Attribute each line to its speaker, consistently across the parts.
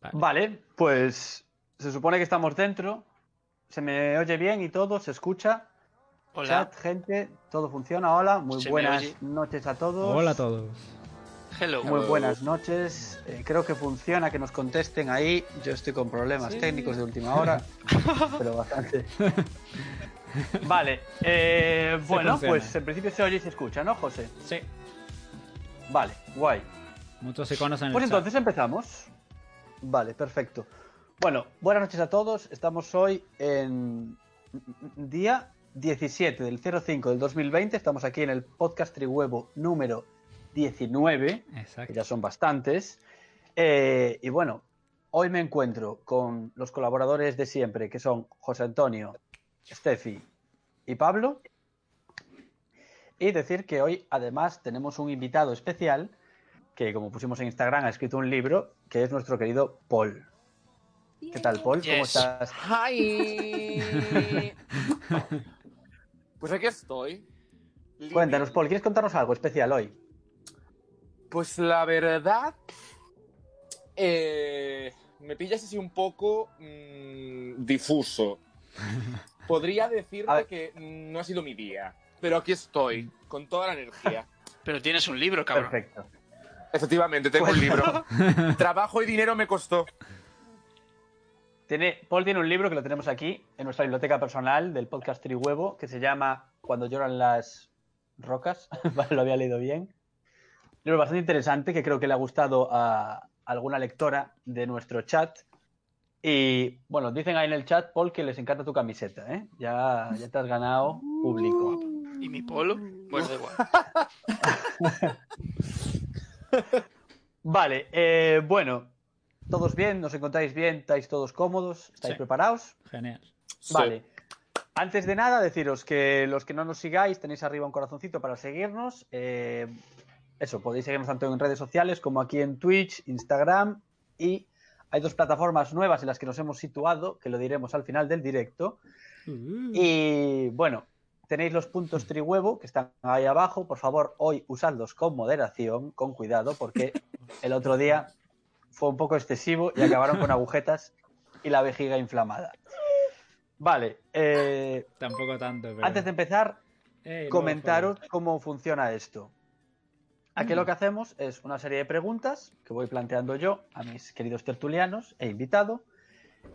Speaker 1: Vale.
Speaker 2: Vale, pues se supone que estamos dentro. Se me oye bien y todo, se escucha.
Speaker 3: Hola.
Speaker 2: Chat, gente, todo funciona. Hola, muy
Speaker 3: Se me oye.
Speaker 2: buenas noches a todos.
Speaker 1: Hola a todos.
Speaker 3: Hello.
Speaker 2: Muy buenas noches. Eh, creo que funciona que nos contesten ahí. Yo estoy con problemas técnicos de última hora, pero bastante. vale, eh,
Speaker 1: Sí
Speaker 2: bueno,
Speaker 1: funciona.
Speaker 2: pues en principio se oye y se escucha, ¿no, José?
Speaker 1: Sí.
Speaker 2: Vale, guay.
Speaker 1: Muchos iconos en
Speaker 2: Pues
Speaker 1: el
Speaker 2: entonces empezamos. Vale, perfecto. Bueno, buenas noches a todos. Estamos hoy en día 17 del 05 del 2020. Estamos aquí en el podcast Trihuevo número 19
Speaker 1: chat. Exacto.
Speaker 2: que ya son bastantes. Eh, y bueno, hoy me encuentro con los colaboradores de siempre, que son José Antonio, Steffi y Pablo. Y decir que hoy además tenemos un invitado especial que, como pusimos en Instagram, ha escrito un libro, que es nuestro querido Paul. ¿Qué tal, Paul? ¿Cómo
Speaker 3: Yes.
Speaker 2: estás?
Speaker 4: ¡Hi! Pues aquí estoy. Living.
Speaker 2: Cuéntanos, Paul, ¿quieres contarnos algo especial hoy?
Speaker 4: Pues la verdad. eh, me pillas así un poco mm, difuso. Podría
Speaker 2: A
Speaker 4: decirte
Speaker 2: ver.
Speaker 4: que no ha sido mi día. Pero aquí estoy, con toda la energía.
Speaker 3: Pero tienes un libro, cabrón.
Speaker 2: Perfecto.
Speaker 4: Efectivamente, tengo un libro. Trabajo y dinero me costó.
Speaker 2: Tiene, Paul tiene un libro que lo tenemos aquí en nuestra biblioteca personal del podcast Trihuevo que se llama Cuando lloran las rocas. vale, lo había leído bien. Libro bastante interesante que creo que le ha gustado a alguna lectora de nuestro chat. Y bueno, dicen ahí en el chat, Paul, que les encanta tu camiseta. ¿eh? Ya, ya te has ganado público.
Speaker 3: ¿Y mi polo? Bueno, da igual.
Speaker 2: Vale, eh, bueno, todos bien, nos encontráis bien, estáis todos cómodos, estáis
Speaker 1: Sí.
Speaker 2: preparados.
Speaker 1: Genial.
Speaker 4: Sí.
Speaker 2: Vale. Antes de nada, deciros que los que no nos sigáis tenéis arriba un corazoncito para seguirnos. Eh, eso, podéis seguirnos tanto en redes sociales como aquí en Twitch, Instagram y hay dos plataformas nuevas en las que nos hemos situado, que lo diremos al final del directo.
Speaker 1: Mm. Uh,
Speaker 2: Y bueno, tenéis los puntos trihuevo que están ahí abajo. Por favor, hoy usadlos con moderación, con cuidado, porque el otro día fue un poco excesivo y acabaron con agujetas y la vejiga inflamada. Vale, eh,
Speaker 1: Tampoco tanto, pero...
Speaker 2: antes de empezar,
Speaker 1: Ey,
Speaker 2: comentaros cómo funciona esto. Aquí lo que hacemos es una serie de preguntas que voy planteando yo a mis queridos tertulianos e invitado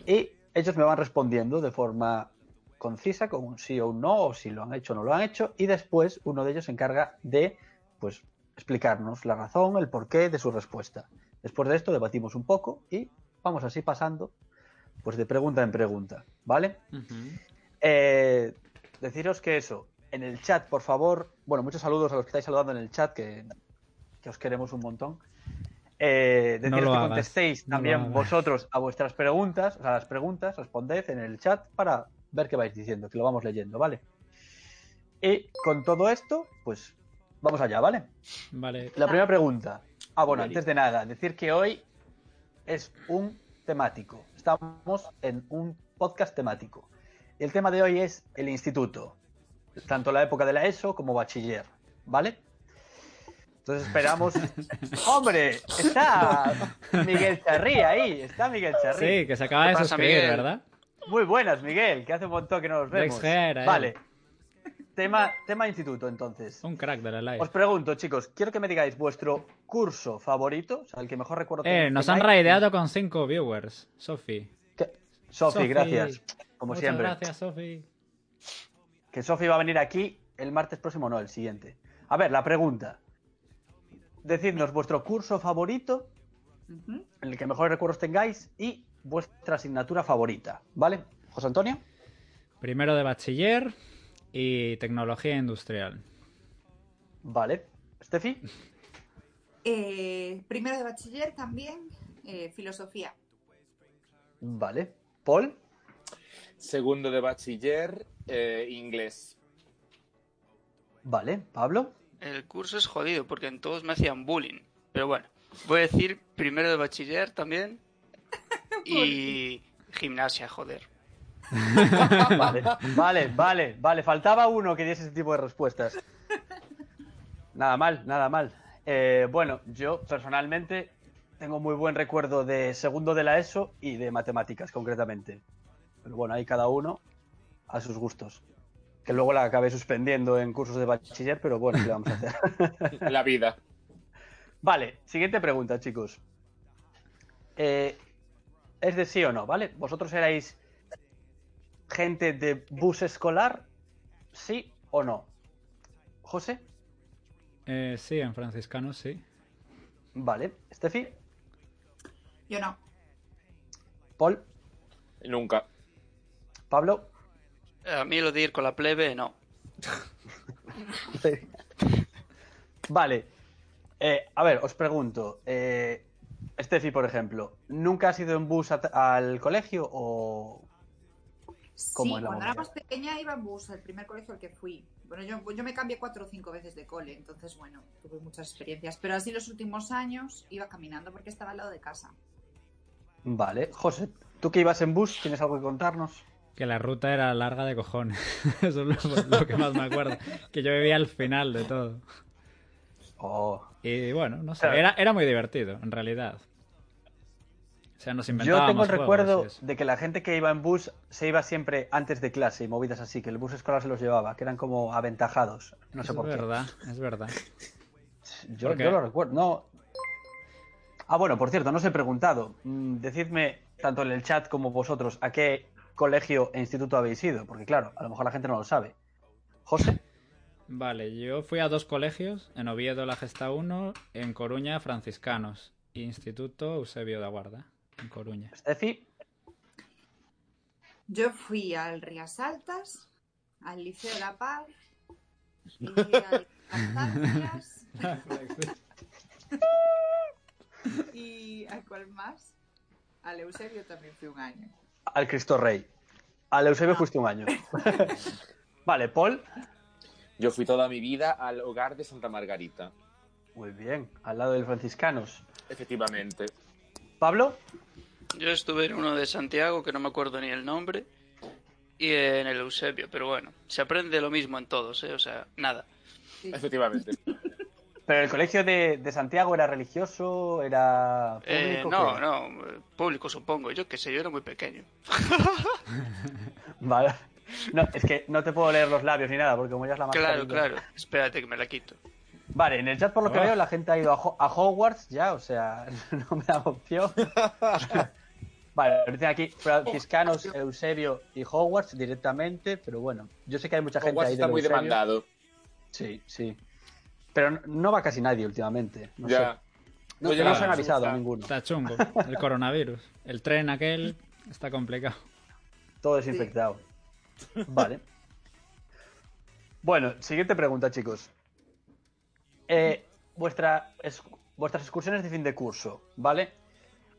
Speaker 2: y ellos me van respondiendo de forma concisa con un sí o un no o si lo han hecho o no lo han hecho y después uno de ellos se encarga de pues explicarnos la razón, el porqué de su respuesta. Después de esto debatimos un poco y vamos así pasando pues de pregunta en pregunta, ¿vale?
Speaker 1: luego, Paul. Ujú.
Speaker 2: Eh, deciros que eso, en el chat, por favor, bueno, muchos saludos a los que estáis saludando en el chat, que, que os queremos un montón. Eh,
Speaker 1: No
Speaker 2: deciros
Speaker 1: lo
Speaker 2: que
Speaker 1: hagas,
Speaker 2: contestéis
Speaker 1: no lo
Speaker 2: también
Speaker 1: hagas.
Speaker 2: vosotros a vuestras preguntas, o sea, las preguntas, responded en el chat para ver qué vais diciendo, que lo vamos leyendo, ¿vale? Y con todo esto, pues vamos allá, ¿vale?
Speaker 1: Vale.
Speaker 2: La primera pregunta. Ah, bueno,
Speaker 4: Vale.
Speaker 2: antes de nada, decir que hoy es un temático. Estamos en un podcast temático. El tema de hoy es el instituto. Tanto la época de la ESO como bachiller. ¿Vale? Entonces esperamos. ¡Hombre! Está Miguel Charri ahí. Está Miguel Charri.
Speaker 1: Sí, que se acaba de
Speaker 3: ¿Qué pasa,
Speaker 1: suscribir,
Speaker 3: Miguel?
Speaker 1: ¿verdad?
Speaker 2: Muy buenas, Miguel, que hace un montón que no nos
Speaker 1: Rex
Speaker 2: vemos.
Speaker 1: Gera, eh.
Speaker 2: Vale. Tema, tema instituto, entonces.
Speaker 1: Un crack de la live.
Speaker 2: Os pregunto, chicos, quiero que me digáis vuestro curso favorito, o sea, el que mejor recuerdo.
Speaker 1: Eh, nos han raideado con 5 viewers. Sofi. Sofi.
Speaker 2: Sofi, gracias. Como
Speaker 1: Muchas
Speaker 2: siempre.
Speaker 1: gracias, Sofi.
Speaker 2: Que Sofi va a venir aquí el martes próximo, no, el siguiente. A ver, la pregunta. Decidnos vuestro curso favorito,
Speaker 5: Ujú.
Speaker 2: el que mejores recuerdos tengáis, y vuestra asignatura favorita, ¿vale? José Antonio.
Speaker 1: Primero de bachiller y tecnología industrial.
Speaker 2: Vale. Steffi.
Speaker 5: Eh, primero de bachiller también, eh, filosofía.
Speaker 2: Vale. Paul.
Speaker 4: Segundo de bachiller, eh, inglés.
Speaker 2: Vale. Pablo.
Speaker 3: El curso es jodido porque en todos me hacían bullying. Pero bueno, voy a decir primero de bachiller también. Y gimnasia, joder.
Speaker 2: Vale, vale, vale, vale. Faltaba uno que diese ese tipo de respuestas. Nada mal, nada mal. Eh, bueno, yo personalmente Tengo muy buen recuerdo de segundo de la ESO y de matemáticas, concretamente. Pero bueno, ahí cada uno a sus gustos. Que luego la acabé suspendiendo en cursos de bachiller, pero bueno, ¿qué le vamos a hacer?
Speaker 4: La vida.
Speaker 2: Vale, siguiente pregunta, chicos. Eh, es de sí o no, ¿vale? ¿Vosotros erais gente de bus escolar? ¿Sí o no? ¿José?
Speaker 1: Eh, sí, en franciscano, sí.
Speaker 2: Vale. ¿Steffi?
Speaker 5: Yo no.
Speaker 2: ¿Paul?
Speaker 4: Nunca.
Speaker 2: ¿Pablo?
Speaker 3: A mí lo de ir con la plebe, no.
Speaker 2: vale. Eh, a ver, os pregunto. eh, Steffi, por ejemplo, ¿nunca has ido en bus a- al colegio o ¿Cómo
Speaker 5: sí,
Speaker 2: es la
Speaker 5: cuando
Speaker 2: movida?
Speaker 5: éramos pequeña iba en bus, el primer colegio al que fui. Bueno, yo, yo me cambié cuatro o cinco veces de cole, entonces, bueno, tuve muchas experiencias. Pero así los últimos años iba caminando porque estaba al lado de casa.
Speaker 2: Vale, José, tú que ibas en bus, ¿tienes algo que contarnos?
Speaker 1: Que la ruta era larga de cojones. Eso es lo, lo que más me acuerdo. Que yo vivía al final de todo.
Speaker 2: Oh,
Speaker 1: Y bueno, no sé.
Speaker 2: Claro.
Speaker 1: Era, era muy divertido, en realidad. O sea, nos
Speaker 2: yo
Speaker 1: inventábamos
Speaker 2: tengo el
Speaker 1: juegos
Speaker 2: recuerdo
Speaker 1: y eso.
Speaker 2: de que la gente que iba en bus se iba siempre antes de clase y movidas así, que el bus escolar se los llevaba, que eran como aventajados. No sé
Speaker 1: es
Speaker 2: por qué.
Speaker 1: verdad, es verdad.
Speaker 2: Yo,
Speaker 1: ¿Por qué?
Speaker 2: yo lo recuerdo. No. Ah, bueno, por cierto, no os he preguntado. Mm, Decidme, tanto en el chat como vosotros, a qué colegio e instituto habéis ido, porque claro, a lo mejor la gente no lo sabe. José,
Speaker 1: Vale, yo fui a dos colegios, en Oviedo la Gesta 1, en Coruña Franciscanos, Instituto Eusebio de Aguarda, en Coruña.
Speaker 2: Steffi,
Speaker 5: Yo fui al Rías Altas, al Liceo de la Paz y al Cantancias y ¿a cuál más? Al Eusebio también fui un año.
Speaker 2: al Cristo Rey. Al Eusebio justo un año. vale, Paul.
Speaker 4: Yo fui toda mi vida al hogar de Santa Margarita.
Speaker 2: Muy bien, al lado del Franciscanos.
Speaker 4: Efectivamente.
Speaker 2: Pablo,
Speaker 3: Yo estuve en uno de Santiago, que no me acuerdo ni el nombre, y en el Eusebio, pero bueno, se aprende lo mismo en todos, ¿eh? O sea, nada.
Speaker 5: Sí.
Speaker 4: Efectivamente.
Speaker 2: pero el colegio de, de Santiago era religioso, era público.
Speaker 3: Eh, no,
Speaker 2: ¿qué?
Speaker 3: no, eh, público supongo, yo qué sé, yo era muy pequeño.
Speaker 2: Vale. No, es que no te puedo leer los labios ni nada, porque como ya es la más
Speaker 3: Claro, claro, espérate que me la quito.
Speaker 2: Vale, en el chat por lo que
Speaker 1: Ah.
Speaker 2: veo la gente ha ido a, Ho- a Hogwarts ya, o sea, no me da opción. vale, dicen aquí franciscanos, Eusebio y Hogwarts directamente, pero bueno, yo sé que hay mucha gente
Speaker 4: Hogwarts
Speaker 2: ahí
Speaker 4: está
Speaker 2: del
Speaker 4: muy
Speaker 2: Eusebio.
Speaker 4: demandado.
Speaker 2: Sí, sí. Pero no, no va casi nadie últimamente, no sé.
Speaker 4: ya.
Speaker 2: No,
Speaker 4: Oye,
Speaker 2: no
Speaker 1: claro,
Speaker 2: se han
Speaker 1: sí,
Speaker 2: avisado
Speaker 4: está-
Speaker 2: a ninguno,
Speaker 1: Está chungo, el coronavirus. El tren aquel está complicado.
Speaker 2: todo desinfectado. Vale. Bueno, siguiente pregunta, chicos. Eh, vuestra, es- vuestras excursiones de fin de curso, ¿vale?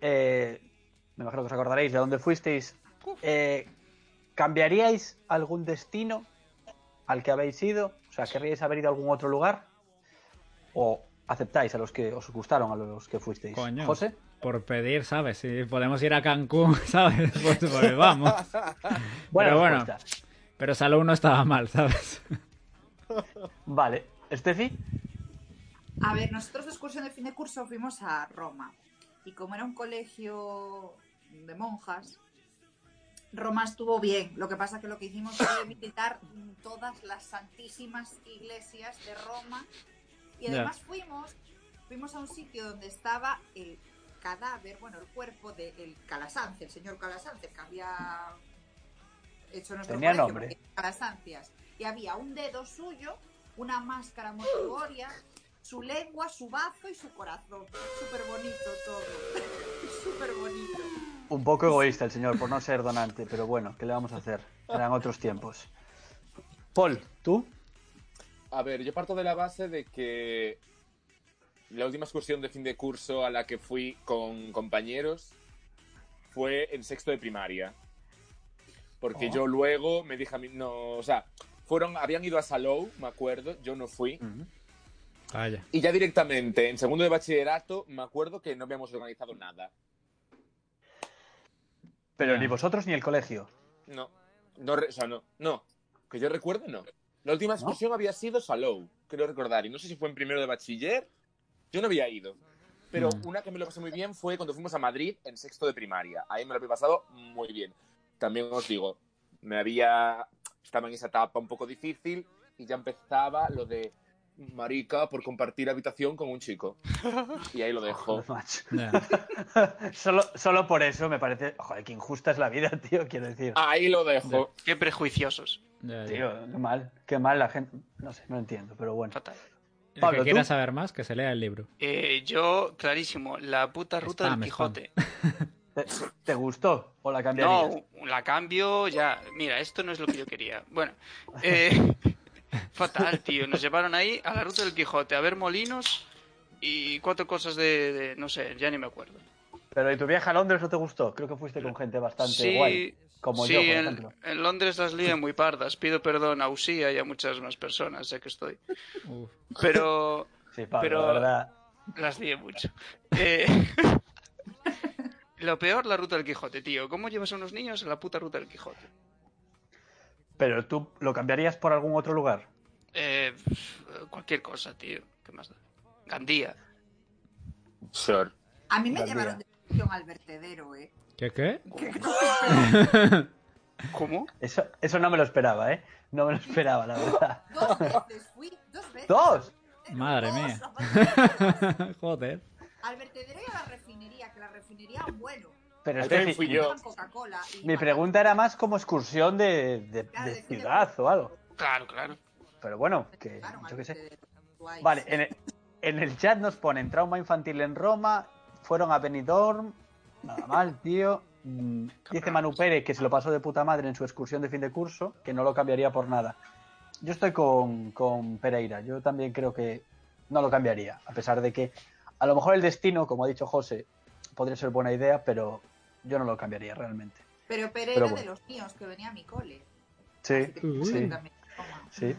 Speaker 2: Eh, me imagino que os acordaréis de dónde fuisteis. Eh, ¿Cambiaríais algún destino al que habéis ido? O sea, ¿querríais haber ido a algún otro lugar? ¿O aceptáis a los que os gustaron, a los que fuisteis?
Speaker 1: Coño.
Speaker 2: ¿José?
Speaker 1: Por pedir, ¿sabes? Si podemos ir a Cancún, ¿sabes? Pues, pues vamos.
Speaker 2: Buena
Speaker 1: Pero bueno.
Speaker 2: respuesta.
Speaker 1: Pero Salou no estaba mal, ¿sabes?
Speaker 2: Vale. ¿Estefi?
Speaker 5: A ver, nosotros de excursión de fin de curso fuimos a Roma. Y como era un colegio de monjas, Roma estuvo bien. Lo que pasa que lo que hicimos fue visitar todas las santísimas iglesias de Roma. Y
Speaker 1: Ya.
Speaker 5: además fuimos, fuimos a un sitio donde estaba el cadáver, bueno, el cuerpo del Calasanz, el señor Calasanz, que había hecho nuestro
Speaker 2: Tenía
Speaker 5: colegio,
Speaker 2: nombre.
Speaker 5: porque Calasancias. Y había un dedo suyo, una máscara mortuoria, su lengua, su bazo y su corazón. Súper bonito todo. Súper bonito.
Speaker 2: Un poco egoísta el señor por no ser donante, pero bueno, ¿qué le vamos a hacer? Eran otros tiempos. Paul, ¿tú?
Speaker 4: A ver, yo parto de la base de que la última excursión de fin de curso a la que fui con compañeros fue en sexto de primaria. Porque
Speaker 2: Oh.
Speaker 4: yo luego me dije a mí, no, o sea, fueron, habían ido a Salou, me acuerdo, yo no fui.
Speaker 2: Mm.
Speaker 1: Vaya.
Speaker 4: Y ya directamente, en segundo de bachillerato, me acuerdo que no habíamos organizado nada.
Speaker 2: Pero
Speaker 1: Ya.
Speaker 2: ni vosotros ni el colegio.
Speaker 4: No, no, re- o sea, no, no, que yo recuerdo no. La última excursión había sido Salou, creo recordar, y no sé si fue en primero de bachiller, yo no había ido. Pero
Speaker 1: Mm.
Speaker 4: una que me lo pasé muy bien fue cuando fuimos a Madrid en sexto de primaria. Ahí me lo he pasado muy bien. También os digo, me había. Estaba en esa etapa un poco difícil y ya empezaba lo de marica por compartir habitación con un chico. Y ahí lo dejo.
Speaker 2: Joder, macho.
Speaker 1: Ya.
Speaker 2: solo, solo por eso me parece. Joder, que injusta es la vida, tío, quiero decir.
Speaker 3: Ah,
Speaker 4: Ahí lo dejo.
Speaker 3: Qué prejuiciosos.
Speaker 1: Ya, ya.
Speaker 2: Tío, qué mal, qué mal la gente. No sé, no entiendo, pero bueno.
Speaker 3: Fatal.
Speaker 1: El
Speaker 2: Pablo,
Speaker 1: que
Speaker 2: ¿tú?
Speaker 1: quiera saber más, que se lea el libro.
Speaker 3: Eh, yo, clarísimo, la puta ruta
Speaker 1: Spam,
Speaker 3: del
Speaker 1: spam.
Speaker 3: Quijote.
Speaker 2: ¿Te, te gustó o la cambiarías?
Speaker 3: No, la cambio ya. Mira, esto no es lo que yo quería. Bueno, eh, fatal, tío. Nos llevaron ahí a la ruta del Quijote, a ver molinos y cuatro cosas de, de- no sé, ya ni me acuerdo.
Speaker 2: Pero ¿y tu viaje a Londres no te gustó? Creo que fuiste con gente bastante
Speaker 3: Sí,
Speaker 2: guay. Como
Speaker 3: sí,
Speaker 2: yo, por
Speaker 3: en,
Speaker 2: ejemplo.
Speaker 3: en Londres las líneas muy pardas. Pido perdón a Usía y a muchas más personas, ya que estoy.
Speaker 1: Uf.
Speaker 3: Pero
Speaker 2: Sí, Pablo,
Speaker 3: pero-
Speaker 2: la verdad.
Speaker 3: Las lié mucho. Eh, Lo peor, la ruta del Quijote, tío. ¿Cómo llevas a unos niños a la puta ruta del Quijote?
Speaker 2: Pero tú lo cambiarías por algún otro lugar.
Speaker 3: Eh, pf, cualquier cosa, tío. ¿Qué más da? Gandía.
Speaker 4: Sure.
Speaker 5: A mí me
Speaker 2: Gandía.
Speaker 5: llevaron de excursión al vertedero, ¿eh?
Speaker 1: ¿Qué qué?
Speaker 3: ¿Cómo?
Speaker 2: Eso, eso no me lo esperaba, ¿eh? No me lo esperaba, la verdad.
Speaker 5: Dos veces fui, dos veces.
Speaker 2: ¡Dos!
Speaker 1: Madre
Speaker 5: Dos,
Speaker 1: mía. Joder.
Speaker 5: Al vertedero y a la refinería, que la refinería, bueno,
Speaker 2: Pero
Speaker 4: Ahí
Speaker 2: es que si-
Speaker 4: también fui yo.
Speaker 5: daban Coca-Cola. y-
Speaker 2: Mi pregunta era más como excursión de, de-
Speaker 5: Claro,
Speaker 2: de
Speaker 5: decirle-
Speaker 2: ciudad o algo.
Speaker 3: Claro, claro.
Speaker 2: Pero bueno, que
Speaker 5: Llevaron al
Speaker 2: yo qué sé.
Speaker 5: vertedero. Guay.
Speaker 2: Vale, en el, en el chat nos ponen trauma infantil en Roma, fueron a Benidorm, nada mal, tío. Mm, Dice Manu Pérez que se lo pasó de puta madre en su excursión de fin de curso, que no lo cambiaría por nada. Yo estoy con, con Pereira, yo también creo que no lo cambiaría, a pesar de que a lo mejor el destino, como ha dicho José, podría ser buena idea, pero yo no lo cambiaría realmente.
Speaker 5: Pero Pere
Speaker 2: Pero
Speaker 5: era
Speaker 2: bueno.
Speaker 5: de los míos, que venía a mi cole.
Speaker 2: Sí,
Speaker 5: Que
Speaker 1: Uy.
Speaker 5: también toma.
Speaker 2: Sí.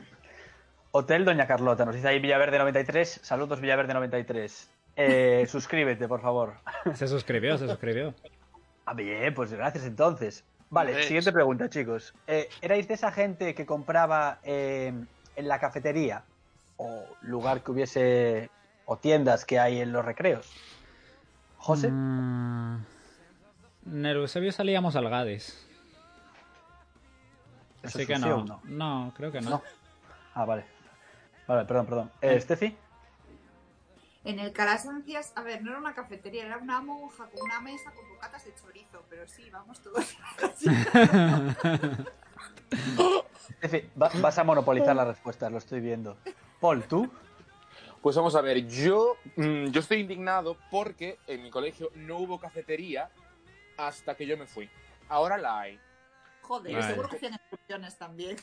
Speaker 2: Hotel Doña Carlota, nos dice ahí Villaverde 93. Saludos Villaverde 93. Eh, suscríbete, por favor.
Speaker 1: Se suscribió, se suscribió.
Speaker 2: Ah, bien, pues gracias entonces. Vale,
Speaker 3: Hombre.
Speaker 2: siguiente pregunta, chicos. Eh, ¿Erais de esa gente que compraba eh, en la cafetería o lugar que hubiese o tiendas que hay en los recreos? José,
Speaker 1: Mm. En el Eusebio salíamos al Gadis.
Speaker 2: ¿Eso
Speaker 1: Así
Speaker 2: es
Speaker 1: que no.
Speaker 2: sucio
Speaker 1: no.
Speaker 2: o no?
Speaker 1: creo que no.
Speaker 2: No. Ah, vale. Vale, perdón, perdón. Eh, Steffi,
Speaker 5: En el Calasancias, a ver, no era una cafetería, era una monja con una mesa con bocatas de chorizo, pero sí, vamos todos.
Speaker 2: Steffi, va- vas a monopolizar las respuestas, lo estoy viendo. Paul, ¿tú?
Speaker 4: Pues vamos a ver, yo, mm, yo estoy indignado porque en mi colegio no hubo cafetería hasta que yo me fui. Ahora la hay.
Speaker 5: Joder,
Speaker 1: Vale.
Speaker 5: seguro que hacían excursiones también.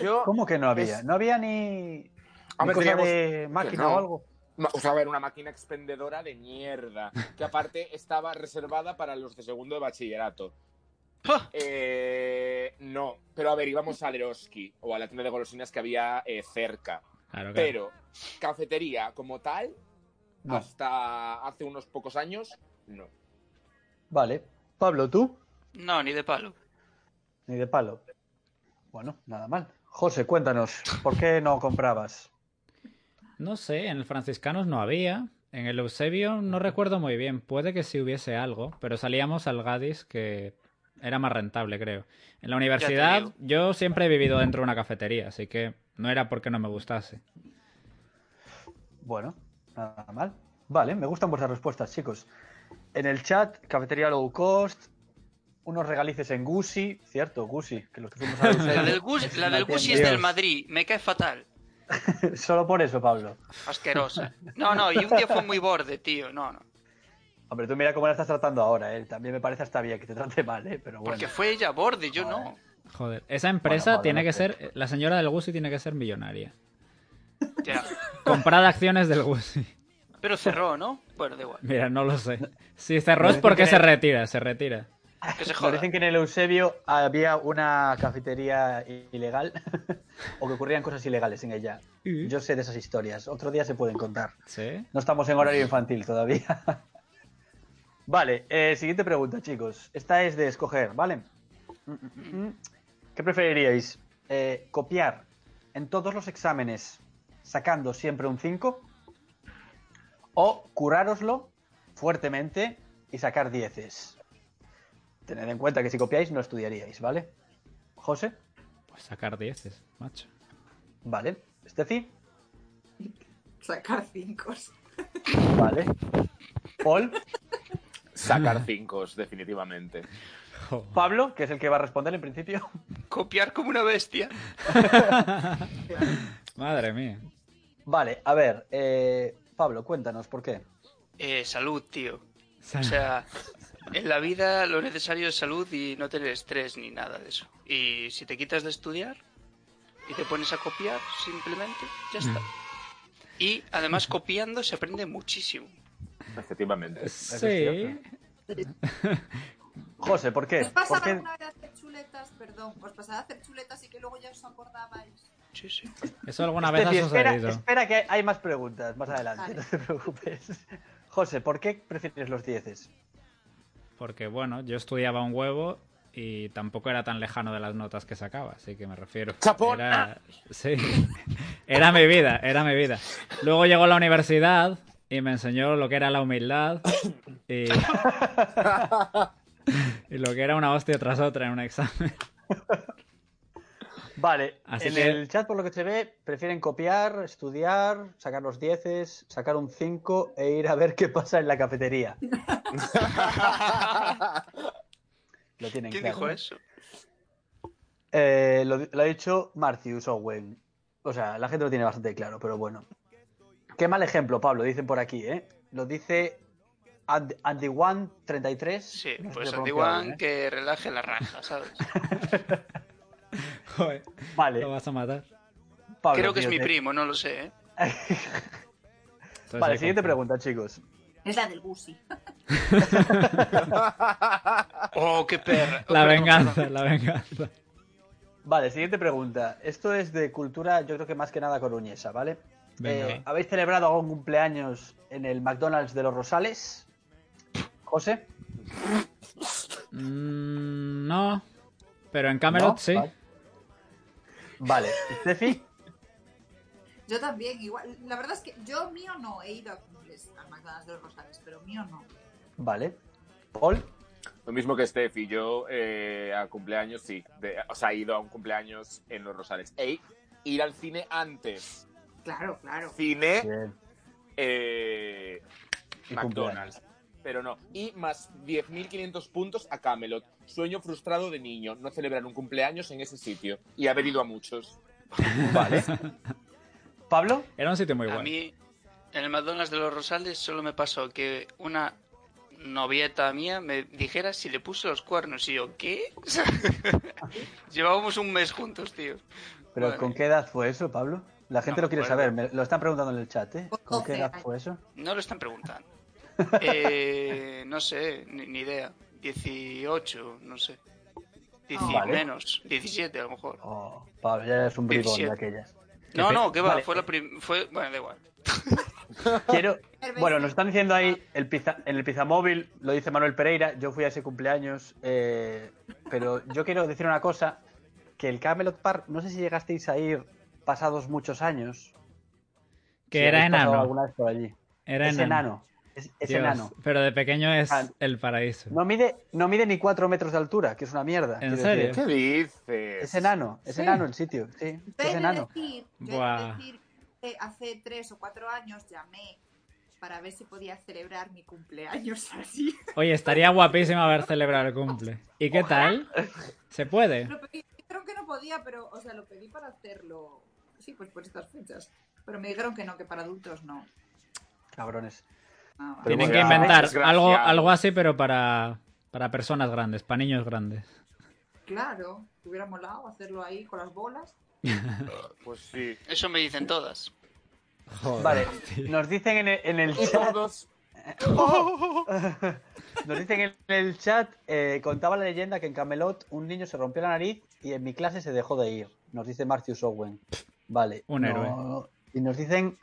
Speaker 4: Yo,
Speaker 2: Eh, ¿Cómo que no había?
Speaker 4: Es-
Speaker 2: No había ni,
Speaker 4: A
Speaker 2: ni
Speaker 4: ver,
Speaker 2: cosa
Speaker 4: digamos
Speaker 2: de máquina
Speaker 4: no.
Speaker 2: o algo.
Speaker 4: Ma- O sea, a ver, una máquina expendedora de mierda, que aparte estaba reservada para los de segundo de bachillerato.
Speaker 3: ¡Ja!
Speaker 4: Eh, no, pero a ver, íbamos a Leroski o a la tienda de golosinas que había eh, cerca.
Speaker 1: Claro, claro.
Speaker 4: Pero cafetería como tal, Ah.
Speaker 2: No.
Speaker 4: hasta hace unos pocos años, no.
Speaker 2: Vale. Pablo, ¿tú?
Speaker 3: No, ni de palo.
Speaker 2: Ni de palo. Bueno, nada mal. José, cuéntanos, ¿por qué no comprabas?
Speaker 1: No sé, en el Franciscanos no había. En el Eusebio no recuerdo muy bien. Puede que sí hubiese algo, pero salíamos al Gadis que era más rentable, creo. En la universidad
Speaker 3: digo.
Speaker 1: yo siempre he vivido dentro de una cafetería, así que no era porque no me gustase.
Speaker 2: Bueno, nada mal. Vale, me gustan vuestras respuestas, chicos. En el chat, cafetería low cost, unos regalices en Gucci, cierto, Gucci, que los que fuimos a
Speaker 3: La del,
Speaker 2: Bruselas-
Speaker 3: Gus,
Speaker 2: es
Speaker 3: la
Speaker 2: una
Speaker 3: del Gucci es
Speaker 2: tienda-
Speaker 3: del Madrid. Me cae fatal.
Speaker 2: Solo por eso, Pablo.
Speaker 3: Asquerosa. No, no, y un día fue muy borde, tío. No, no.
Speaker 2: Hombre, tú mira cómo la estás tratando ahora, ¿eh? También me parece hasta bien que te trate mal, ¿eh? Pero bueno.
Speaker 3: Porque fue ella borde, yo no.
Speaker 1: Joder, esa empresa
Speaker 2: Bueno, vale,
Speaker 1: tiene
Speaker 2: no
Speaker 1: que
Speaker 2: sé.
Speaker 1: ser, la señora del Gucci tiene que ser millonaria.
Speaker 3: Ya.
Speaker 1: Comprad acciones del Gucci.
Speaker 3: Pero cerró, ¿no? Bueno, da igual.
Speaker 1: Mira, no lo sé. Si cerró es
Speaker 2: Parece
Speaker 1: porque
Speaker 2: que-
Speaker 1: se retira, se retira.
Speaker 3: Que se
Speaker 2: Nos
Speaker 3: joda.
Speaker 2: dicen que en el Eusebio había una cafetería i- ilegal o que ocurrían cosas ilegales en ella. Yo sé de esas historias. Otro día se pueden contar.
Speaker 1: Sí.
Speaker 2: No estamos en horario infantil todavía. Vale, eh, siguiente pregunta, chicos. Esta es de escoger, ¿vale? Mm, mm, mm, mm. ¿Qué preferiríais? Eh, ¿Copiar en todos los exámenes sacando siempre un 5? ¿O curároslo fuertemente y sacar dieces. Tened en cuenta que si copiáis no estudiaríais, ¿vale? José,
Speaker 1: Pues sacar dieces, macho.
Speaker 2: vale. Steffi,
Speaker 5: Sacar cinco.
Speaker 2: vale. Paul,
Speaker 4: Sacar cinco, definitivamente.
Speaker 1: Jo.
Speaker 2: Pablo, que es el que va a responder en principio.
Speaker 3: Copiar como una bestia.
Speaker 1: Madre mía.
Speaker 2: Vale, a ver, eh, Pablo, cuéntanos por qué.
Speaker 3: Eh, salud, tío. O sea, en la vida lo necesario es salud y no tener estrés ni nada de eso. Y si te quitas de estudiar y te pones a copiar, simplemente, ya está.
Speaker 2: Mm.
Speaker 3: Y además copiando se aprende muchísimo.
Speaker 4: Efectivamente.
Speaker 1: Sí.
Speaker 2: José, ¿por qué?
Speaker 5: ¿Os pasa
Speaker 2: ¿Por qué?
Speaker 5: alguna vez hacer chuletas? Perdón, os pasaba a hacer chuletas y que luego ya os acordabais.
Speaker 3: Sí, sí.
Speaker 1: Eso alguna vez ha
Speaker 2: Steffi, espera,
Speaker 1: sucedido.
Speaker 2: espera que hay- hay más preguntas más adelante,
Speaker 5: Vale.
Speaker 2: no te preocupes. José, ¿por qué prefieres los dieces?
Speaker 1: Porque bueno, yo estudiaba un huevo y tampoco era tan lejano de las notas que sacaba, así que me refiero.
Speaker 4: ¡Chapón!
Speaker 1: Era... Sí. Era mi vida, era mi vida. Luego llegó a la universidad y me enseñó lo que era la humildad y, y lo que era una hostia tras otra en un examen.
Speaker 2: Vale,
Speaker 1: Así
Speaker 2: en
Speaker 1: que-
Speaker 2: el chat, por lo que se ve, prefieren copiar, estudiar, sacar los dieces, sacar un 5 e ir a ver qué pasa en la cafetería. Lo tienen
Speaker 3: ¿Quién
Speaker 2: claro.
Speaker 3: dijo eso?
Speaker 2: Eh, lo, lo ha dicho Marcius Owen. O sea, la gente lo tiene bastante claro, pero bueno. Qué mal ejemplo, Pablo, dicen por aquí, ¿eh? Lo dice And- Andy One 33.
Speaker 3: Sí,
Speaker 2: No sé
Speaker 3: pues
Speaker 2: si lo he pronunciado
Speaker 3: Antiguan
Speaker 2: bien, ¿eh?
Speaker 3: que relaje la raja, ¿sabes?
Speaker 1: Joder, lo
Speaker 2: ¿eh? Vale,
Speaker 1: vas a matar.
Speaker 2: Pablo.
Speaker 3: Creo que es
Speaker 2: tío,
Speaker 3: mi
Speaker 2: te-
Speaker 3: primo, no lo sé, ¿eh?
Speaker 1: Entonces,
Speaker 2: Vale,
Speaker 1: ahí
Speaker 2: siguiente
Speaker 1: confío.
Speaker 2: pregunta, chicos.
Speaker 5: Es la del Gusi.
Speaker 3: ¡Oh, qué perra! Oh,
Speaker 1: La
Speaker 3: perdón,
Speaker 1: venganza,
Speaker 3: perdón.
Speaker 1: la venganza.
Speaker 2: Vale, siguiente pregunta. Esto es de cultura, yo creo que más que nada coruñesa, ¿vale?
Speaker 1: Venga,
Speaker 2: Eh,
Speaker 1: va.
Speaker 2: ¿Habéis celebrado algún cumpleaños en el McDonald's de los Rosales? José,
Speaker 1: Mm, no, pero en Camelot
Speaker 2: ¿No?
Speaker 1: sí.
Speaker 2: Vale. vale. Steffi,
Speaker 5: Yo también, igual. La verdad es que yo mío no he ido a cumples al McDonald's de los Rosales, pero mío no.
Speaker 2: vale. Paul,
Speaker 4: Lo mismo que Steffi, yo eh, a cumpleaños sí. De- o sea, he ido a un cumpleaños en Los Rosales. E ir al cine antes.
Speaker 5: Claro, claro.
Speaker 4: Cine
Speaker 2: bien.
Speaker 4: eh,
Speaker 2: Y
Speaker 4: McDonald's. Pero no. Y más 10.500 puntos a Camelot. Sueño frustrado de niño. No celebrar un cumpleaños en ese sitio. Y haber ido a muchos.
Speaker 2: Vale. Pablo,
Speaker 1: Era un sitio muy
Speaker 3: A
Speaker 1: bueno.
Speaker 3: mí, en el McDonald's de los Rosales solo me pasó que una novieta mía me dijera si le puse los cuernos. Y yo, ¿qué? Llevábamos un mes juntos, tío.
Speaker 2: ¿pero
Speaker 3: Madre
Speaker 2: con
Speaker 3: mía.
Speaker 2: qué edad fue eso, Pablo? La gente
Speaker 3: No
Speaker 2: lo quiere
Speaker 3: me
Speaker 2: saber,
Speaker 3: acuerdo.
Speaker 2: me lo están preguntando en el chat, ¿eh?
Speaker 5: Con
Speaker 2: ¿Con qué
Speaker 5: 12
Speaker 2: edad
Speaker 5: años.
Speaker 2: fue eso?
Speaker 3: No lo están preguntando. Eh, no sé, ni, ni idea. 18, no sé. Dieci-
Speaker 2: Ah, Vale.
Speaker 3: Menos, 17 a lo mejor.
Speaker 2: Oh, Pablo, ya eres un bribón de
Speaker 3: 17.
Speaker 2: aquellas.
Speaker 3: No, no, que va,
Speaker 2: Vale.
Speaker 3: fue la prim- fue Bueno, da igual.
Speaker 2: Quiero...
Speaker 5: Cerveza.
Speaker 2: Bueno, nos están diciendo ahí el pizza- en el Pizamóvil, lo dice Manuel Pereira, yo fui a ese cumpleaños, eh, pero yo quiero decir una cosa, que el Camelot Park, no sé si llegasteis a ir pasados muchos años.
Speaker 1: Que
Speaker 2: si
Speaker 1: era
Speaker 2: habéis pasado
Speaker 1: enano.
Speaker 2: alguna vez por allí.
Speaker 1: Era
Speaker 2: es enano. Es, es
Speaker 1: Dios,
Speaker 2: enano.
Speaker 1: Pero de pequeño es
Speaker 2: Ah,
Speaker 1: el paraíso.
Speaker 2: No mide, no mide ni cuatro metros de altura, que es una mierda.
Speaker 1: ¿En
Speaker 2: quiero
Speaker 1: serio?
Speaker 2: decir.
Speaker 4: ¿Qué dices?
Speaker 2: Es enano, es
Speaker 1: Sí.
Speaker 2: enano el sitio, sí,
Speaker 5: Yo he
Speaker 2: es
Speaker 5: de
Speaker 2: enano.
Speaker 5: decir, yo he de
Speaker 1: Buah.
Speaker 5: decir que hace tres o cuatro años llamé para ver si podía celebrar mi cumpleaños así.
Speaker 1: Oye, estaría guapísimo haber celebrado el cumple. ¿Y qué tal? ¿Se puede?
Speaker 5: Lo pedí, dijeron que no podía, pero, o sea, lo pedí para hacerlo. Sí, pues por estas fechas. Pero me dijeron que no, que para adultos no.
Speaker 2: Cabrones.
Speaker 5: Ah, vale.
Speaker 1: Tienen
Speaker 4: bueno,
Speaker 1: que
Speaker 4: ya,
Speaker 1: inventar
Speaker 4: desgraciado.
Speaker 1: algo, algo así, pero para, para personas grandes, para niños grandes.
Speaker 5: Claro, te hubiera molado hacerlo ahí con las bolas.
Speaker 4: Pues sí.
Speaker 3: Eso me dicen todas.
Speaker 1: Joder,
Speaker 2: Vale,
Speaker 1: tío.
Speaker 2: nos dicen en el, en el
Speaker 4: Y
Speaker 2: chat, Oh.
Speaker 4: todos.
Speaker 2: nos dicen en el chat, eh, contaba la leyenda que en Camelot un niño se rompió la nariz y en mi clase se dejó de ir. Nos dice Marcius Owen. Vale.
Speaker 1: Un héroe.
Speaker 2: Y nos dicen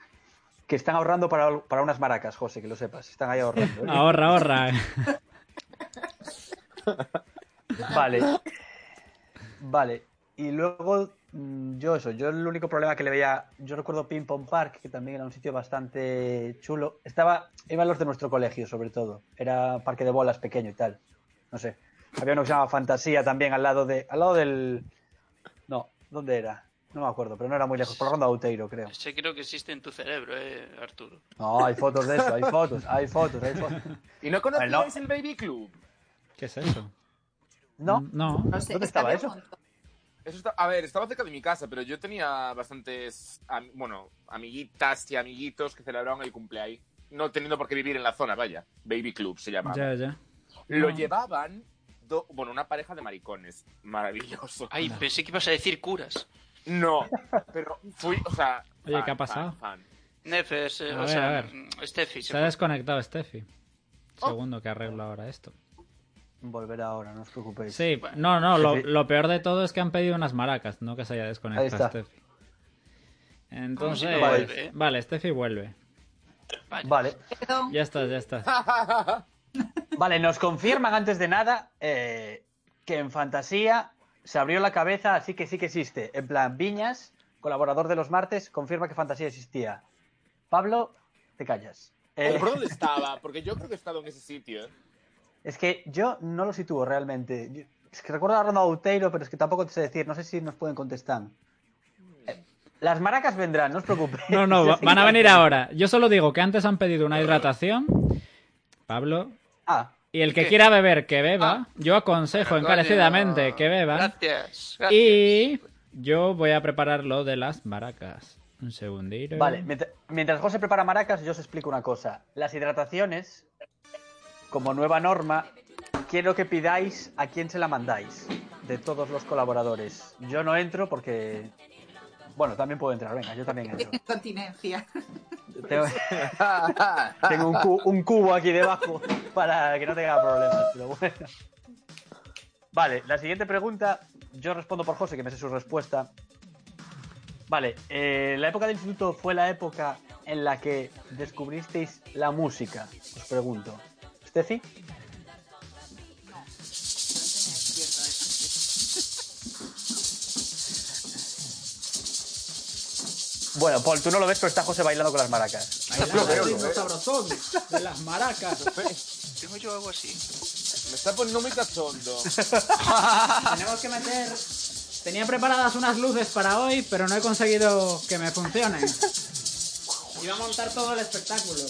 Speaker 2: que están ahorrando para, para unas maracas, José, que lo sepas. Están ahí ahorrando. ¿eh?
Speaker 1: Ahorra, ahorra.
Speaker 2: Vale. Vale. Y luego Mm, Yo eso, yo el único problema que le veía, yo recuerdo Ping Pong Park, que también era un sitio bastante chulo. Estaba, iban los de nuestro colegio sobre todo, era parque de bolas pequeño y tal. No sé. Había uno que se llamaba Fantasía también al lado de, al lado del, no, ¿dónde era? No me acuerdo, pero no era muy lejos, por la ronda Outeiro, creo.
Speaker 3: Ese creo que existe en tu cerebro, eh, Arturo.
Speaker 2: No, hay fotos de eso, hay fotos, hay fotos, hay fotos.
Speaker 4: ¿Y no conocíais
Speaker 2: Bueno.
Speaker 4: el Baby Club?
Speaker 1: ¿Qué es eso?
Speaker 2: No,
Speaker 1: Mm, No.
Speaker 5: No sé,
Speaker 2: ¿Dónde
Speaker 5: es que
Speaker 2: estaba
Speaker 5: había
Speaker 2: eso?
Speaker 5: un montón.
Speaker 4: Eso está- a ver, estaba cerca de mi casa, pero yo tenía bastantes, am- bueno, amiguitas y amiguitos que celebraban el cumpleaños. No teniendo por qué vivir en la zona, vaya. Baby Club se llamaba.
Speaker 1: Ya, ya.
Speaker 4: Lo
Speaker 1: No.
Speaker 4: llevaban, do- bueno, una pareja de maricones. Maravilloso.
Speaker 3: Ay, pensé que ibas a decir curas.
Speaker 4: No, pero fui, o sea...
Speaker 1: Oye, ¿qué ha pasado?
Speaker 4: fan.
Speaker 3: Nefes, eh,
Speaker 1: A
Speaker 3: o
Speaker 1: ver,
Speaker 3: sea,
Speaker 1: a ver.
Speaker 3: mm, Steffi. se
Speaker 1: Se ha
Speaker 3: fue.
Speaker 1: desconectado Steffi.
Speaker 4: Oh.
Speaker 1: Segundo que arreglo ahora esto.
Speaker 2: Volver ahora, no os preocupéis.
Speaker 1: Sí, no, no, lo,
Speaker 2: Steffi.
Speaker 1: lo peor de todo es que han pedido unas maracas, no que se haya desconectado
Speaker 2: Ahí está.
Speaker 1: Steffi. Entonces,
Speaker 3: no
Speaker 1: vale.
Speaker 3: vuelve, eh?
Speaker 1: Steffi vuelve.
Speaker 3: Vaya.
Speaker 2: Vale,
Speaker 5: Perdón,
Speaker 1: Ya está, ya está.
Speaker 2: vale, nos confirman antes de nada eh, que en Fantasía se abrió la cabeza, así que sí que existe. En plan, Viñas, colaborador de los martes, confirma que Fantasía existía. Pablo, te callas. Eh,
Speaker 4: Oye, ¿Por dónde estaba? Porque yo creo que he estado en ese sitio. ¿eh?
Speaker 2: es que yo no lo sitúo realmente. Yo- es que recuerdo la ronda Outeiro, pero es que tampoco te sé decir, no sé si nos pueden contestar. Eh, Las maracas vendrán, no os preocupéis.
Speaker 1: No, no, va-
Speaker 2: Yo sé
Speaker 1: van a
Speaker 2: que-
Speaker 1: venir ahora. Yo solo digo que antes han pedido una hidratación, Pablo,
Speaker 2: Ah,
Speaker 1: y el que
Speaker 3: ¿Qué?
Speaker 1: quiera beber, que beba.
Speaker 3: Ah.
Speaker 1: Yo aconsejo
Speaker 3: Coño,
Speaker 1: encarecidamente que beba.
Speaker 3: Gracias. gracias.
Speaker 1: Y yo voy a preparar lo de las maracas. Un segundito.
Speaker 2: Vale, mientras, mientras José prepara maracas, yo os explico una cosa. Las hidrataciones, como nueva norma, quiero que pidáis a quién se la mandáis, de todos los colaboradores. Yo no entro porque... Bueno, también puedo entrar, venga, yo también entro.
Speaker 5: incontinencia.
Speaker 2: Tengo, tengo un, cu- un cubo aquí debajo para que no tenga problemas, pero bueno. Vale, la siguiente pregunta, yo respondo por José, que me sé su respuesta. Vale, eh, la época del instituto fue la época en la que descubristeis la música, os pregunto. ¿Steffi?
Speaker 5: No tenía cierto de-
Speaker 2: Bueno, Paul, tú no lo ves, pero está José bailando con las maracas.
Speaker 4: lo veo, lo veo.
Speaker 1: sabrosón de las maracas.
Speaker 3: Tengo yo algo así.
Speaker 4: Me está poniendo muy cachondo.
Speaker 1: Tenemos que meter. Tenía preparadas unas luces para hoy, pero no he conseguido que me funcionen. Iba a montar todo el espectáculo.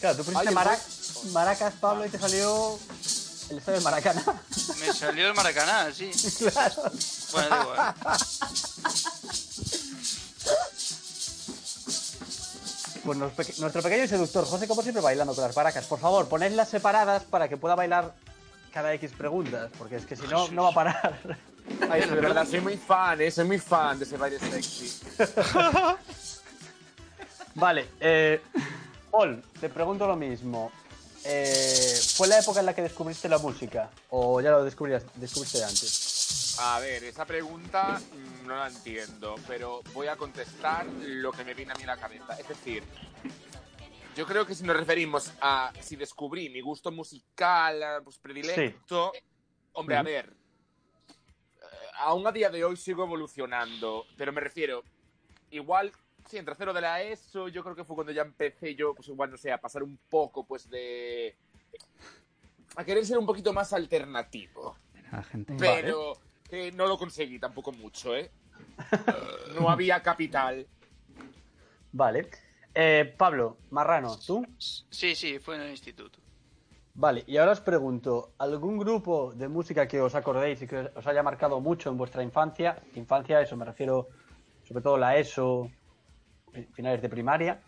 Speaker 2: Claro, tú pusiste
Speaker 4: Ay,
Speaker 2: marac- maracas, Pablo, y te salió el estadio de Maracana.
Speaker 3: Me salió el Maracaná, sí.
Speaker 2: claro.
Speaker 3: Bueno, da igual.
Speaker 2: Pues nos peque- nuestro pequeño seductor, José, como siempre, bailando con las baracas. Por favor, ponedlas separadas para que pueda bailar cada X preguntas, porque es que si no, no va a parar.
Speaker 4: Ay, de verdad, soy muy fan, eh, soy muy fan de ese baile sexy.
Speaker 2: vale, eh, Paul, te pregunto lo mismo. Eh, ¿Fue la época en la que descubriste la música? ¿O ya lo descubrías- descubriste antes?
Speaker 4: A ver, esa pregunta mm, no la entiendo, pero voy a contestar lo que me viene a mí a la cabeza. Es decir, yo creo que si nos referimos a si descubrí mi gusto musical ah, pues, predilecto, hombre, a
Speaker 2: Ujú.
Speaker 4: ver, eh, aún a día de hoy sigo evolucionando, pero me refiero, igual, sí, en tercero de la ESO, yo creo que fue cuando ya empecé yo, pues igual, no sé, a pasar un poco, pues de... a querer ser un poquito más alternativo.
Speaker 1: La gente.
Speaker 4: Pero eh, no lo conseguí tampoco mucho, ¿eh? no había capital.
Speaker 2: Vale. Eh, Pablo, Marrano, ¿tú?
Speaker 3: Sí, sí, fue en el instituto.
Speaker 2: Vale, y ahora os pregunto, ¿algún grupo de música que os acordéis y que os haya marcado mucho en vuestra infancia? Infancia, eso me refiero sobre todo la ESO, pri- finales de primaria.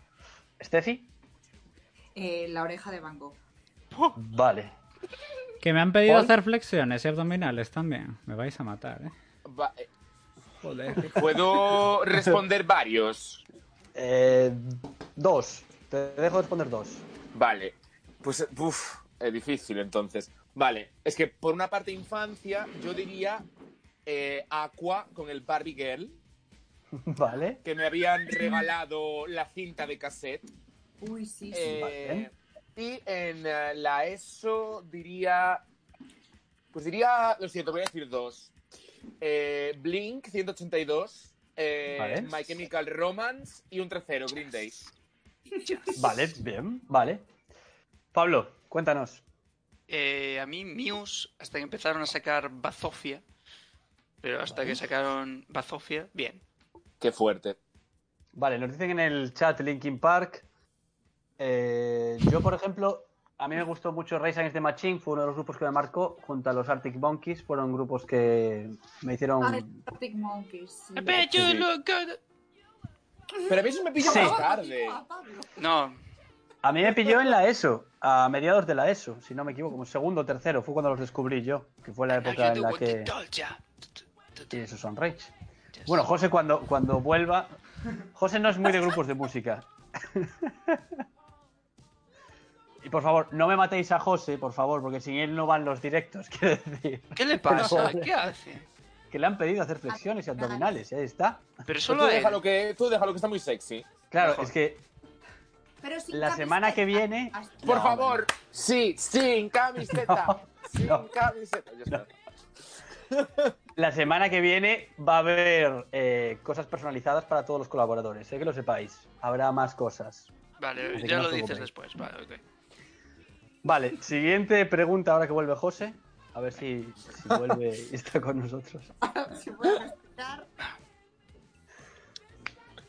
Speaker 2: ¿Steffi?
Speaker 5: Eh, la oreja de Van Gogh.
Speaker 2: Vale.
Speaker 1: Que me han pedido
Speaker 2: ¿Paul?
Speaker 1: hacer flexiones y abdominales también. Me vais a matar, eh.
Speaker 4: Va- eh,
Speaker 1: Joder.
Speaker 4: Puedo responder varios.
Speaker 2: Eh, dos. Te dejo responder dos.
Speaker 4: Vale. Pues, uff, es difícil entonces. Vale, es que por una parte infancia, yo diría eh, Aqua con el Barbie Girl,
Speaker 2: Vale.
Speaker 4: que me habían regalado la cinta de cassette.
Speaker 5: Uy, sí, sí.
Speaker 4: Eh, y en eh, la ESO diría. Pues diría. Lo siento, voy a decir dos. eh, Blink 182, eh,
Speaker 2: Vale.
Speaker 4: My Chemical Romance y un tercero, Green Day.
Speaker 2: Vale, bien, vale. Pablo, cuéntanos.
Speaker 3: Eh, a mí Muse, hasta que empezaron a sacar Bazofia, pero hasta que sacaron Bazofia, bien.
Speaker 4: Qué fuerte.
Speaker 2: Vale, nos dicen en el chat Linkin Park. Eh, yo, por ejemplo, a mí me gustó mucho Rise Against the Machine, fue uno de los grupos que me marcó, junto a los Arctic Monkeys, fueron grupos que me hicieron...
Speaker 5: Ah, el Arctic Monkeys. sí.
Speaker 4: you sí. Pero a mí eso me pilla
Speaker 2: Sí.
Speaker 4: más tarde.
Speaker 5: Continúa, Ah, Pablo.
Speaker 3: No,
Speaker 2: A mí me pilló en la ESO, a mediados de la ESO, si no me equivoco, como segundo o tercero, fue cuando los descubrí yo, que fue la
Speaker 3: no,
Speaker 2: época
Speaker 3: you
Speaker 2: en
Speaker 3: do
Speaker 2: la
Speaker 3: what you
Speaker 2: que...
Speaker 3: told ya.
Speaker 2: Y eso son Rage.
Speaker 3: Yes.
Speaker 2: Bueno, José cuando, cuando vuelva... José no es muy de grupos de música. Y por favor, no me matéis a José, por favor, porque sin él no van los directos, quiero decir.
Speaker 3: ¿Qué le pasa?
Speaker 2: Pero-
Speaker 3: ¿Qué hace?
Speaker 2: Que le han pedido hacer flexiones y abdominales, y ahí está.
Speaker 3: Pero
Speaker 4: Tú
Speaker 3: solo a él.
Speaker 4: déjalo, que, tú déjalo que está muy sexy.
Speaker 2: Claro,
Speaker 3: Mejor.
Speaker 2: es que
Speaker 5: Pero sin
Speaker 2: la semana que
Speaker 5: camiseta.
Speaker 2: viene...
Speaker 5: Hasta-
Speaker 4: Por
Speaker 2: No,
Speaker 4: favor, sí, sin camiseta. sin
Speaker 2: no.
Speaker 4: camiseta. Ya está.
Speaker 2: La semana que viene va a haber eh, cosas personalizadas para todos los colaboradores, eh, que lo sepáis. Habrá más cosas. Así
Speaker 3: Vale,
Speaker 2: que
Speaker 3: ya
Speaker 2: no
Speaker 3: lo
Speaker 2: os
Speaker 3: dices
Speaker 2: preocupéis.
Speaker 3: después. Vale, ok.
Speaker 2: Vale, siguiente pregunta ahora que vuelve José. A ver si, si vuelve y está con nosotros.
Speaker 5: Si voy a respetar,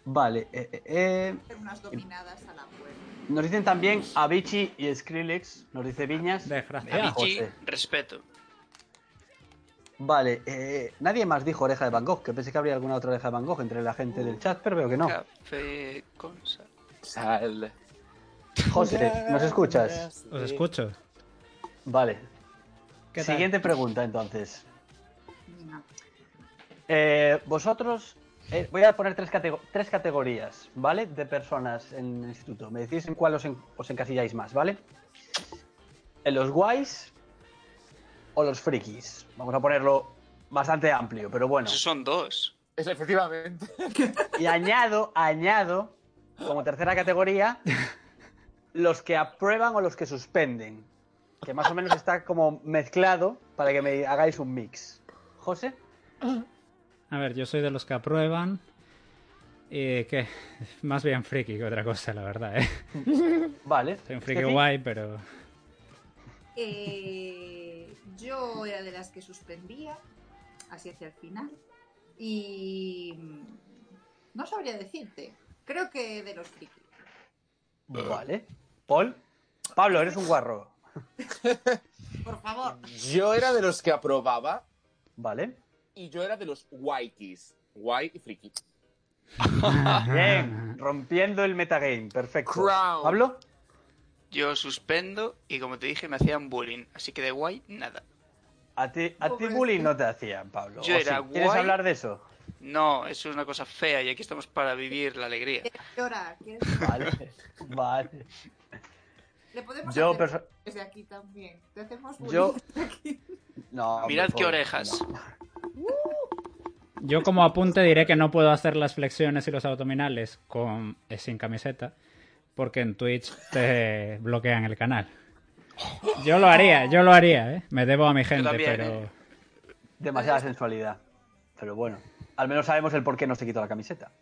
Speaker 2: Vale, eh, eh, eh,
Speaker 5: hacer unas dominadas a la puerta.
Speaker 2: nos dicen también Avicii y Skrillex, nos dice Viñas.
Speaker 1: Desgraciado.
Speaker 2: Avicii.
Speaker 3: Avicii,
Speaker 2: José.
Speaker 3: respeto.
Speaker 2: Vale, eh, nadie más dijo oreja de Van Gogh, que pensé que habría alguna otra oreja de Van Gogh entre la gente del chat, pero veo que no.
Speaker 3: Café con sal. Pues
Speaker 4: Sal.
Speaker 2: José, ¿nos escuchas?
Speaker 1: Os escucho.
Speaker 2: Vale.
Speaker 1: ¿Qué tal?
Speaker 2: Siguiente pregunta entonces.
Speaker 5: Venga.
Speaker 2: Eh, vosotros, eh, voy a poner tres, catego- tres categorías, ¿vale? De personas en el instituto. Me decís en cuál os, en- os encasilláis más, ¿vale? ¿En los guays o los frikis? Vamos a ponerlo bastante amplio, pero bueno.
Speaker 3: Esos son dos.
Speaker 4: Es efectivamente.
Speaker 2: Y añado, añado, como tercera categoría, los que aprueban o los que suspenden. Que más o menos está como mezclado para que me hagáis un mix. José,
Speaker 1: A ver, yo soy de los que aprueban. Y que más bien friki que otra cosa, la verdad, ¿eh?
Speaker 2: vale.
Speaker 1: Soy un friki
Speaker 2: Ceci,
Speaker 1: guay, pero.
Speaker 5: Eh, yo era de las que suspendía, así hacia el final. Y mm, no sabría decirte. Creo que de los frikis.
Speaker 2: Vale. Paul. Pablo, eres un guarro.
Speaker 5: Por favor.
Speaker 4: Yo era de los que aprobaba
Speaker 2: Vale.
Speaker 4: y yo era de los waikis. Guay y friki.
Speaker 1: Ah.
Speaker 2: Bien. Rompiendo el metagame. Perfecto.
Speaker 4: Crown.
Speaker 2: Pablo.
Speaker 3: Yo suspendo y como te dije me hacían bullying, así que de guay nada.
Speaker 2: A ti, a ti
Speaker 5: Pobre.
Speaker 2: bullying no te hacían, Pablo.
Speaker 3: Yo
Speaker 2: ¿O
Speaker 3: era
Speaker 2: ¿Quieres
Speaker 3: guay.
Speaker 2: hablar de eso?
Speaker 3: No, eso es una cosa fea y aquí estamos para vivir la alegría.
Speaker 5: ¿Quieres llorar? ¿Quieres-
Speaker 2: Vale. vale.
Speaker 5: Le podemos
Speaker 2: Yo,
Speaker 5: hacer
Speaker 2: perso-
Speaker 5: desde aquí también. Te hacemos
Speaker 2: Yo-
Speaker 5: bullying desde aquí.
Speaker 2: No. hombre,
Speaker 3: Mirad qué
Speaker 2: Paul,
Speaker 3: orejas.
Speaker 2: no.
Speaker 1: Yo, como apunte, diré que no puedo hacer las flexiones y los abdominales con... eh, sin camiseta, porque en Twitch te bloquean el canal. Yo lo haría, yo lo haría, ¿eh? Me debo a mi gente,
Speaker 3: también,
Speaker 1: pero.
Speaker 3: ¿eh?
Speaker 2: Demasiada sensualidad. Pero bueno, al menos sabemos el por qué no se quitó la camiseta.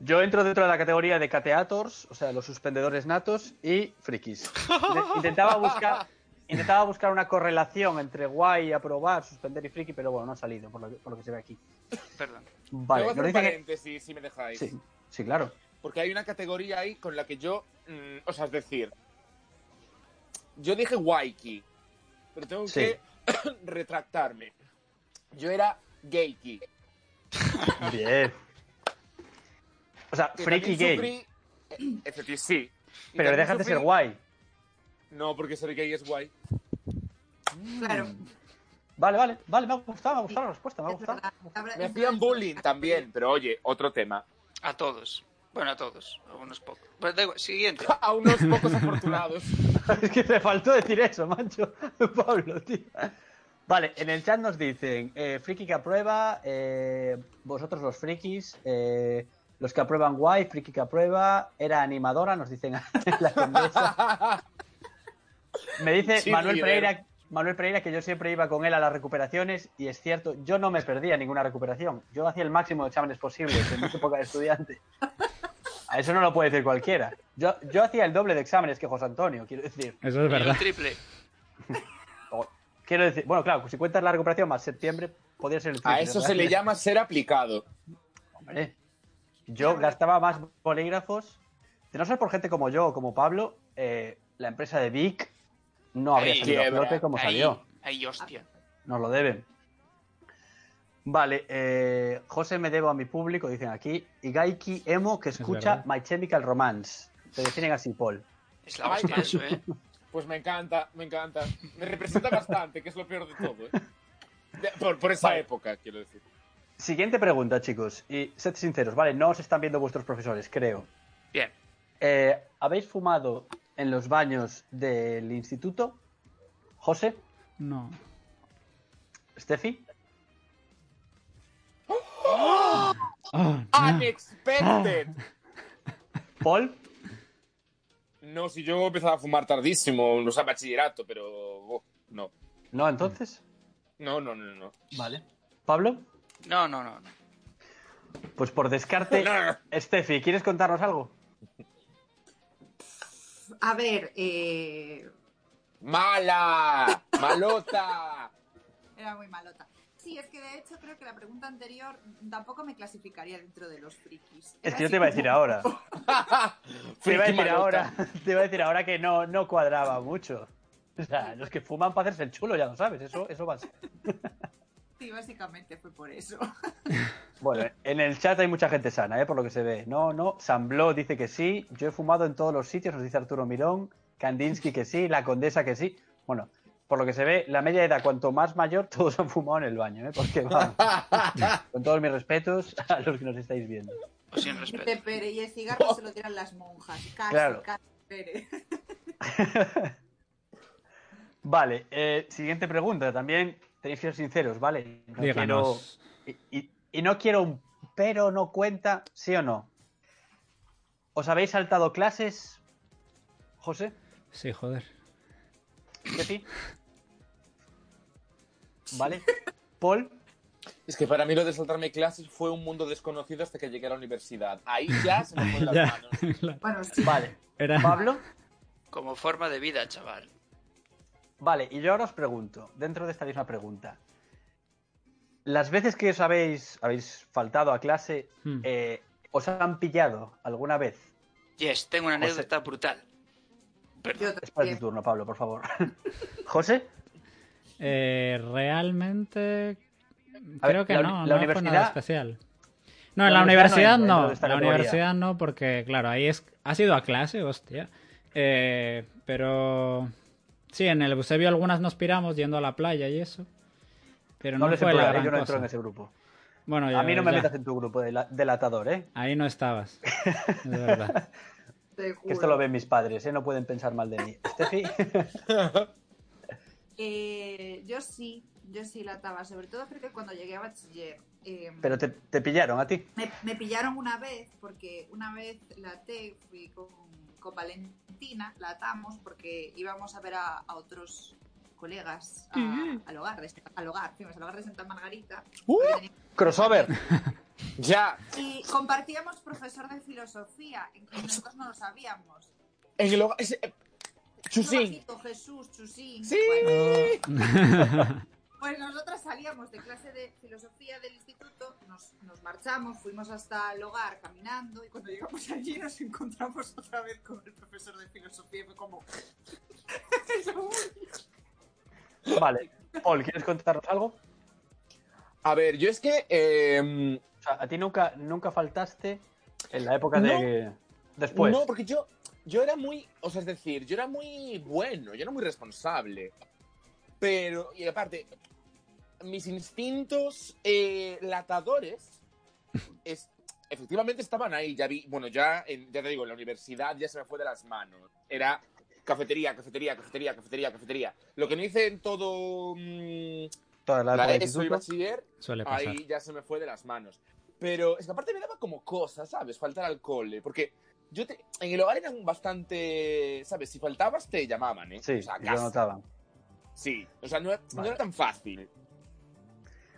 Speaker 2: Yo entro dentro de la categoría de cateators, o sea, los suspendedores natos y frikis. Inte- Intentaba buscar, intentaba buscar una correlación entre guay, aprobar, suspender y friki, pero bueno, no ha salido, por lo que, por lo que se ve aquí.
Speaker 3: Perdón.
Speaker 2: Vale,
Speaker 4: Tengo
Speaker 2: nos
Speaker 4: que hacer un
Speaker 2: dice que-
Speaker 4: paréntesis, si me dejáis.
Speaker 2: Sí, sí, claro.
Speaker 4: Porque hay una categoría ahí con la que yo. mm, o sea, es decir. Yo dije waiki. Pero tengo
Speaker 2: Sí.
Speaker 4: que retractarme. Yo era gayki.
Speaker 2: Bien. O sea,
Speaker 4: que
Speaker 2: friki
Speaker 4: también
Speaker 2: gay,
Speaker 4: sufrí- eh, efecti- sí. Y
Speaker 2: pero
Speaker 4: también
Speaker 2: dejas de
Speaker 4: sufrí-
Speaker 2: ser guay.
Speaker 4: No, porque ser gay es guay.
Speaker 5: Claro.
Speaker 2: Vale, vale, vale, me ha gustado, me ha gustado la respuesta, me ha
Speaker 5: es
Speaker 2: gustado.
Speaker 5: verdad. Habrá-
Speaker 4: Me hacían bullying también, pero oye, otro tema.
Speaker 3: A todos. Bueno, a todos. A unos pocos. Pero da igual. Siguiente.
Speaker 4: A unos pocos afortunados.
Speaker 2: Es que te faltó decir eso, macho. Pablo, tío. Vale, en el chat nos dicen, eh, friki que aprueba, eh, vosotros los frikis, eh, los que aprueban guay, friki que aprueba, era animadora, nos dicen la condesa. Me dice
Speaker 4: Sí,
Speaker 2: Manuel
Speaker 4: líder.
Speaker 2: Pereira Manuel Pereira que yo siempre iba con él a las recuperaciones y es cierto, yo no me perdía ninguna recuperación. Yo hacía el máximo de exámenes posibles en mi época de estudiante. A eso no lo puede decir cualquiera. Yo, yo hacía el doble de exámenes que José Antonio, quiero decir.
Speaker 1: Eso es
Speaker 3: Y
Speaker 1: verdad.
Speaker 3: el triple.
Speaker 2: O- quiero decir, bueno, claro, si cuentas la recuperación más septiembre, podría ser el
Speaker 4: A
Speaker 2: triple,
Speaker 4: eso
Speaker 2: ¿verdad?
Speaker 4: se le llama ser aplicado.
Speaker 2: Hombre, yo gastaba más bolígrafos. De no ser por gente como yo o como Pablo, eh, la empresa de Vic no habría
Speaker 3: Ahí,
Speaker 2: salido a
Speaker 4: quiebra,
Speaker 2: flote como
Speaker 3: Ahí,
Speaker 2: salió.
Speaker 3: ahí, hostia.
Speaker 2: Nos lo deben. Vale, eh, José me debo a mi público, dicen aquí. Y Gaiki Emo que escucha
Speaker 1: verdad.
Speaker 2: My Chemical Romance. Te definen así, Paul.
Speaker 3: Es la hostia eso, ¿eh?
Speaker 4: Pues me encanta, me encanta. Me representa bastante, que es lo peor de todo. ¿eh? De- por, por esa
Speaker 2: Vale.
Speaker 4: época, quiero decir.
Speaker 2: Siguiente pregunta, chicos. Y sed sinceros, ¿vale? No os están viendo vuestros profesores, creo.
Speaker 3: Bien.
Speaker 2: Eh, ¿Habéis fumado en los baños del instituto? José,
Speaker 1: No.
Speaker 2: Steffi,
Speaker 1: Oh, no.
Speaker 4: ¡Unexpected!
Speaker 2: Paul.
Speaker 4: No, si yo empezaba a fumar tardísimo, o sea, bachillerato, pero oh, no.
Speaker 2: No, entonces.
Speaker 4: No, no, no, no.
Speaker 2: Vale. Pablo,
Speaker 3: No, no, no. no.
Speaker 2: pues por descarte, Steffi, ¿quieres contarnos algo?
Speaker 5: A ver, eh,
Speaker 4: ¡Mala! ¡Malota!
Speaker 5: Era muy malota. Sí, es que de hecho creo que la pregunta anterior tampoco me clasificaría dentro de los frikis.
Speaker 2: Es
Speaker 5: Era
Speaker 2: que yo
Speaker 5: así
Speaker 2: te iba a
Speaker 5: como-
Speaker 2: decir ahora. Te iba a
Speaker 4: Friki
Speaker 2: decir
Speaker 4: malota.
Speaker 2: ahora, te iba a decir ahora que no, no cuadraba mucho. O sea, los que fuman para hacerse el chulo, ya lo sabes, eso, eso va a ser.
Speaker 5: Sí, básicamente fue por eso.
Speaker 2: Bueno, en el chat hay mucha gente sana, ¿eh? por lo que se ve. No, no, Sambló dice que sí, yo he fumado en todos los sitios, nos dice Arturo Mirón, Kandinsky que sí, la Condesa que sí. Bueno, por lo que se ve, la media edad, cuanto más mayor, todos han fumado en el baño, ¿eh? porque vamos, con todos mis respetos a los que nos estáis viendo.
Speaker 3: O sin respeto.
Speaker 5: Este Pere y el cigarro se lo tiran las monjas. Casi,
Speaker 2: Claro.
Speaker 5: casi, Pere.
Speaker 2: Vale, eh, siguiente pregunta, también tenéis que ser sinceros, ¿vale? No quiero-
Speaker 1: Díganos.
Speaker 2: Y, y- y no quiero un pero no cuenta, sí o no. ¿Os habéis saltado clases? José,
Speaker 1: Sí, joder.
Speaker 2: ¿que sí? ¿Vale? Paul,
Speaker 4: Es que para mí lo de saltarme clases fue un mundo desconocido hasta que llegué a la universidad. Ahí ya se me fue las
Speaker 1: Ya.
Speaker 4: manos.
Speaker 5: Bueno, sí.
Speaker 2: vale.
Speaker 1: Era...
Speaker 2: Pablo,
Speaker 3: Como forma de vida, chaval.
Speaker 2: vale. Y yo ahora os pregunto, dentro de esta misma pregunta. Las veces que os habéis, habéis faltado a clase,
Speaker 1: Hmm.
Speaker 2: eh, ¿os han pillado alguna vez?
Speaker 3: Yes, tengo una
Speaker 2: José.
Speaker 1: Pues,
Speaker 3: anécdota brutal.
Speaker 5: Yo
Speaker 2: Es para tu
Speaker 5: también.
Speaker 2: turno, Pablo, por favor. José,
Speaker 1: Eh, realmente
Speaker 2: A ver,
Speaker 1: creo que
Speaker 2: la uni-
Speaker 1: no,
Speaker 2: la
Speaker 1: no fue nada
Speaker 2: universidad-
Speaker 1: especial. No,
Speaker 2: la
Speaker 1: en la
Speaker 2: universidad
Speaker 1: universidad
Speaker 2: no entra dentro
Speaker 1: no,
Speaker 2: de esta
Speaker 1: la
Speaker 2: categoría.
Speaker 1: universidad no, porque claro, ahí es ha sido a clase, hostia. Eh, pero sí, en el Eusebio algunas nos piramos yendo a la playa y eso. Pero
Speaker 2: no,
Speaker 1: no,
Speaker 2: les
Speaker 1: fue la
Speaker 2: emplearé,
Speaker 1: gran
Speaker 2: yo no entro
Speaker 1: cosa.
Speaker 2: en ese grupo.
Speaker 1: Bueno,
Speaker 2: A
Speaker 1: ya-
Speaker 2: mí no me
Speaker 1: ya.
Speaker 2: metas en tu grupo de la- delatador, ¿eh?
Speaker 1: Ahí no estabas. Es verdad.
Speaker 5: Te
Speaker 2: Que
Speaker 5: juro.
Speaker 2: esto lo ven mis padres, ¿eh? No pueden pensar mal de mí. Steffi,
Speaker 5: Eh, yo sí, yo sí la ataba. Sobre todo creo que cuando llegué a bachiller. eh,
Speaker 2: pero te, te pillaron a ti.
Speaker 5: Me, me pillaron una vez, porque una vez la T fui con, con Valentina, la atamos porque íbamos a ver a, a otros colegas a- al hogar, de, Santa- al hogar, fuimos al hogar de Santa Margarita. porque teníamos-
Speaker 2: Crossover.
Speaker 4: Ya,
Speaker 5: Y compartíamos profesor de filosofía, en que nosotros no lo sabíamos.
Speaker 4: en el hogar. ese- eh, Chusín.
Speaker 5: Bajito, Jesús, Chusín.
Speaker 4: Sí.
Speaker 5: Bueno, pues nosotras salíamos de clase de filosofía del instituto, nos, nos marchamos, fuimos hasta el hogar caminando y cuando llegamos allí nos encontramos otra vez con el profesor de filosofía y fue como...
Speaker 2: Vale. Paul, ¿quieres contarnos algo? O
Speaker 4: A ver, yo es que. eh,
Speaker 2: sea, a ti nunca, nunca faltaste en la época de... Después.
Speaker 4: No, porque yo, yo era muy, o sea, es decir, yo era muy bueno, yo era muy responsable. Pero, y aparte, mis instintos eh, latadores es, efectivamente estaban ahí. Ya vi, bueno, ya, en- ya te digo, en la universidad ya se me fue de las manos. Era cafetería, cafetería, cafetería, cafetería, cafetería. Lo que no hice en todo mm,
Speaker 2: Toda la
Speaker 4: la,
Speaker 2: época de
Speaker 4: ESO y
Speaker 2: instituto.
Speaker 4: bachiller,
Speaker 1: Suele pasar.
Speaker 4: Ahí ya se me fue de las manos. Pero es que aparte me daba como cosa, ¿sabes? Faltar al cole. Porque yo te- en el hogar eran bastante, ¿sabes? Si faltabas te llamaban, ¿eh?
Speaker 2: Sí,
Speaker 4: O sea, a
Speaker 2: yo
Speaker 4: casa.
Speaker 2: notaba.
Speaker 4: Sí, o sea, no, era- no
Speaker 2: Vale.
Speaker 4: era tan fácil.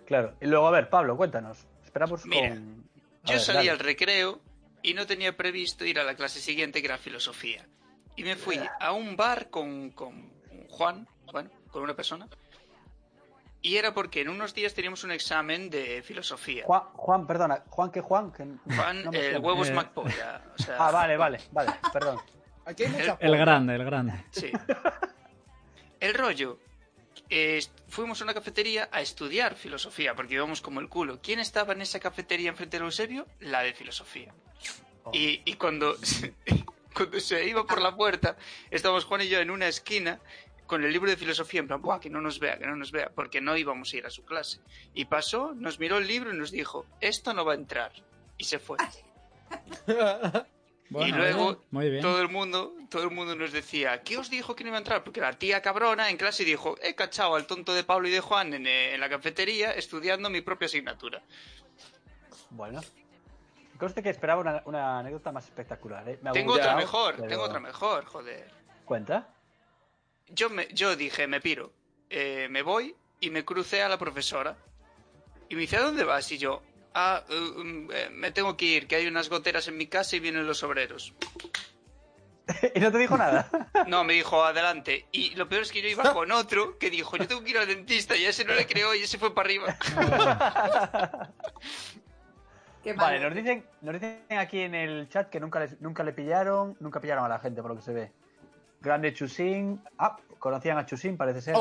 Speaker 2: Claro. Y luego, a ver, Pablo, cuéntanos. Esperamos
Speaker 3: Mira,
Speaker 2: con. a
Speaker 3: Yo
Speaker 2: ver,
Speaker 3: salí
Speaker 2: dale.
Speaker 3: al recreo y no tenía previsto ir a la clase siguiente, que era filosofía. Y me
Speaker 2: Eh.
Speaker 3: fui a un bar con, con Juan, bueno, con una persona. Y era porque en unos días teníamos un examen de filosofía.
Speaker 2: Juan, Juan, perdona. Juan, que Juan? Que...
Speaker 3: Juan,
Speaker 2: no me
Speaker 3: el
Speaker 2: suena.
Speaker 3: huevos
Speaker 1: Eh.
Speaker 3: McPolla. O sea,
Speaker 2: Ah, vale, vale, vale, perdón.
Speaker 4: Aquí hay mucha
Speaker 1: El
Speaker 4: polla.
Speaker 1: grande, el grande.
Speaker 3: Sí. El rollo. eh, est- fuimos a una cafetería a estudiar filosofía, porque íbamos como el culo. ¿Quién estaba en esa cafetería enfrente de Eusebio? La de filosofía. Y, y cuando, se- cuando se iba por la puerta, estábamos Juan y yo en una esquina con el libro de filosofía, en plan, "Buah, que no nos vea, que no nos vea, porque no íbamos a ir a su clase. Y pasó, nos miró el libro y nos dijo, esto no va a entrar. Y se fue.
Speaker 1: Bueno,
Speaker 3: luego
Speaker 1: bien, muy bien.
Speaker 3: Todo el mundo, todo el mundo nos decía, ¿qué os dijo que no iba a entrar? Porque la tía cabrona en clase dijo, he cachado al tonto de Pablo y de Juan en, eh, en la cafetería estudiando mi propia asignatura.
Speaker 2: Bueno. Conste que esperaba una, una anécdota más espectacular, ¿eh? Me ha
Speaker 3: Tengo
Speaker 2: gustado,
Speaker 3: otra mejor,
Speaker 2: pero-
Speaker 3: tengo otra mejor, joder.
Speaker 2: ¿Cuenta?
Speaker 3: Yo, me, yo dije, me piro, eh, me voy y me crucé a la profesora. Y me dice, ¿a dónde vas? Y yo, ah, eh, mm, eh, me tengo que ir, que hay unas goteras en mi casa y vienen los obreros.
Speaker 2: y no te dijo nada.
Speaker 3: No, me dijo, adelante. Y lo peor es que yo iba con otro que dijo, yo tengo que ir al dentista y a ese no le creó y ese fue para arriba.
Speaker 5: Qué
Speaker 2: Vale,
Speaker 5: malo.
Speaker 2: nos dicen, nos dicen aquí en el chat que nunca, les- nunca le pillaron, nunca pillaron a la gente, por lo que se ve. Grande Chusin. Ah, conocían a Chusin, parece ser.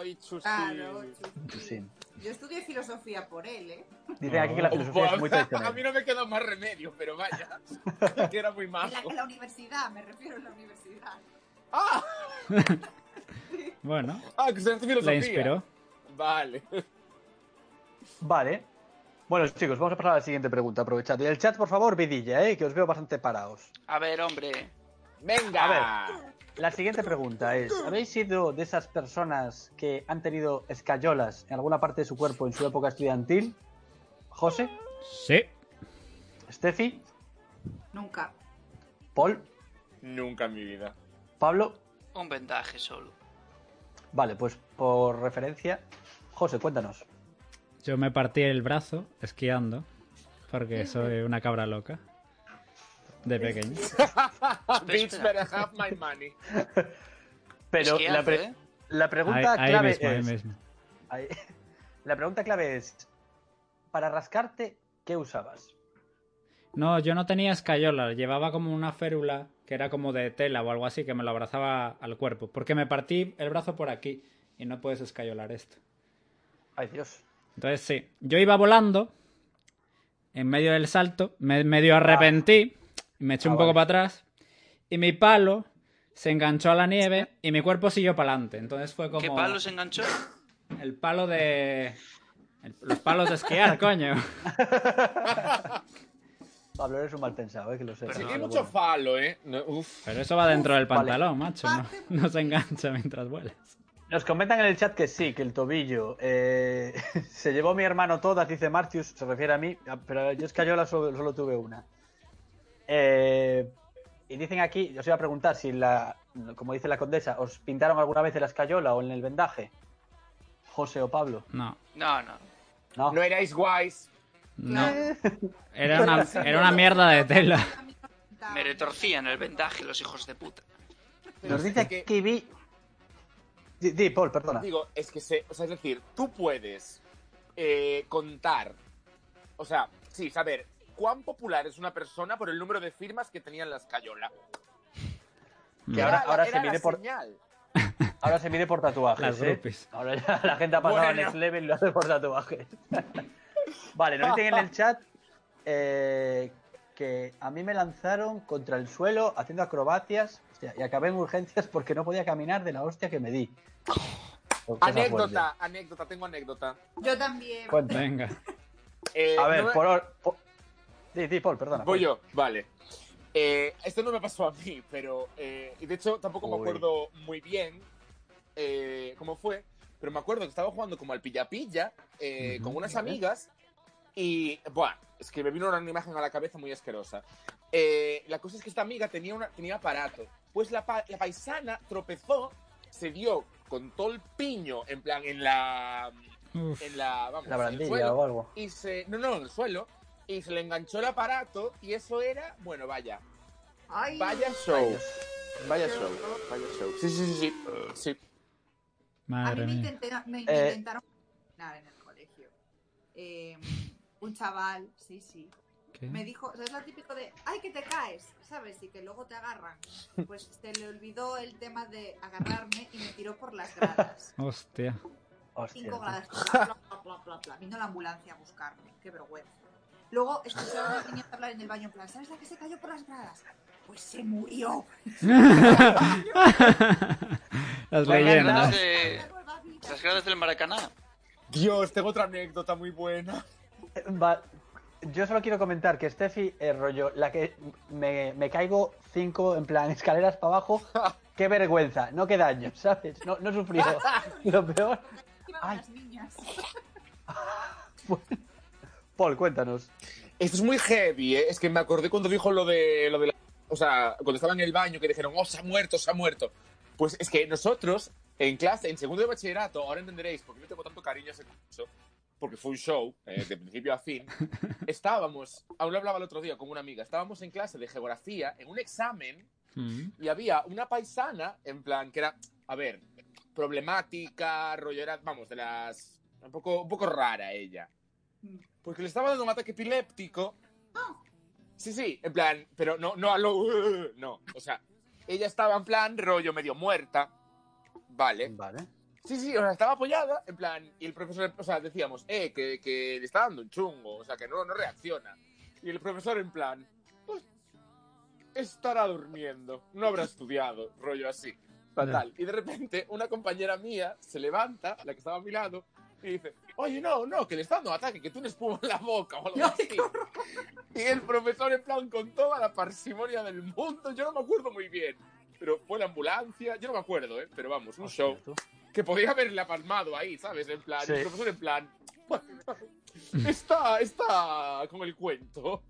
Speaker 4: ¡Ay, Chusi!
Speaker 5: Claro,
Speaker 2: Aquí. Chusin.
Speaker 5: Yo estudié filosofía por él, ¿eh?
Speaker 2: Dicen aquí que la
Speaker 1: Oh,
Speaker 2: filosofía
Speaker 4: pues,
Speaker 2: es muy
Speaker 4: a mí
Speaker 2: tradicional.
Speaker 4: no me quedó más remedio, pero vaya. que era muy
Speaker 5: En la,
Speaker 4: majo.
Speaker 5: en la universidad, me refiero a la universidad.
Speaker 4: ¡Ah!
Speaker 1: Bueno,
Speaker 4: ¡Ah, que estudiaste filosofía!
Speaker 1: la inspiró.
Speaker 4: Vale.
Speaker 2: Vale. Bueno, chicos, vamos a pasar a la siguiente pregunta, aprovechando. Y el chat, por favor, vidilla, eh, que os veo bastante parados.
Speaker 3: A ver, hombre.
Speaker 4: ¡Venga!
Speaker 2: La siguiente pregunta es, ¿habéis sido de esas personas que han tenido escayolas en alguna parte de su cuerpo en su época estudiantil? José,
Speaker 1: Sí.
Speaker 2: Steffi,
Speaker 5: Nunca.
Speaker 2: Paul,
Speaker 4: Nunca en mi vida.
Speaker 2: Pablo.
Speaker 3: Un vendaje solo.
Speaker 2: Vale, pues por referencia, José, cuéntanos.
Speaker 1: Yo me partí el brazo esquiando porque soy una cabra loca. De pequeño.
Speaker 4: Bitch better have my money.
Speaker 2: Pero
Speaker 3: Esquiando,
Speaker 2: la, pre-
Speaker 3: ¿eh?
Speaker 2: la
Speaker 1: Ahí,
Speaker 2: pregunta
Speaker 1: ahí
Speaker 2: clave
Speaker 1: mismo, ahí
Speaker 2: es...
Speaker 1: mismo.
Speaker 2: ahí- la pregunta clave es, para rascarte, ¿qué usabas?
Speaker 1: No, yo no tenía escayola, llevaba como una férula que era como de tela o algo así que me lo abrazaba al cuerpo. Porque me partí el brazo por aquí y no puedes escayolar esto.
Speaker 2: Ay, Dios.
Speaker 1: Entonces sí, yo iba volando en medio del salto, me medio arrepentí, me eché
Speaker 2: Ah,
Speaker 1: un poco
Speaker 2: vale.
Speaker 1: para atrás y mi palo se enganchó a la nieve y mi cuerpo siguió para adelante. Entonces fue como
Speaker 3: ¿Qué palo se enganchó?
Speaker 1: el palo de el- los palos de esquiar, coño.
Speaker 2: Pablo, eres un mal pensado, eh, que lo sé.
Speaker 3: Pero
Speaker 4: Sí,
Speaker 3: no,
Speaker 4: hay
Speaker 2: Pero
Speaker 4: mucho
Speaker 2: bueno.
Speaker 4: falo, ¿eh? No, uf.
Speaker 1: Pero eso va dentro del
Speaker 2: vale.
Speaker 1: pantalón, macho,
Speaker 5: Ah,
Speaker 1: no, no se engancha mientras vuelas.
Speaker 2: Nos comentan en el chat que sí, que el tobillo. eh, se llevó mi hermano todas, dice Martius, se refiere a mí, ah, pero yo es que yo la solo, solo tuve una. Eh, y dicen aquí, os iba a preguntar si, la, como dice la condesa, ¿os pintaron alguna vez en la escayola o en el vendaje? José o Pablo.
Speaker 1: No,
Speaker 3: No, no.
Speaker 2: No.
Speaker 4: no erais guays.
Speaker 1: no.
Speaker 2: Eh,
Speaker 1: Era una, era una mierda de tela.
Speaker 5: A mí no me gustaba.
Speaker 3: Me retorcían el vendaje los hijos de puta.
Speaker 2: Nos dice
Speaker 4: que-
Speaker 2: aquí vi. Di, di, Paul, perdona.
Speaker 4: Digo, es que se, o sea, es decir, tú puedes eh, contar, o sea, sí, saber cuán popular es una persona por el número de firmas que tenía en la escayola.
Speaker 2: Que ahora,
Speaker 4: Era la-
Speaker 2: ahora
Speaker 4: era
Speaker 2: se
Speaker 4: la
Speaker 2: mide por,
Speaker 4: señal.
Speaker 2: ahora se mide por tatuajes.
Speaker 1: Las
Speaker 2: ¿eh?
Speaker 1: groupies.
Speaker 2: Ahora ya la gente ha pasado
Speaker 4: Bueno.
Speaker 2: en Next Level y lo hace por tatuajes. vale, nos dicen en el chat eh, que a mí me lanzaron contra el suelo haciendo acrobacias hostia, y acabé en urgencias porque no podía caminar de la hostia que me di. Cosa
Speaker 4: Anécdota, anécdota, tengo anécdota.
Speaker 5: Yo también.
Speaker 1: Pues,
Speaker 2: fuerte. Cuenta.
Speaker 1: Mm. Venga.
Speaker 4: Eh,
Speaker 2: A ver,
Speaker 4: no me-
Speaker 2: por, or- por- Di, di, Paul, perdona. Paul.
Speaker 4: Voy yo, vale. Eh, esto no me pasó a mí, pero. eh, y de hecho, tampoco me
Speaker 2: Uy.
Speaker 4: acuerdo muy bien eh, cómo fue, pero me acuerdo que estaba jugando como al pilla-pilla eh,
Speaker 1: Ujú.
Speaker 4: con unas amigas y. Buah, es que me vino una imagen a la cabeza muy asquerosa. Eh, la cosa es que esta amiga tenía, una, tenía aparato. Pues la, pa- la paisana tropezó, se dio con todo el piño, en plan, en la.
Speaker 1: Uf.
Speaker 4: En la. Vamos,
Speaker 2: La
Speaker 4: en el
Speaker 2: brandilla
Speaker 4: suelo,
Speaker 2: o algo.
Speaker 4: y se. No, no, en el suelo. Y se le enganchó el aparato y eso era. Bueno, vaya.
Speaker 5: Ay,
Speaker 4: Vaya show. Vaya show. Vaya show. Sí, sí, sí, sí. Sí.
Speaker 5: a
Speaker 1: Madre
Speaker 5: mí me,
Speaker 1: mía.
Speaker 5: intenté- me
Speaker 2: Eh.
Speaker 5: intentaron asesinar en el colegio. Eh, un chaval, sí, sí.
Speaker 1: ¿Qué?
Speaker 5: Me dijo, o sea, es lo típico de, ay, que te caes, ¿sabes? Y que luego te agarran. Pues se le olvidó el tema de agarrarme y me tiró por las gradas.
Speaker 1: Hostia.
Speaker 2: Hostia.
Speaker 5: Cinco gradas. Bla, bla, bla, bla, bla, bla. Vino la ambulancia a buscarme. Qué vergüenza. Luego escuché a una niña hablar en el baño en plan, ¿sabes la que se cayó por las gradas? Pues se murió.
Speaker 1: Las
Speaker 2: Bueno,
Speaker 1: leyendas.
Speaker 3: Las de-
Speaker 5: Una nueva vida.
Speaker 3: Las gradas del Maracaná.
Speaker 4: Dios, tengo otra anécdota muy buena.
Speaker 2: Va- Yo solo quiero comentar que Steffi es rollo, la que me, me caigo cinco en plan escaleras para abajo. Qué vergüenza, no qué daño, ¿sabes? No, no he sufrido. Lo peor.
Speaker 5: Iban
Speaker 2: Ay.
Speaker 5: las niñas.
Speaker 2: Paul, cuéntanos.
Speaker 4: Esto es muy heavy, ¿eh? Es que me acordé cuando dijo lo de, lo de la- O sea, cuando estaba en el baño que dijeron, oh, se ha muerto, se ha muerto. Pues es que nosotros, en clase, en segundo de bachillerato, ahora entenderéis por qué no tengo tanto cariño a ese curso, porque fue un show, eh, de principio a fin, estábamos, aún lo hablaba el otro día con una amiga, estábamos en clase de geografía, en un examen,
Speaker 1: Mm.
Speaker 4: y había una paisana, en plan, que era, a ver, problemática, rollo, era, vamos, de las... Un poco, un poco rara ella. Porque le estaba dando un ataque epiléptico. Sí, sí, en plan, pero no, no a lo... No, o sea, ella estaba en plan rollo medio muerta. Vale.
Speaker 2: Vale.
Speaker 4: Sí, sí, o sea, estaba apoyada, en plan, y el profesor, o sea, decíamos, eh, que, que le está dando un chungo, o sea, que no, no reacciona. Y el profesor, en plan, "Pues, estará durmiendo, no habrá estudiado, rollo así. Fatal. Y de repente, una compañera mía se levanta, la que estaba a mi lado, y dice, oye, no, no, que le está dando ataque, que tú le espuma en la boca o algo así. Y el profesor, en plan, con toda la parsimonia del mundo, yo no me acuerdo muy bien. Pero fue la ambulancia, yo no me acuerdo, ¿eh? Pero vamos, un show que podía haberle palmado ahí, ¿sabes? En plan,
Speaker 2: Sí.
Speaker 4: el profesor en plan. Está, está con el cuento.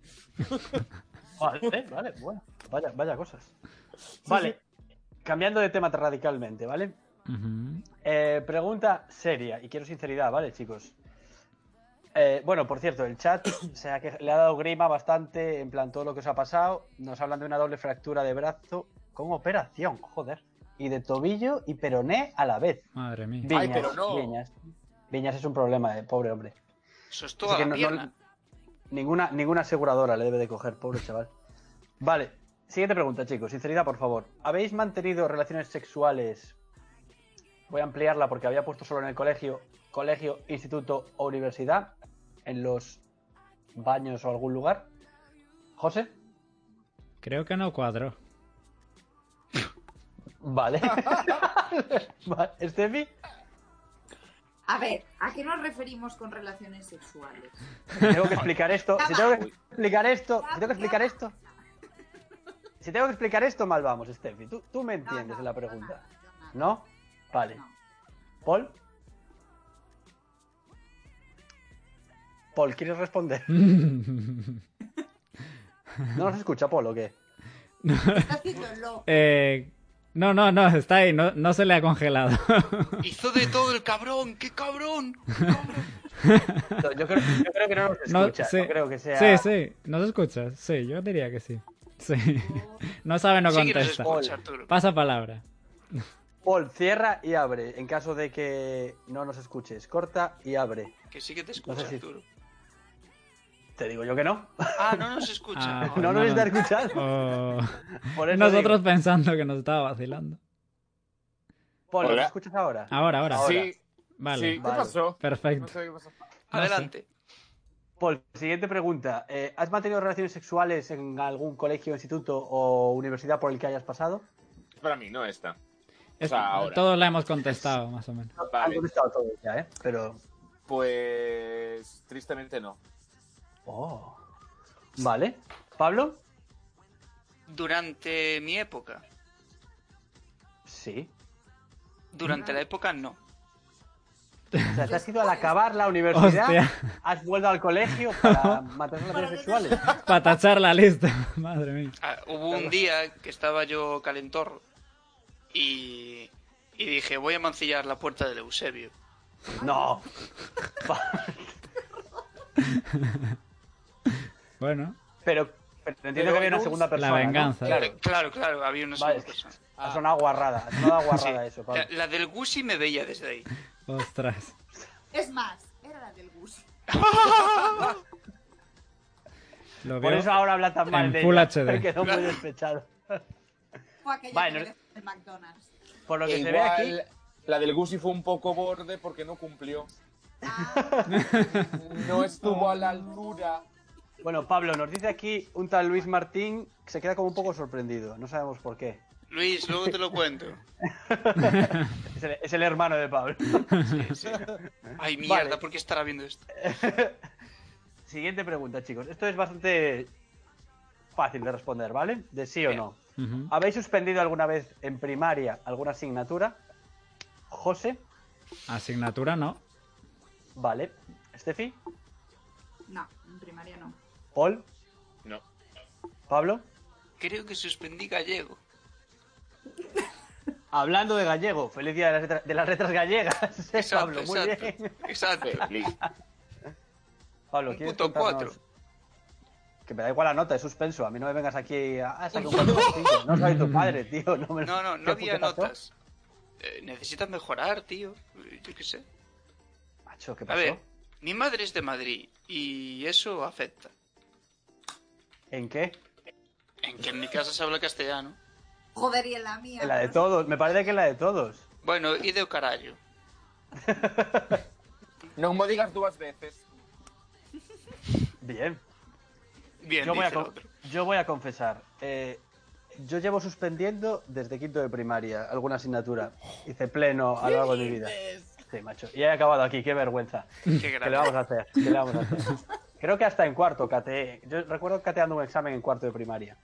Speaker 2: Vale, vale, bueno. Vaya, vaya cosas. Vale. Cambiando de tema radicalmente, ¿vale?
Speaker 1: Ujú.
Speaker 2: Eh, pregunta seria, y quiero sinceridad, ¿vale, chicos? Eh, bueno, por cierto, el chat se ha que- le ha dado grima bastante en plan todo lo que os ha pasado. Nos hablan de una doble fractura de brazo con operación, joder. Y de tobillo y peroné a la vez.
Speaker 1: Madre mía.
Speaker 2: Viñas,
Speaker 4: pero no.
Speaker 2: Viñas. Viñas es un problema, eh, pobre hombre.
Speaker 3: Eso es
Speaker 2: Así
Speaker 3: toda
Speaker 2: que
Speaker 3: la
Speaker 2: no- no-
Speaker 3: pierna.
Speaker 2: ninguna, ninguna aseguradora le debe de coger, pobre chaval. Vale, siguiente pregunta, chicos. Sinceridad, por favor. ¿Habéis mantenido relaciones sexuales? Voy a ampliarla porque había puesto solo en el colegio, colegio, instituto o universidad, en los baños o algún lugar. José,
Speaker 1: Creo que no cuadro.
Speaker 2: vale. Va- Estefi,
Speaker 5: A ver, ¿a qué nos referimos con relaciones sexuales?
Speaker 2: tengo que explicar esto. Si tengo que explicar esto, si tengo que explicar esto. Si tengo que explicar esto, mal vamos, Steffi. Tú, tú me
Speaker 5: No,
Speaker 2: entiendes
Speaker 5: no,
Speaker 2: en la
Speaker 5: no,
Speaker 2: pregunta.
Speaker 5: nada, no,
Speaker 2: ¿No?
Speaker 5: nada,
Speaker 2: Vale.
Speaker 5: no.
Speaker 2: ¿Paul? Paul, ¿quieres responder? ¿No nos escucha, Paul, o qué?
Speaker 5: Está haciendo el loco.
Speaker 1: Eh, no, no, no, está ahí, no, no se le ha congelado.
Speaker 3: Hizo de todo el cabrón. ¡Qué cabrón!
Speaker 2: No, yo, creo, yo creo que no nos
Speaker 1: No,
Speaker 2: escucha. No,
Speaker 1: sí.
Speaker 2: creo que sea...
Speaker 1: Sí, sí, no se escucha. Sí, yo diría que sí. Sí. No sabe, no
Speaker 3: sí que nos
Speaker 1: contesta.
Speaker 3: escucha, Arturo.
Speaker 1: Pasa palabra.
Speaker 2: Paul, cierra y abre. En caso de que no nos escuches, corta y abre.
Speaker 3: Que sí que te escucha,
Speaker 2: No sé si-
Speaker 3: Arturo.
Speaker 2: Te digo yo que no.
Speaker 3: Ah, no nos escucha.
Speaker 1: Ah,
Speaker 2: No
Speaker 1: no,
Speaker 2: nos
Speaker 1: no.
Speaker 2: está escuchando.
Speaker 1: O-
Speaker 2: Por eso
Speaker 1: Nosotros pensando que nos estaba vacilando.
Speaker 2: digo. Paul, ¿nos
Speaker 4: Hola.
Speaker 2: escuchas ahora?
Speaker 1: Ahora, ahora.
Speaker 4: Sí,
Speaker 1: Vale.
Speaker 4: sí. ¿Qué
Speaker 2: Vale.
Speaker 4: pasó? No
Speaker 1: Perfecto.
Speaker 4: sé qué pasó.
Speaker 3: Adelante.
Speaker 2: Paul, siguiente pregunta. Eh, ¿Has mantenido relaciones sexuales en algún colegio, instituto o universidad por el que hayas pasado?
Speaker 4: Para mí, no esta.
Speaker 1: Es-
Speaker 4: sea, ahora.
Speaker 1: todos la hemos contestado, más o menos.
Speaker 2: Han
Speaker 4: Vale,
Speaker 2: contestado todo ya, ¿eh? Pero...
Speaker 4: pues tristemente no.
Speaker 2: Oh. Vale. ¿Pablo?
Speaker 3: Durante mi época.
Speaker 2: Sí.
Speaker 3: Durante la época, no.
Speaker 2: O sea, te has ido al acabar la universidad,
Speaker 1: Hostia.
Speaker 2: has vuelto al colegio para matar
Speaker 5: Para
Speaker 2: relaciones
Speaker 5: que-
Speaker 2: sexuales.
Speaker 1: Para tachar la lista. Madre mía.
Speaker 3: Ah, hubo un día que estaba yo calentorro y, y dije, voy a mancillar la puerta del Eusebio.
Speaker 2: No.
Speaker 1: Bueno,
Speaker 2: Pero, pero entiendo
Speaker 4: Pero
Speaker 2: que había una
Speaker 4: Gus-
Speaker 2: segunda persona.
Speaker 1: la
Speaker 2: ¿no?
Speaker 1: venganza.
Speaker 3: Claro, claro, había una
Speaker 2: Vale,
Speaker 3: segunda
Speaker 2: es que
Speaker 3: persona.
Speaker 2: ha sonado guarrada. Ha sonado guarrada
Speaker 3: Sí.
Speaker 2: eso, Pablo.
Speaker 3: La, la del Gusi me veía desde ahí.
Speaker 1: Ostras.
Speaker 5: Es más, era la del Gus.
Speaker 1: Lo
Speaker 2: Por
Speaker 1: veo.
Speaker 2: eso ahora habla tan mal
Speaker 1: En
Speaker 2: de
Speaker 1: Full
Speaker 2: ella.
Speaker 1: HD.
Speaker 2: Me quedó muy despechado.
Speaker 5: Fue aquella
Speaker 2: Vale,
Speaker 5: que
Speaker 2: no-
Speaker 5: mereció el McDonald's.
Speaker 2: Por lo que
Speaker 4: E
Speaker 2: se ve aquí.
Speaker 4: igual, la del Gusi fue un poco borde porque no cumplió.
Speaker 5: Ah,
Speaker 4: No estuvo a la altura.
Speaker 2: Bueno, Pablo, nos dice aquí un tal Luis Martín que se queda como un poco sorprendido. No sabemos por qué.
Speaker 3: Luis, luego te lo cuento.
Speaker 2: Es el, es el hermano de Pablo.
Speaker 3: Sí, sí. Ay, mierda,
Speaker 2: Vale.
Speaker 3: ¿por qué estará viendo esto?
Speaker 2: Siguiente pregunta, chicos. Esto es bastante fácil de responder, ¿vale? De sí o
Speaker 3: Bien.
Speaker 2: no.
Speaker 1: Ujú.
Speaker 2: ¿Habéis suspendido alguna vez en primaria alguna asignatura? José,
Speaker 1: Asignatura no.
Speaker 2: vale. Estefi,
Speaker 5: no, en primaria no.
Speaker 2: Paul,
Speaker 4: No.
Speaker 2: Pablo.
Speaker 3: Creo que suspendí gallego.
Speaker 2: Hablando de gallego, feliz día de las letras, de las letras gallegas. eh, Pablo, muy
Speaker 3: exacto.
Speaker 2: bien.
Speaker 3: Exacto.
Speaker 4: Feliz.
Speaker 2: Pablo,
Speaker 3: Un
Speaker 2: ¿quieres
Speaker 3: puto
Speaker 2: contarnos?
Speaker 3: cuatro.
Speaker 2: Que me da igual la nota, es suspenso. A mí no me vengas aquí a ah, saca un cuatro por cinco. No soy tu padre, tío. No, me lo-
Speaker 3: No, no, no
Speaker 2: ¿Qué
Speaker 3: había
Speaker 2: puto pasó?
Speaker 3: notas. Eh, necesitas mejorar, tío. Eh, Yo qué sé.
Speaker 2: Macho, ¿qué
Speaker 3: A
Speaker 2: pasó?
Speaker 3: ver, mi madre es de Madrid y eso afecta.
Speaker 2: ¿En qué?
Speaker 3: En que en mi casa se habla castellano.
Speaker 5: Joder, y en la mía.
Speaker 2: En la de
Speaker 5: no sé.
Speaker 2: todos. Me parece que en la de todos.
Speaker 3: Bueno, y de carallo.
Speaker 4: No me digas dos veces.
Speaker 2: Bien.
Speaker 3: Bien,
Speaker 2: yo, voy a
Speaker 3: dice el
Speaker 2: con-
Speaker 3: otro.
Speaker 2: yo voy a confesar. eh, yo llevo suspendiendo desde quinto de primaria alguna asignatura. Hice pleno a lo largo de mi vida. Sí, macho. Y he acabado aquí, qué vergüenza.
Speaker 3: Qué
Speaker 2: ¿Qué le
Speaker 3: grande.
Speaker 2: vamos a hacer? ¿Qué le vamos a hacer? Creo que hasta en cuarto cateé. Yo recuerdo cateando un examen en cuarto de primaria.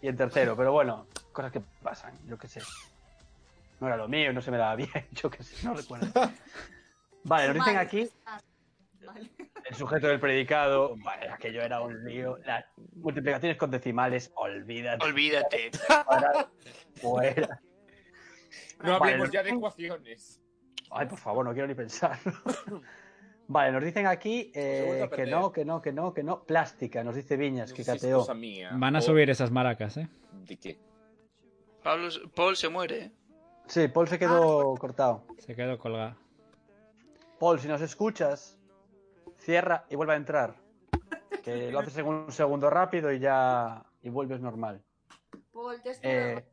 Speaker 2: Y en tercero, pero bueno, cosas que pasan, yo qué sé. No era lo mío, no se me daba bien, yo qué sé, no recuerdo. Vale, nos dicen
Speaker 5: Vale.
Speaker 2: aquí
Speaker 5: Vale.
Speaker 2: el sujeto del predicado. Vale, aquello era un lío. Las multiplicaciones con decimales, olvídate.
Speaker 3: Olvídate.
Speaker 2: Ahora, fuera.
Speaker 4: No
Speaker 2: Vale,
Speaker 4: hablemos
Speaker 2: no.
Speaker 4: ya de ecuaciones.
Speaker 2: Ay, por favor, no quiero ni pensar. Vale, nos dicen aquí eh,
Speaker 4: Seguro que
Speaker 2: que
Speaker 4: aprender.
Speaker 2: no, que no, que no, que no. Plástica, nos dice Viñas,
Speaker 4: No
Speaker 2: que
Speaker 4: sé si
Speaker 2: cateó.
Speaker 4: es cosa mía
Speaker 1: Van a
Speaker 4: o
Speaker 1: subir esas maracas, ¿eh?
Speaker 4: de qué.
Speaker 3: Pablo, Paul se muere. ¿eh?
Speaker 2: Sí, Paul se quedó cortado.
Speaker 1: Se quedó colgado.
Speaker 2: Paul, si nos escuchas, cierra y vuelve a entrar. Que lo haces en un segundo rápido y ya. y vuelves normal.
Speaker 5: Paul, ya está.
Speaker 2: Eh,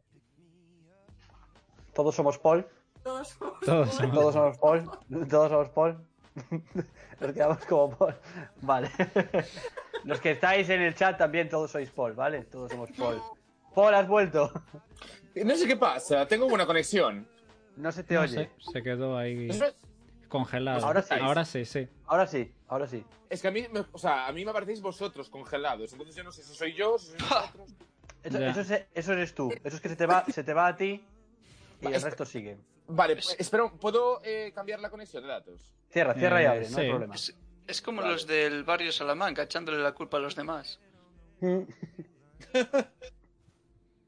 Speaker 2: todos somos Paul.
Speaker 5: Todos somos
Speaker 1: Todos
Speaker 5: Paul.
Speaker 2: Todos somos Paul. Todos somos Paul. Nos quedamos como Paul. Vale. Los que estáis en el chat también, todos sois Paul, ¿vale? Todos somos Paul. Paul, has vuelto.
Speaker 4: No sé qué pasa, tengo buena conexión.
Speaker 2: No se te
Speaker 1: No
Speaker 2: oye.
Speaker 1: sé, se quedó ahí
Speaker 4: Eso es-
Speaker 1: congelado.
Speaker 2: Ahora sí.
Speaker 1: Ahora sí, sí.
Speaker 2: Ahora sí, ahora sí.
Speaker 4: Es que a mí, me, o sea, a mí me aparecéis vosotros congelados, entonces yo no sé si soy yo, si soy vosotros.
Speaker 2: Eso,
Speaker 1: Ya.
Speaker 2: eso es- eso eres tú. Eso es que se te va, se te va a ti y el
Speaker 4: Este-
Speaker 2: resto sigue.
Speaker 4: Vale, pues, espera, ¿puedo eh, cambiar la conexión de datos?
Speaker 2: Cierra, cierra y
Speaker 1: Eh,
Speaker 2: abre, no hay
Speaker 1: sí.
Speaker 2: problema.
Speaker 3: Es, es como
Speaker 4: Vale.
Speaker 3: los del barrio Salamanca, echándole la culpa a los demás.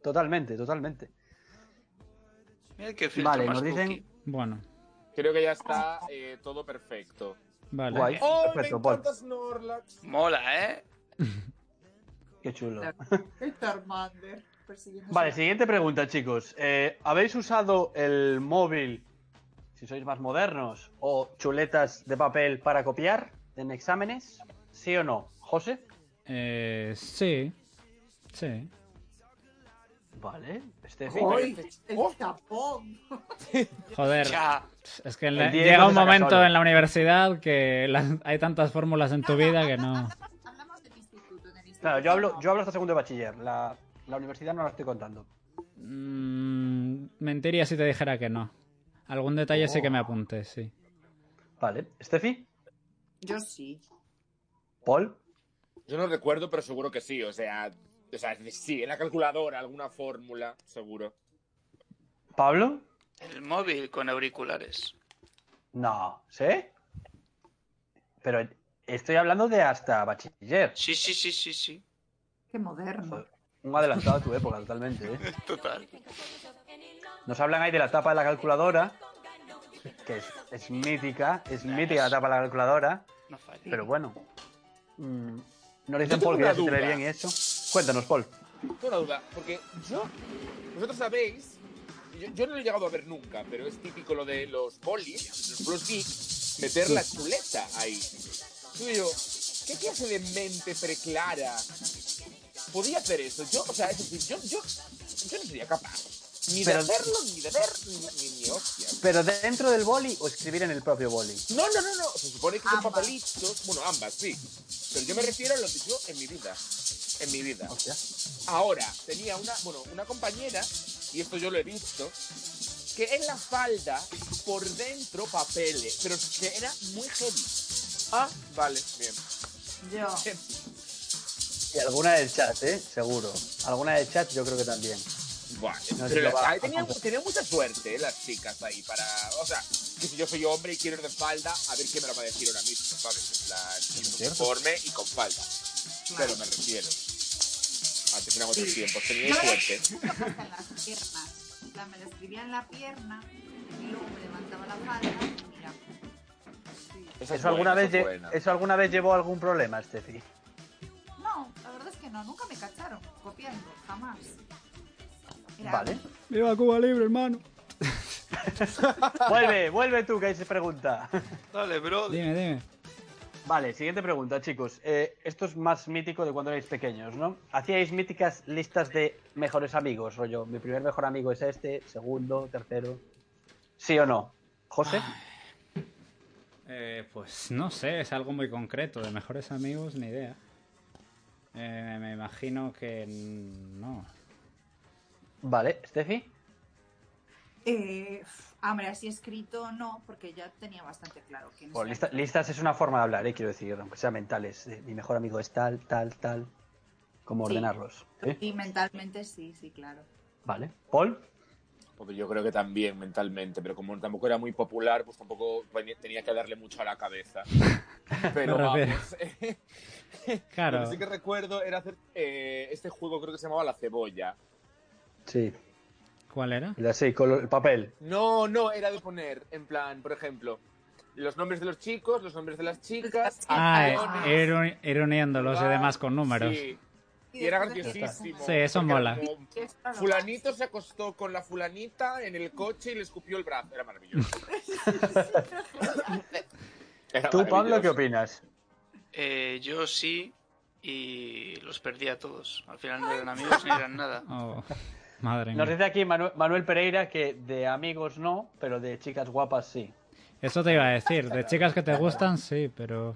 Speaker 2: Totalmente, totalmente.
Speaker 3: Mira qué filtro
Speaker 2: Vale,
Speaker 3: más
Speaker 2: nos dicen-
Speaker 3: cookie.
Speaker 1: Bueno,
Speaker 4: Creo que ya está eh, todo perfecto.
Speaker 1: vale.
Speaker 2: Guay.
Speaker 4: ¡Oh,
Speaker 2: Perfecto,
Speaker 4: me
Speaker 2: Paul.
Speaker 4: encanta Snorlax!
Speaker 3: Mola, ¿eh?
Speaker 2: Qué chulo.
Speaker 5: El Charmander. persiguiendo
Speaker 2: Vale,
Speaker 5: su-
Speaker 2: siguiente pregunta, chicos. Eh, ¿Habéis usado el móvil, si sois más modernos, o chuletas de papel para copiar en exámenes? ¿Sí o no? ¿José?
Speaker 1: Eh, sí. Sí.
Speaker 2: Vale. este Estefi.
Speaker 5: ¡Uy! El
Speaker 4: Oh.
Speaker 5: tapón.
Speaker 1: Joder.
Speaker 3: Ya.
Speaker 1: Es que
Speaker 2: El
Speaker 1: le-
Speaker 2: diez
Speaker 1: llega
Speaker 2: no
Speaker 1: un
Speaker 2: se saca
Speaker 1: momento
Speaker 2: solo.
Speaker 1: en la universidad que las- hay tantas fórmulas en tu vida que no.
Speaker 5: Hablamos, hablamos del instituto. del instituto,
Speaker 2: Claro, yo hablo,
Speaker 5: no.
Speaker 2: yo hablo hasta segundo de bachiller. La, la universidad no la estoy contando.
Speaker 1: Mm, mentiría si te dijera que no. Algún detalle sí que me apunté, sí.
Speaker 2: Vale. ¿Estefi?
Speaker 5: Yo sí.
Speaker 2: ¿Paul?
Speaker 4: Yo no recuerdo, pero seguro que sí, o sea, o sea, sí, en la calculadora, alguna fórmula, seguro.
Speaker 2: ¿Pablo?
Speaker 3: El móvil con auriculares.
Speaker 2: No, ¿sí? Pero estoy hablando de hasta bachiller.
Speaker 3: Sí, sí, sí, sí, sí.
Speaker 5: Qué moderno.
Speaker 2: Un adelantado a tu época, totalmente, ¿eh?
Speaker 3: Total.
Speaker 2: Nos hablan ahí de la tapa de la calculadora, que es, es mítica, es mítica la tapa de la calculadora,
Speaker 3: No falla.
Speaker 2: pero bueno. mm, no le
Speaker 4: Yo
Speaker 2: dicen
Speaker 4: tengo
Speaker 2: Paul que
Speaker 4: una
Speaker 2: ya se te ve
Speaker 4: duda.
Speaker 2: bien y eso. Cuéntanos, Paul.
Speaker 4: Tengo una duda, porque yo, vosotros sabéis, yo, yo no lo he llegado a ver nunca, pero es típico lo de los bolis, los bros geeks, meter la chuleta ahí. Tú y yo, ¿qué clase de mente preclara podía hacer eso? Yo, o sea, es decir, yo, yo, yo no sería capaz. Ni
Speaker 2: Pero-
Speaker 4: de hacerlo, ni de ver, ni, ni, ni hostia.
Speaker 2: ¿Pero dentro del boli o escribir en el propio boli?
Speaker 4: No, no, no, no. Se supone que son
Speaker 5: Ambas.
Speaker 4: papelitos. Bueno, ambas, sí. Pero yo me refiero a lo que yo en mi vida. En mi vida.
Speaker 2: Hostia.
Speaker 4: Ahora, tenía una, bueno, una compañera, y esto yo lo he visto, que en la falda, por dentro, papeles, pero que era muy heavy. Ah, vale, bien.
Speaker 5: Yo.
Speaker 2: Y alguna del chat, ¿eh? Seguro. Alguna del chat yo creo que también.
Speaker 4: Vale,
Speaker 2: No,
Speaker 4: pero
Speaker 2: sí,
Speaker 4: las-
Speaker 2: va.
Speaker 4: ahí tenían, tenían mucha suerte eh, las chicas ahí para. O sea, que si yo soy hombre y quiero ir de falda, a ver qué me lo va a decir ahora mismo, ¿sabes? En plan, en
Speaker 2: cierto.
Speaker 4: uniforme y con falda. Pero
Speaker 5: Claro.
Speaker 4: me refiero. Ah, Antes eran otros
Speaker 5: Sí.
Speaker 4: tiempos,
Speaker 5: Yo
Speaker 4: tenía
Speaker 5: me la
Speaker 4: suerte.
Speaker 5: escribía hasta en las piernas. O sea, me la escribía en la pierna y luego me levantaba la falda y mira. Sí.
Speaker 4: Esa es
Speaker 2: ¿Eso alguna,
Speaker 4: buena,
Speaker 2: vez
Speaker 4: esa
Speaker 2: lle-
Speaker 4: es buena.
Speaker 2: ¿Eso alguna vez llevó a algún problema, Steffi?
Speaker 5: No, la verdad es que no, nunca me cacharon copiando, jamás. Era-
Speaker 2: Vale.
Speaker 1: Viva Cuba Libre, hermano.
Speaker 2: vuelve, vuelve tú, que ahí se pregunta.
Speaker 3: Dale, bro.
Speaker 1: Dime, dime.
Speaker 2: Vale, siguiente pregunta, chicos. Eh, esto es más mítico de cuando erais pequeños, ¿no? Hacíais míticas listas de mejores amigos, rollo. Mi primer mejor amigo es este, segundo, tercero. ¿Sí o no? ¿José?
Speaker 5: Ah.
Speaker 1: Eh, pues no sé, es algo muy concreto. De mejores amigos, ni idea. Eh, me imagino que no.
Speaker 2: Vale, Steffi.
Speaker 5: Eh, pf, hombre, así escrito no, porque ya tenía bastante claro que
Speaker 2: Bueno, Pues lista- listas es una forma de hablar, ¿eh? quiero decir, aunque sean mentales. Eh, mi mejor amigo es tal, tal, tal. Como
Speaker 5: Sí.
Speaker 2: ordenarlos. ¿eh?
Speaker 5: Y mentalmente sí, sí, claro.
Speaker 2: Vale. ¿Paul?
Speaker 4: Porque yo creo que también mentalmente, pero como tampoco era muy popular, pues tampoco venía- tenía que darle mucho a la cabeza. Pero
Speaker 1: Me refiero.
Speaker 4: vamos. eh,
Speaker 1: Claro.
Speaker 4: Lo que sí que recuerdo era hacer eh, este juego, creo que se llamaba La Cebolla.
Speaker 2: Sí.
Speaker 1: ¿Cuál era?
Speaker 2: Y así, con el papel.
Speaker 4: No, no, era de poner, en plan, por ejemplo, los nombres de los chicos, los nombres de las chicas.
Speaker 1: Ah, eh,
Speaker 4: acciones,
Speaker 1: ir, uni- ir uniéndolos y
Speaker 4: ¿verdad?
Speaker 1: demás con números.
Speaker 4: Sí, y era
Speaker 5: después de-
Speaker 4: graciosísimo.
Speaker 1: Sí, eso
Speaker 4: porque era
Speaker 1: mola.
Speaker 4: como,
Speaker 5: Esto lo más.
Speaker 4: Fulanito se acostó con la fulanita en el coche y le escupió el brazo. Era maravilloso. Era
Speaker 2: ¿Tú, Pablo, qué
Speaker 4: maravilloso.
Speaker 2: opinas?
Speaker 3: Eh, yo sí y los perdí a todos. Al final no eran amigos ni eran nada.
Speaker 1: Oh, madre
Speaker 2: Nos
Speaker 1: mía.
Speaker 2: dice aquí Manu- Manuel Pereira que de amigos no, pero de chicas guapas sí.
Speaker 1: Eso te iba a decir. De chicas que te gustan, sí, pero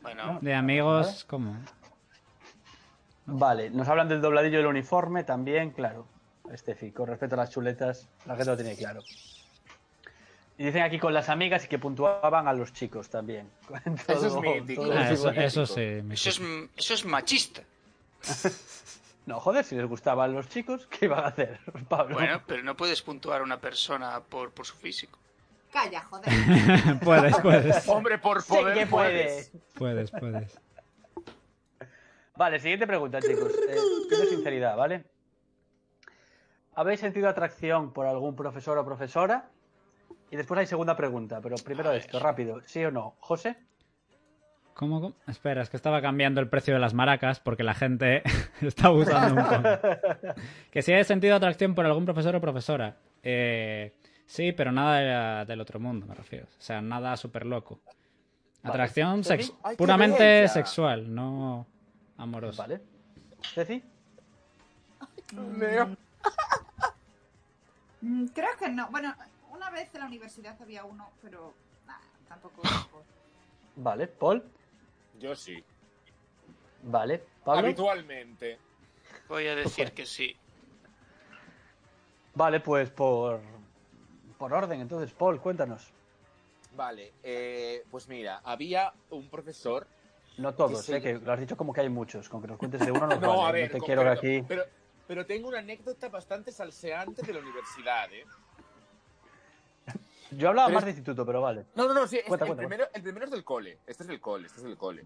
Speaker 3: Bueno,
Speaker 1: de amigos, ¿cómo?
Speaker 2: Vale, nos hablan del dobladillo del uniforme también, claro. Estefi, con respecto a las chuletas, la gente lo tiene claro. Y dicen aquí con las amigas y que puntuaban a los chicos también.
Speaker 4: Eso es mítico.
Speaker 2: todo
Speaker 4: Ah,
Speaker 2: tipo
Speaker 1: eso,
Speaker 2: de-
Speaker 1: eso sí. mi
Speaker 3: eso es, m- eso es machista.
Speaker 2: No, joder, si les gustaban los chicos, ¿qué iban a hacer, Pablo?
Speaker 3: Bueno, pero no puedes puntuar a una persona por, por su físico.
Speaker 5: Calla, joder.
Speaker 1: chico. puedes, puedes.
Speaker 4: Hombre, por
Speaker 2: Sí
Speaker 4: favor.
Speaker 2: que puede.
Speaker 1: Puedes, puedes.
Speaker 2: Vale, siguiente pregunta, chicos. Eh, pido sinceridad, ¿vale? ¿Habéis sentido atracción por algún profesor o profesora? Y después hay segunda pregunta, pero primero
Speaker 3: A ver.
Speaker 2: esto, rápido. ¿Sí o no? ¿José?
Speaker 1: ¿Cómo, cómo? Espera, es que estaba cambiando el precio de las maracas porque la gente está abusando un poco. Que si he sentido atracción por algún profesor o profesora. Eh, sí, pero nada de la- del otro mundo, me refiero. O sea, nada súper loco. Atracción
Speaker 2: Vale.
Speaker 1: sex-
Speaker 4: Ay, qué
Speaker 1: puramente
Speaker 4: bella.
Speaker 1: sexual, no amorosa.
Speaker 2: Vale. ¿Ceci?
Speaker 4: Leo.
Speaker 5: Mm, Creo que no. Bueno, una vez en la universidad había uno, pero nah, tampoco.
Speaker 2: Vale. ¿Paul?
Speaker 4: Yo sí.
Speaker 2: Vale. ¿Pablo?
Speaker 4: Habitualmente.
Speaker 3: Voy a decir que sí.
Speaker 2: Vale, pues por, por orden, entonces, Paul, cuéntanos.
Speaker 4: Vale, eh, pues mira, había un profesor.
Speaker 2: No todos,
Speaker 4: Sí, sí.
Speaker 2: eh, que lo has dicho como que hay muchos, con que nos cuentes de uno nos
Speaker 4: No,
Speaker 2: vale,
Speaker 4: a ver,
Speaker 2: no te
Speaker 4: con-
Speaker 2: quiero
Speaker 4: pero,
Speaker 2: aquí.
Speaker 4: Pero, pero tengo una anécdota bastante salseante de la universidad, ¿eh?
Speaker 2: Yo hablaba
Speaker 4: pero
Speaker 2: más
Speaker 4: es-
Speaker 2: de instituto, pero vale.
Speaker 4: No, no, no, sí, es-
Speaker 2: Cuenta,
Speaker 4: el,
Speaker 2: cuenta, Mm,
Speaker 4: primero, el primero es del cole. Este es del cole, este es del cole.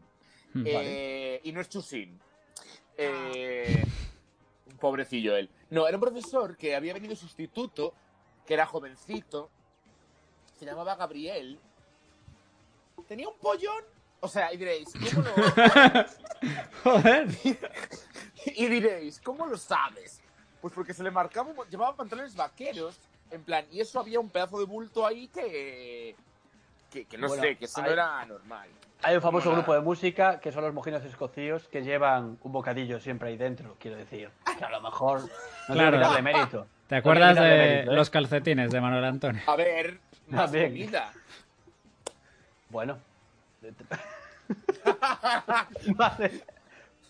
Speaker 1: Hmm.
Speaker 4: Eh, y no es Chusin. Eh, pobrecillo él. No, era un profesor que había venido sustituto que era jovencito, se llamaba Gabriel, tenía un pollón. O sea, y diréis, ¿cómo lo,
Speaker 1: Joder.
Speaker 4: y diréis, ¿cómo lo sabes? Pues porque se le marcaba, un- llevaba pantalones vaqueros, en plan, y eso había un pedazo de bulto ahí que. que, que no
Speaker 2: Bueno,
Speaker 4: sé, que eso
Speaker 2: ahí-
Speaker 4: no era normal.
Speaker 2: Hay un famoso
Speaker 4: Mola.
Speaker 2: grupo de música que son los mojinos escocíos que llevan un bocadillo siempre ahí dentro, quiero decir. Que a lo mejor no
Speaker 1: Claro.
Speaker 2: claro. quitarle mérito.
Speaker 1: ¿Te acuerdas
Speaker 2: No tiene nada de
Speaker 1: de
Speaker 2: mérito, ¿eh?
Speaker 1: los calcetines de Manuel Antonio?
Speaker 4: A ver, más
Speaker 2: bien.
Speaker 4: comida.
Speaker 2: Bueno. Vale.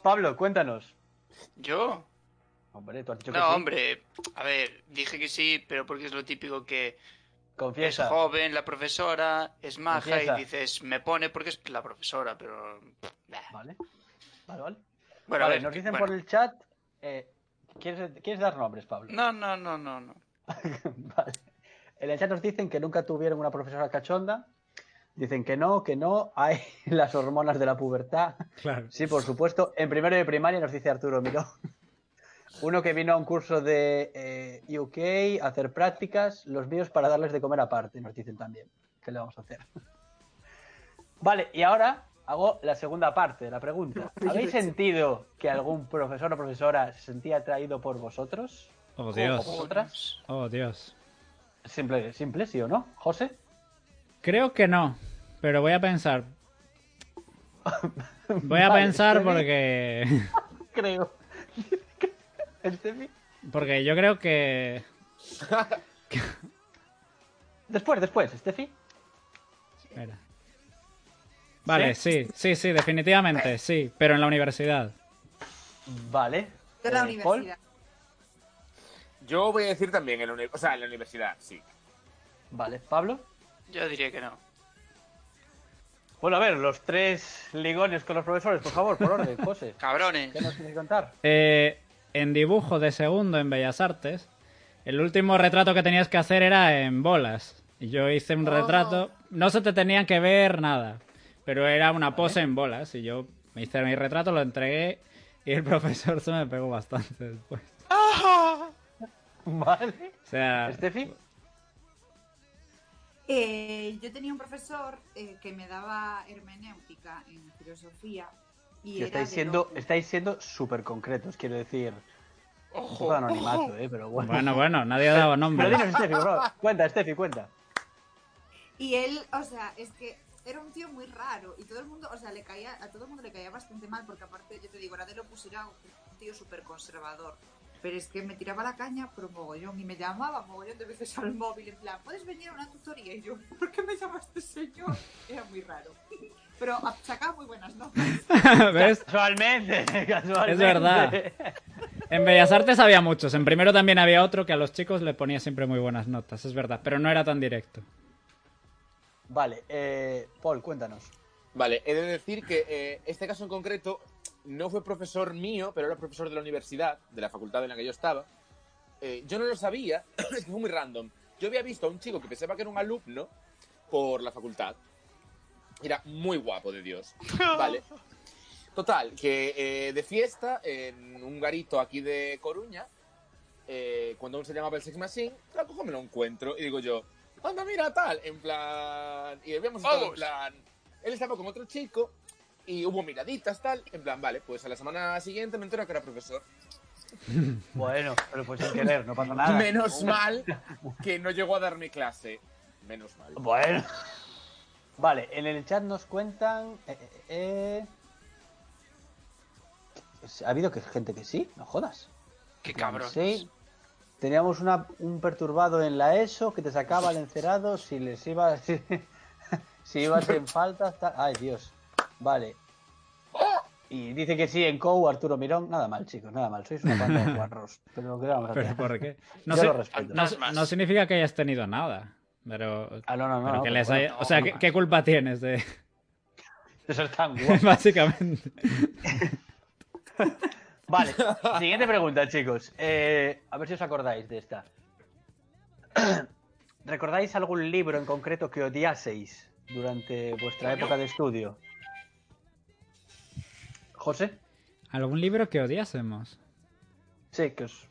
Speaker 2: Pablo, cuéntanos.
Speaker 3: ¿Yo?
Speaker 2: Hombre, tú has dicho que
Speaker 3: No,
Speaker 2: sí.
Speaker 3: hombre. A ver, dije que sí, pero porque es lo típico que es
Speaker 2: Confiesa.
Speaker 3: joven, la profesora, es maja
Speaker 2: Confiesa.
Speaker 3: y dices, me pone porque es la profesora, pero... bah.
Speaker 2: Vale. Vale, vale.
Speaker 3: Bueno, a
Speaker 2: Vale,
Speaker 3: ver,
Speaker 2: nos
Speaker 3: que-
Speaker 2: dicen
Speaker 3: bueno.
Speaker 2: por el chat. eh, ¿quieres, quieres dar nombres, Pablo?
Speaker 3: No, no, no, no, no.
Speaker 2: Vale. En el chat nos dicen que nunca tuvieron una profesora cachonda. Dicen que no, que no. Hay las hormonas de la pubertad.
Speaker 1: Claro.
Speaker 2: Sí, por supuesto. En primero de primaria nos dice Arturo Miró. Uno que vino a un curso de eh, UK a hacer prácticas, los míos para darles de comer aparte, nos dicen también. ¿Qué le vamos a hacer? Vale, y ahora hago la segunda parte de la pregunta. ¿Habéis sentido que algún profesor o profesora se sentía atraído por vosotros?
Speaker 1: Oh, Dios.
Speaker 2: ¿Vosotras?
Speaker 1: Oh, Dios.
Speaker 2: Simple, simple sí o no, José.
Speaker 1: Creo que no, pero voy a pensar. Voy a
Speaker 2: Vale,
Speaker 1: pensar
Speaker 2: está bien.
Speaker 1: porque...
Speaker 2: Creo. El semi-
Speaker 1: Porque yo creo que...
Speaker 2: Después, después, Steffi.
Speaker 1: Espera. Vale, sí, sí, sí, definitivamente, sí, pero en la universidad.
Speaker 2: Vale.
Speaker 5: Yo en la
Speaker 2: Eh, Paul.
Speaker 5: universidad.
Speaker 4: Yo voy a decir también, en la uni- o sea, en la universidad, sí.
Speaker 2: Vale, Pablo.
Speaker 3: Yo diría que no.
Speaker 2: Bueno, a ver, los tres ligones con los profesores, por favor, por orden, José.
Speaker 3: Cabrones.
Speaker 2: ¿Qué nos quieres contar?
Speaker 1: Eh, en dibujo de segundo en Bellas Artes, el último retrato que tenías que hacer era en bolas. Y yo hice un
Speaker 5: Oh.
Speaker 1: retrato, no se te tenía que ver nada, pero era una pose en bolas. Y yo me hice mi retrato, lo entregué y el profesor se me pegó bastante después.
Speaker 2: Vale.
Speaker 1: O sea,
Speaker 2: Estefi,
Speaker 5: Eh, yo tenía un profesor eh, que me daba hermenéutica en filosofía y
Speaker 2: que
Speaker 5: era
Speaker 2: estáis
Speaker 5: de
Speaker 2: siendo,
Speaker 5: locos.
Speaker 2: estáis siendo súper concretos, quiero decir. Un poco
Speaker 3: Ojo.
Speaker 2: de anonimato, eh, pero bueno.
Speaker 1: bueno, bueno, nadie ha dado
Speaker 2: Pero
Speaker 1: nombre.
Speaker 2: dinos, Estefi, por favor. Cuenta, Estefi, cuenta.
Speaker 5: Y él, o sea, es que era un tío muy raro y todo el mundo, o sea, le caía, a todo el mundo le caía bastante mal porque aparte, yo te digo, era de lo pues era un tío súper conservador. Pero es que me tiraba la caña por mogollón y me llamaba mogollón de veces al móvil en plan, ¿puedes venir a una tutoría? Y yo, ¿por qué me llama este señor? Era muy raro. Pero sacaba muy buenas notas.
Speaker 1: ¿Ves?
Speaker 2: Casualmente, casualmente.
Speaker 1: Es verdad. En Bellas Artes había muchos. En primero también había otro que a los chicos le ponía siempre muy buenas notas, es verdad, pero no era tan directo.
Speaker 2: Vale, eh, Paul, cuéntanos.
Speaker 4: Vale, he de decir que eh, este caso en concreto no fue profesor mío, pero era profesor de la universidad, de la facultad en la que yo estaba. Eh, yo no lo sabía, es que fue muy random. Yo había visto a un chico que pensaba que era un alumno por la facultad. Era muy guapo de Dios. Vale. Total, que eh, de fiesta en un garito aquí de Coruña, eh, cuando aún se llamaba el Sex Machine, la cojo, me lo encuentro y digo yo, anda, mira, tal, en plan... Y habíamos estado en
Speaker 3: Vamos.
Speaker 4: plan... Él estaba con otro chico y hubo miraditas, tal, en plan, vale, pues a la semana siguiente me entero que era profesor.
Speaker 2: Bueno, pero pues sin querer, no pasa nada.
Speaker 4: Menos mal que no llegó a darme clase. Menos mal.
Speaker 2: Bueno. Vale, en el chat nos cuentan. eh, eh, eh, ha habido que gente que sí, no jodas.
Speaker 3: Qué cabrón.
Speaker 2: Sí. Teníamos una- un perturbado en la ESO que te sacaba el encerado si les iba si, si ibas en falta. tal. Ay, Dios. Vale. Y dice que sí en COU, Arturo Mirón. Nada mal, chicos, nada mal. Sois una panda de guarros. Pero ¿qué le vamos a
Speaker 1: ¿Pero
Speaker 2: hacer?
Speaker 1: por qué? No,
Speaker 2: Yo
Speaker 1: sé-
Speaker 2: lo
Speaker 1: no-
Speaker 2: respeto.
Speaker 3: Fantasmas.
Speaker 1: no significa que hayas tenido nada, pero,
Speaker 2: Ah, no, no, no.
Speaker 1: pero
Speaker 2: no,
Speaker 1: que
Speaker 2: pero
Speaker 1: les
Speaker 2: bueno,
Speaker 1: haya- O
Speaker 3: no,
Speaker 1: sea,
Speaker 3: no
Speaker 1: ¿qué,
Speaker 3: más.
Speaker 1: qué culpa tienes de...?
Speaker 2: Eso es tan guapo.
Speaker 1: Básicamente.
Speaker 2: Vale, siguiente pregunta, chicos. Eh, a ver si os acordáis de esta. ¿Recordáis algún libro en concreto que odiaseis durante vuestra época de estudio? ¿José?
Speaker 1: ¿Algún libro que odiásemos?
Speaker 2: Sí, que os.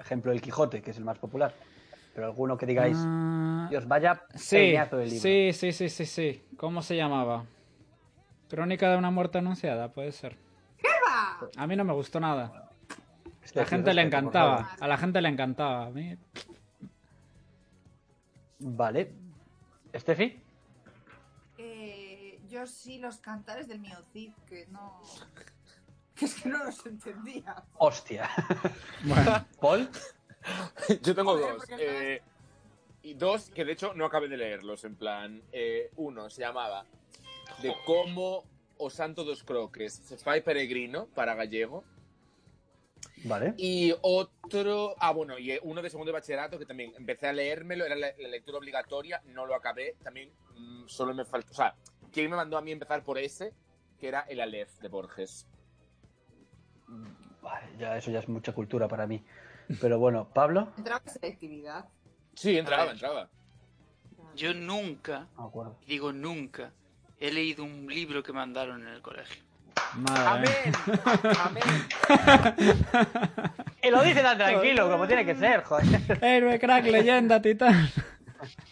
Speaker 2: Ejemplo, El Quijote, que es el más popular. pero alguno que digáis,
Speaker 1: Ah,
Speaker 2: Dios, vaya
Speaker 1: sí,
Speaker 2: peñazo de libro.
Speaker 1: sí, sí, sí, sí, sí. ¿Cómo se llamaba? Crónica de una muerte anunciada, puede ser.
Speaker 5: ¡Eva!
Speaker 1: A mí no me gustó nada. A
Speaker 2: Este,
Speaker 1: la gente le
Speaker 2: respeto, por
Speaker 1: encantaba.
Speaker 5: favor.
Speaker 1: A la gente le encantaba. A mí
Speaker 2: favor. Vale. Estefi,
Speaker 5: Eh, yo sí los cantares del mío Cid, que no. Que es que no los entendía.
Speaker 2: hostia.
Speaker 1: Bueno,
Speaker 2: Paul,
Speaker 4: Yo tengo
Speaker 5: Joder,
Speaker 4: dos.
Speaker 5: porque no
Speaker 4: eh, y dos que de hecho no acabé de leerlos, en plan. eh, uno se llamaba De cómo o santo dos croques se fai peregrino para gallego.
Speaker 2: vale.
Speaker 4: Y otro. Ah, bueno, y uno de segundo de bachillerato que también empecé a leérmelo, era la, la lectura obligatoria, no lo acabé. También mm, solo me faltó. O sea, ¿quién me mandó a mí empezar por ese? Que era el Aleph de Borges.
Speaker 2: Vale, ya eso ya es mucha cultura para mí. Pero bueno, Pablo,
Speaker 5: Entraba en selectividad.
Speaker 4: Sí,
Speaker 3: entraba,
Speaker 4: entraba, entraba.
Speaker 3: Yo nunca,
Speaker 2: no me acuerdo.
Speaker 3: digo nunca, he leído un libro que mandaron en el colegio.
Speaker 1: madre mía.
Speaker 4: ¡Amén! ¡Amén!
Speaker 2: Y lo dice tan tranquilo, como tiene que ser, joder.
Speaker 1: Héroe, crack, leyenda, titán.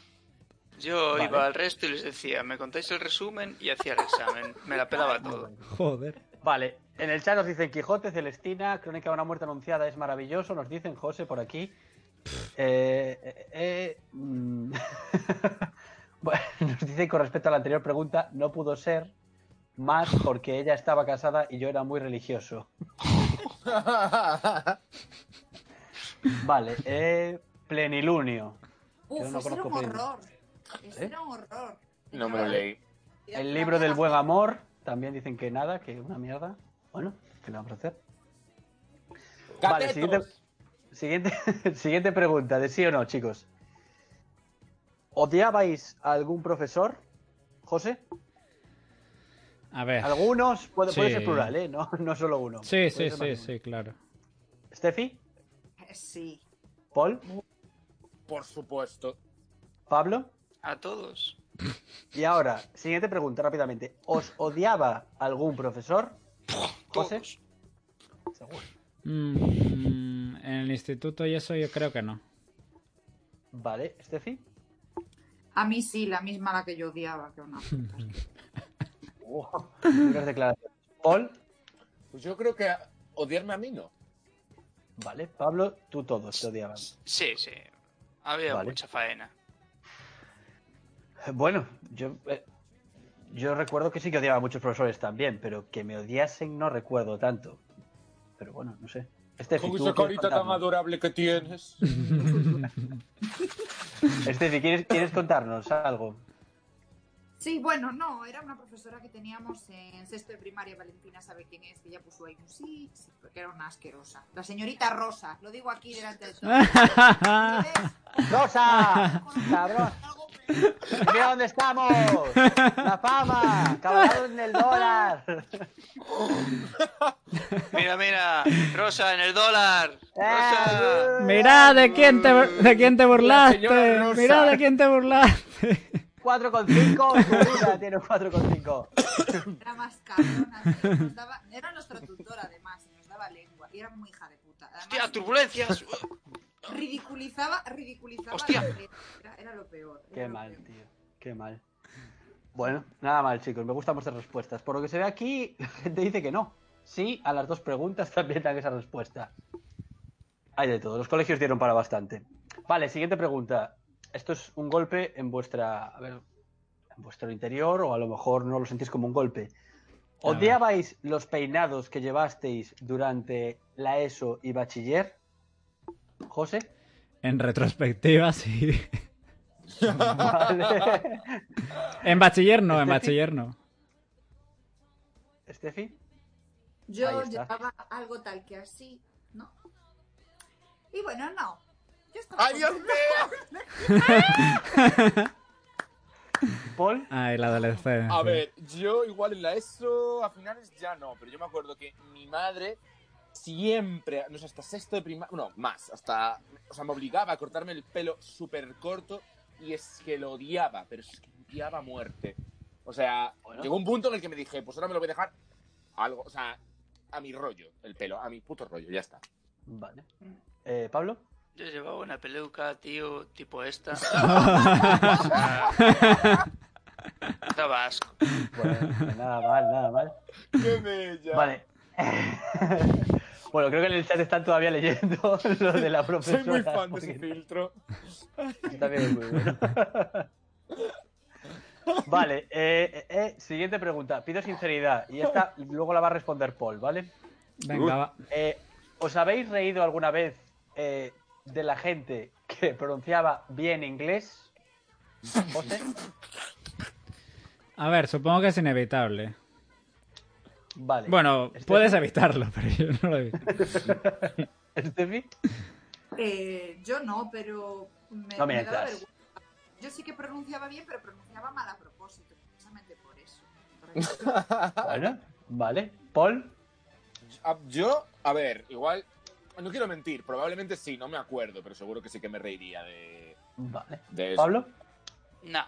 Speaker 3: Yo
Speaker 2: Vale.
Speaker 3: iba al resto y les decía, me contáis el resumen y hacía el examen. Me la pelaba todo.
Speaker 1: Joder.
Speaker 2: Vale, en el chat nos dicen Quijote, Celestina, Crónica de una muerte anunciada es maravilloso, nos dicen José por aquí. Eh, eh, eh, mm. Bueno, nos dicen con respecto a la anterior pregunta, no pudo ser más porque ella estaba casada y yo era muy religioso. Vale, eh, plenilunio.
Speaker 5: Uf,
Speaker 2: Yo no
Speaker 5: ese era un
Speaker 2: conozco películas.
Speaker 5: horror. Ese
Speaker 2: ¿Eh?
Speaker 5: era un horror.
Speaker 4: No me lo leí.
Speaker 2: El libro del buen amor, también dicen que nada, que una mierda. Bueno, ¿qué le vamos a hacer? Vale, siguiente,
Speaker 4: ¡Catetos!
Speaker 2: siguiente, siguiente pregunta, de sí o no, chicos. ¿Odiabais a algún profesor, José?
Speaker 1: A ver.
Speaker 2: Algunos, puede, puede
Speaker 1: Eh, Sí.
Speaker 2: ser plural, ¿eh? No, no solo uno.
Speaker 1: Sí,
Speaker 2: Puede
Speaker 1: sí,
Speaker 2: ser más de
Speaker 1: sí,
Speaker 2: uno.
Speaker 1: sí, claro.
Speaker 2: ¿Steffi?
Speaker 5: Eh, Sí.
Speaker 2: ¿Paul?
Speaker 4: Por supuesto.
Speaker 2: ¿Pablo?
Speaker 3: A todos.
Speaker 2: Y ahora, siguiente pregunta rápidamente. ¿Os odiaba algún profesor? ¿José?
Speaker 3: Todos.
Speaker 2: Seguro.
Speaker 1: Mm, en el instituto y eso yo creo que no.
Speaker 2: Vale, ¿Steffi?
Speaker 5: A mí sí, la misma a la que yo odiaba, que una puta.
Speaker 2: Wow, duras declaraciones. ¿Paul?
Speaker 4: Pues yo creo que a- odiarme a mí no.
Speaker 2: Vale, Pablo, tú todos te odiaban.
Speaker 3: Sí, sí. Había
Speaker 2: Vale.
Speaker 3: mucha faena.
Speaker 2: Bueno, yo, eh, yo recuerdo que sí que odiaba a muchos profesores también, pero que me odiasen no recuerdo tanto. Pero bueno, no sé. Este
Speaker 4: Con esa carita tan adorable que tienes.
Speaker 2: Este, ¿quieres, ¿quieres contarnos algo?
Speaker 5: Sí, bueno, no, era una profesora que teníamos en sexto de primaria, Valentina sabe quién es, que ya puso ahí un sí, sí, porque era una asquerosa. La señorita Rosa, lo digo aquí delante de todos.
Speaker 1: Ah,
Speaker 2: ¡Rosa! ¡Cabrón!
Speaker 5: Algo peor.
Speaker 2: ¡Mira dónde estamos! ¡La fama! ¡Cabrón en el dólar!
Speaker 3: Mira, mira. Rosa, en el dólar. Rosa.
Speaker 2: ¡Eh!
Speaker 1: Mirá de quién te, de quién te burlaste.
Speaker 4: señora Rosa.
Speaker 1: Mirá de quién te burlaste.
Speaker 2: 4,5, segura, tiene un 4,5.
Speaker 5: Era más cabrona, tío, nos daba- era nuestra tutora además, y nos daba lengua, y era muy hija de puta. Además,
Speaker 3: Hostia, turbulencias.
Speaker 5: ridiculizaba, ridiculizaba.
Speaker 3: Hostia.
Speaker 5: la letra, Era, era lo peor. era
Speaker 2: Qué
Speaker 5: lo
Speaker 2: mal,
Speaker 5: peor.
Speaker 2: tío. Qué mal. Bueno, nada mal, chicos. Me gustan vuestras respuestas. Por lo que se ve aquí, gente dice que no. Sí, a las dos preguntas también dan esa respuesta. Hay de todo. Los colegios dieron para bastante. Vale, siguiente pregunta. Esto es un golpe en vuestra. A ver. En vuestro interior, o a lo mejor no lo sentís como un golpe.
Speaker 1: A ver.
Speaker 2: ¿Odiabais los peinados que llevasteis durante la ESO y bachiller? ¿José?
Speaker 1: En retrospectiva, sí.
Speaker 2: Vale.
Speaker 1: En bachiller no, en bachiller no.
Speaker 2: ¿Estefi? Ahí
Speaker 5: Yo
Speaker 2: está.
Speaker 5: llevaba algo tal que así, ¿no? Y bueno, no. Yo estaba
Speaker 4: ¡Ay, Dios
Speaker 5: contenta.
Speaker 4: mío!
Speaker 2: ¿Paul?
Speaker 1: Ay, la adolescencia.
Speaker 4: A ver, yo igual en la ESO a finales ya no, pero yo me acuerdo que mi madre siempre, no sé, hasta sexto de primaria, no, más, hasta, o sea, me obligaba a cortarme el pelo súper corto y es que lo odiaba, pero es que odiaba a muerte. O sea,
Speaker 2: Bueno.
Speaker 4: llegó un punto en el que me dije, pues ahora me lo voy a dejar algo, o sea, a mi rollo, el pelo, a mi puto rollo, ya está.
Speaker 2: Vale. Eh, ¿Pablo?
Speaker 3: Yo llevaba una peluca, tío, tipo esta. O sea, daba asco.
Speaker 2: Bueno, nada mal, nada mal.
Speaker 4: ¡Qué bella!
Speaker 2: Vale. bueno, creo que en el chat están todavía leyendo lo de la profesora.
Speaker 4: Soy muy fan de
Speaker 2: porque
Speaker 4: ese filtro.
Speaker 2: también es muy bueno. Vale, eh, eh, eh, siguiente pregunta. Pido sinceridad y esta luego la va a responder Paul, ¿vale?
Speaker 1: Venga, va.
Speaker 2: Eh, ¿Os habéis reído alguna vez eh, de la gente que pronunciaba bien inglés? José.
Speaker 1: A ver, supongo que es inevitable.
Speaker 2: Vale.
Speaker 1: Bueno,
Speaker 2: Este-
Speaker 1: puedes evitarlo, pero yo no lo evito.
Speaker 2: Estefi.
Speaker 5: Eh, yo no, pero me,
Speaker 2: No
Speaker 5: me
Speaker 2: mientas.
Speaker 5: daba vergüenza. Yo sí que pronunciaba bien, pero pronunciaba mal a propósito, precisamente por eso. Entonces,
Speaker 2: Bueno, vale. Paul.
Speaker 4: Ah, Yo, a ver, igual, no quiero mentir, probablemente sí, no me acuerdo, pero seguro que sí que me reiría de,
Speaker 2: Vale.
Speaker 4: de eso.
Speaker 2: Pablo.
Speaker 3: No,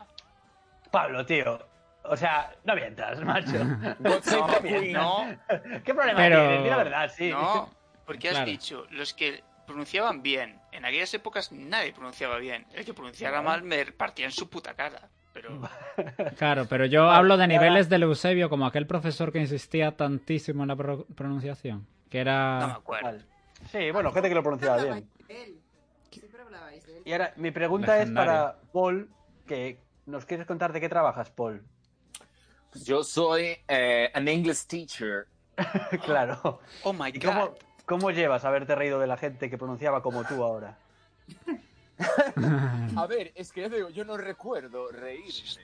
Speaker 2: Pablo, tío. O sea, no mientas, macho.
Speaker 4: God
Speaker 3: no,
Speaker 4: save the Queen.
Speaker 3: no,
Speaker 2: ¿Qué problema
Speaker 1: Pero-
Speaker 2: tienes? Di la verdad, sí.
Speaker 3: no, porque has
Speaker 1: Claro.
Speaker 3: dicho, los que pronunciaban bien, en aquellas épocas nadie pronunciaba bien. El que pronunciara
Speaker 2: Vale.
Speaker 3: mal me partía en su puta cara. Pero
Speaker 1: Claro, pero yo
Speaker 2: Vale,
Speaker 1: hablo de
Speaker 2: y ahora-
Speaker 1: niveles del Eusebio como aquel profesor que insistía tantísimo en la pro- pronunciación. Que
Speaker 3: no me
Speaker 2: Ah,
Speaker 1: era...
Speaker 3: acuerdo.
Speaker 2: Vale. Sí, bueno, gente que lo pronunciaba
Speaker 5: hablabais
Speaker 2: bien.
Speaker 5: de él. Siempre hablabais de él.
Speaker 2: Y ahora, mi pregunta
Speaker 1: Legendario.
Speaker 2: es para Paul, que nos quieres contar de qué trabajas, Paul.
Speaker 4: Yo soy eh, an English teacher.
Speaker 2: claro.
Speaker 3: Oh my
Speaker 2: ¿Y
Speaker 3: god.
Speaker 2: cómo, cómo llevas haberte reído de la gente que pronunciaba como tú ahora?
Speaker 4: A ver, es que ya te digo, yo no recuerdo reírme.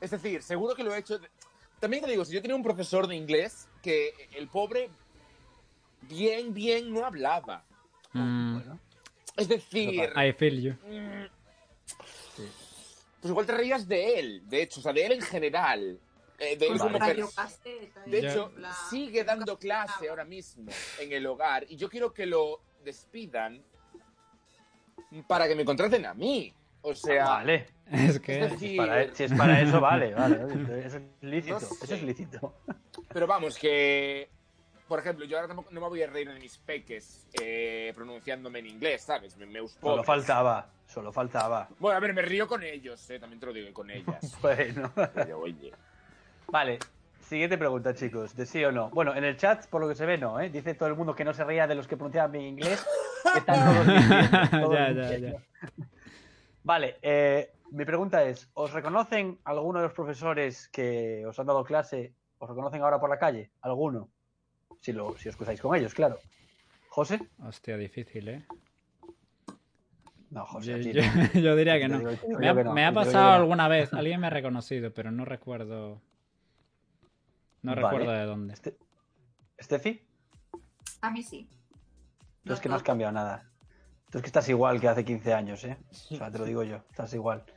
Speaker 4: Es decir, seguro que lo he hecho. de- También te digo, si yo tenía un profesor de inglés que el pobre bien, bien no hablaba.
Speaker 1: Mm,
Speaker 4: Es decir,
Speaker 1: I feel you.
Speaker 4: mm, pues igual te reías de él, de hecho, o sea, de él en general. Eh, de él
Speaker 5: Con
Speaker 1: Vale.
Speaker 5: su
Speaker 4: como
Speaker 5: gallo
Speaker 4: pers-
Speaker 5: caseta y
Speaker 4: De
Speaker 1: Ya.
Speaker 4: hecho,
Speaker 5: bla.
Speaker 4: sigue dando clase ahora mismo en el hogar y yo quiero que lo despidan para que me contraten a mí. O sea,
Speaker 2: Vale.
Speaker 1: Es
Speaker 4: es
Speaker 1: que...
Speaker 4: decir,
Speaker 2: Para- e-, si es para eso, vale, vale. oye, Eso es lícito.
Speaker 4: No sé.
Speaker 2: Eso es lícito.
Speaker 4: pero vamos, que por ejemplo, yo ahora tampoco- no me voy a reír de mis peques eh, pronunciándome en inglés, ¿sabes? Me, me
Speaker 2: Solo
Speaker 4: uspo-
Speaker 2: faltaba. Solo faltaba.
Speaker 4: Bueno, a ver, me río con ellos, eh, también te lo digo, y con ellas.
Speaker 2: Bueno.
Speaker 4: Pero, oye.
Speaker 2: Vale. Siguiente pregunta, chicos, de sí o no. Bueno, en el chat, por lo que se ve, no, ¿eh? Dice todo el mundo que no se ría de los que pronunciaban bien inglés. Están todos mintiendo, todos
Speaker 1: Ya, ya,
Speaker 2: mintiendo. Vale, eh, mi pregunta es, ¿os reconocen alguno de los profesores que os han dado clase, os reconocen ahora por la calle? ¿Alguno? Si, lo, si os cruzáis con ellos, claro. ¿José?
Speaker 1: Hostia, difícil, ¿eh?
Speaker 2: No, José.
Speaker 1: Yo,
Speaker 2: a ti no.
Speaker 1: yo- yo diría que
Speaker 2: Te
Speaker 1: no.
Speaker 2: digo- te digo
Speaker 1: Me ha,
Speaker 2: que no,
Speaker 1: me ha
Speaker 2: te digo que
Speaker 1: pasado
Speaker 2: no.
Speaker 1: alguna vez. Alguien me ha reconocido, pero no recuerdo... No
Speaker 2: Vale.
Speaker 1: recuerdo de dónde.
Speaker 2: Este- ¿Estefi?
Speaker 5: A mí sí.
Speaker 2: Tú es que no
Speaker 5: Los
Speaker 2: has cambiado nada. Tú es que estás igual que hace 15 años, ¿eh? O sea, te lo digo yo, estás igual.
Speaker 5: dos.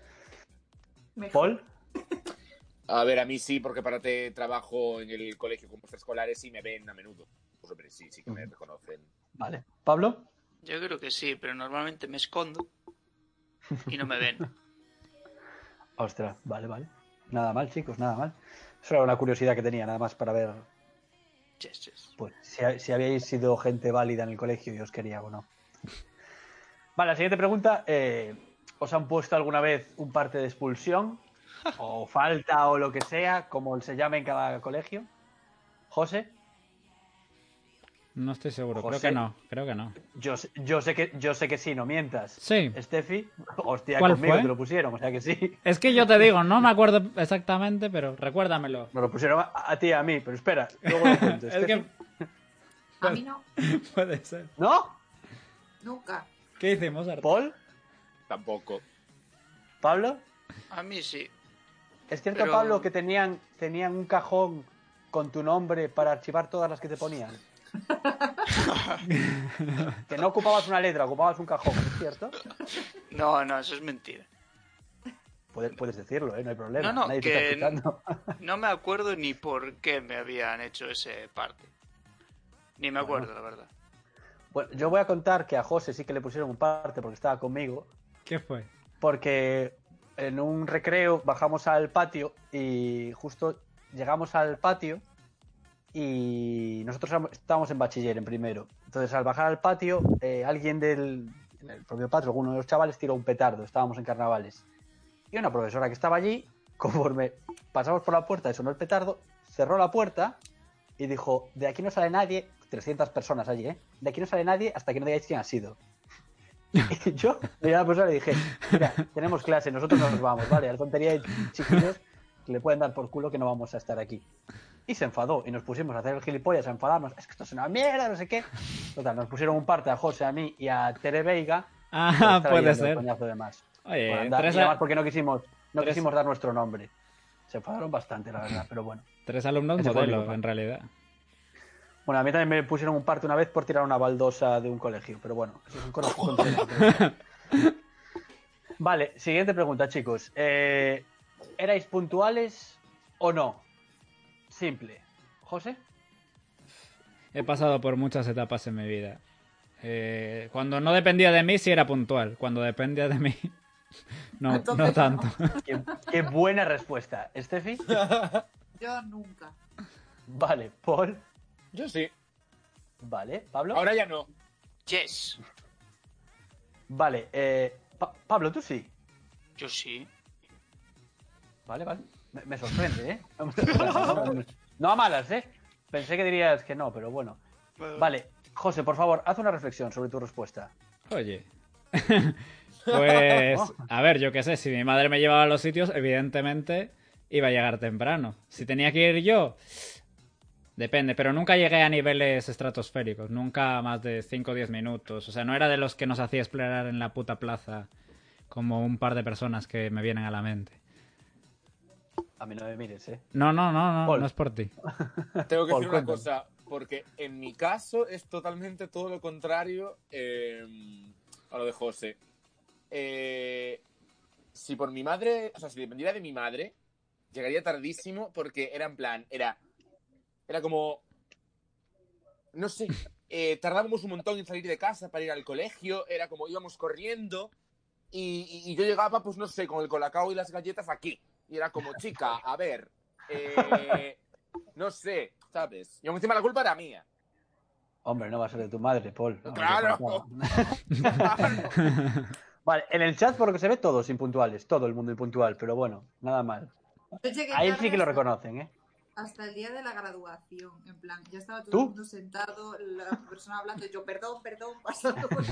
Speaker 5: Mejor.
Speaker 2: ¿Paul?
Speaker 4: A ver, a mí sí, porque para te trabajo en el colegio con escolares y me ven a menudo. Pues, hombre, sí, sí que me reconocen.
Speaker 2: Vale. ¿Pablo?
Speaker 3: Yo creo que sí, pero normalmente me escondo y no me ven.
Speaker 2: Ostras, vale, vale. Nada mal, chicos, nada mal. Eso era una curiosidad que tenía, nada más para ver
Speaker 3: Yes, yes.
Speaker 2: pues, si, si habíais sido gente válida en el colegio y os quería o no. Vale, la siguiente pregunta. eh, ¿Os han puesto alguna vez un parte de expulsión? ¿O falta o lo que sea, como se llame en cada colegio? José,
Speaker 1: No estoy seguro. Creo
Speaker 2: José.
Speaker 1: que no. Creo que no.
Speaker 2: yo, sé- yo, sé, que, yo sé que sí, no mientas.
Speaker 1: Sí.
Speaker 2: Steffi, hostia,
Speaker 1: ¿Cuál
Speaker 2: conmigo
Speaker 1: fue?
Speaker 2: te lo pusieron, o sea que sí.
Speaker 1: Es que yo te digo, no me acuerdo exactamente, pero recuérdamelo.
Speaker 2: Me lo pusieron a, a ti y a mí, pero espera, luego lo cuento.
Speaker 1: Es que
Speaker 2: Steffi.
Speaker 5: A mí no,
Speaker 1: puede ser.
Speaker 2: ¿No?
Speaker 5: nunca.
Speaker 1: ¿Qué hicimos, Arturo?
Speaker 2: ¿Paul?
Speaker 4: Tampoco.
Speaker 2: ¿Pablo?
Speaker 3: A mí sí.
Speaker 2: ¿Es cierto,
Speaker 3: Pero-
Speaker 2: Pablo, que tenían, tenían un cajón con tu nombre para archivar todas las que te ponían? que no ocupabas una letra, ocupabas un cajón, ¿es cierto?
Speaker 3: No, no, eso es mentira.
Speaker 2: Puedes, puedes decirlo, ¿eh? no hay problema.
Speaker 3: No, no,
Speaker 2: Nadie
Speaker 3: que-
Speaker 2: te está escuchando.
Speaker 3: No me acuerdo ni por qué me habían hecho ese parte. Ni me acuerdo, la verdad.
Speaker 2: Bueno, yo voy a contar que a José sí que le pusieron un parte porque estaba conmigo,
Speaker 1: ¿Qué fue?
Speaker 2: porque en un recreo bajamos al patio y justo llegamos al patio y nosotros éramos- estábamos en bachiller en primero. Entonces al bajar al patio, eh, alguien del, en el propio patio, alguno de los chavales tiró un petardo, estábamos en carnavales. Y una profesora que estaba allí, conforme pasamos por la puerta y sonó el petardo, cerró la puerta y dijo, de aquí no sale nadie, 300 personas allí, ¿eh? De aquí no sale nadie hasta que no digáis quién ha sido. Y yo miré a la profesora y dije, mira, tenemos clase, nosotros no nos vamos, ¿vale? La tontería de chiquillos que le pueden dar por culo que no vamos a estar aquí. Y se enfadó y nos pusimos a hacer el gilipollas, a enfadarnos, es que esto es una mierda, no sé qué. Total, nos pusieron un parte a José, a mí y a Tere Veiga. por
Speaker 1: Ah,
Speaker 2: estar
Speaker 1: puede
Speaker 2: liando el
Speaker 1: ser.
Speaker 2: coñazo de más.
Speaker 1: Oye,
Speaker 2: Por andar-
Speaker 1: entras
Speaker 2: y
Speaker 1: a-
Speaker 2: además porque no quisimos, no
Speaker 1: tres-
Speaker 2: quisimos dar nuestro nombre. Se enfadaron bastante, la verdad, pero bueno.
Speaker 1: Tres alumnos
Speaker 2: Ese fue mi
Speaker 1: modelo,
Speaker 2: culpa.
Speaker 1: en realidad.
Speaker 2: Bueno, a mí también me pusieron un parte una vez por tirar una baldosa de un colegio, pero bueno, eso es un corazón. contento, creo. vale, siguiente pregunta, chicos. Eh, ¿Erais puntuales o no? Simple. ¿José?
Speaker 1: He pasado por muchas etapas en mi vida. Eh, cuando no dependía de mí, sí era puntual. Cuando dependía de mí, no,
Speaker 5: Entonces,
Speaker 1: no tanto.
Speaker 2: Qué, qué buena respuesta. ¿Estefi?
Speaker 5: Yo nunca.
Speaker 2: Vale. ¿Paul?
Speaker 4: Yo sí.
Speaker 2: Vale. ¿Pablo?
Speaker 4: Ahora ya no.
Speaker 3: Yes.
Speaker 2: Vale. eh, Pa- Pablo, tú sí.
Speaker 3: Yo sí.
Speaker 2: Vale, vale. Me, me sorprende, ¿eh? no a malas, ¿eh? Pensé que dirías que no, pero bueno. Vale. José, por favor, haz una reflexión sobre tu respuesta.
Speaker 1: Oye. pues, a ver, yo qué sé, si mi madre me llevaba a los sitios, evidentemente iba a llegar temprano. Si tenía que ir yo, depende, pero nunca llegué a niveles estratosféricos, nunca más de 5 o 10 minutos. O sea, no era de los que nos hacía explorar en la puta plaza como un par de personas que me vienen a la mente.
Speaker 2: A mí no me mires, ¿eh?
Speaker 1: No, no, no, no,
Speaker 2: Paul.
Speaker 1: no es por ti.
Speaker 4: Tengo que
Speaker 2: Paul,
Speaker 4: decir una
Speaker 2: cuéntame.
Speaker 4: cosa, porque en mi caso es totalmente todo lo contrario eh, a lo de José. Eh, si por mi madre, o sea, si dependiera de mi madre, llegaría tardísimo porque era en plan, era, era como, no sé, eh, tardábamos un montón en salir de casa para ir al colegio, era como íbamos corriendo y, y- y yo llegaba, pues no sé, con el colacao y las galletas aquí. Y era como, chica, a ver, eh, no sé, ¿sabes? Y aún encima la culpa era mía.
Speaker 2: Hombre, no va a ser de tu madre, Paul. No,
Speaker 4: Claro.
Speaker 2: no pasa nada. vale, en el chat por lo que se ve todos impuntuales, todo el mundo impuntual, pero bueno, nada mal.
Speaker 5: Yo llegué
Speaker 2: A él
Speaker 5: tarde
Speaker 2: sí que lo
Speaker 5: hasta-
Speaker 2: reconocen, ¿eh?
Speaker 5: Hasta el día de la graduación, en plan, ya estaba todo
Speaker 2: ¿Tú?
Speaker 5: el mundo sentado, la persona hablando, y yo, perdón, perdón, pasando por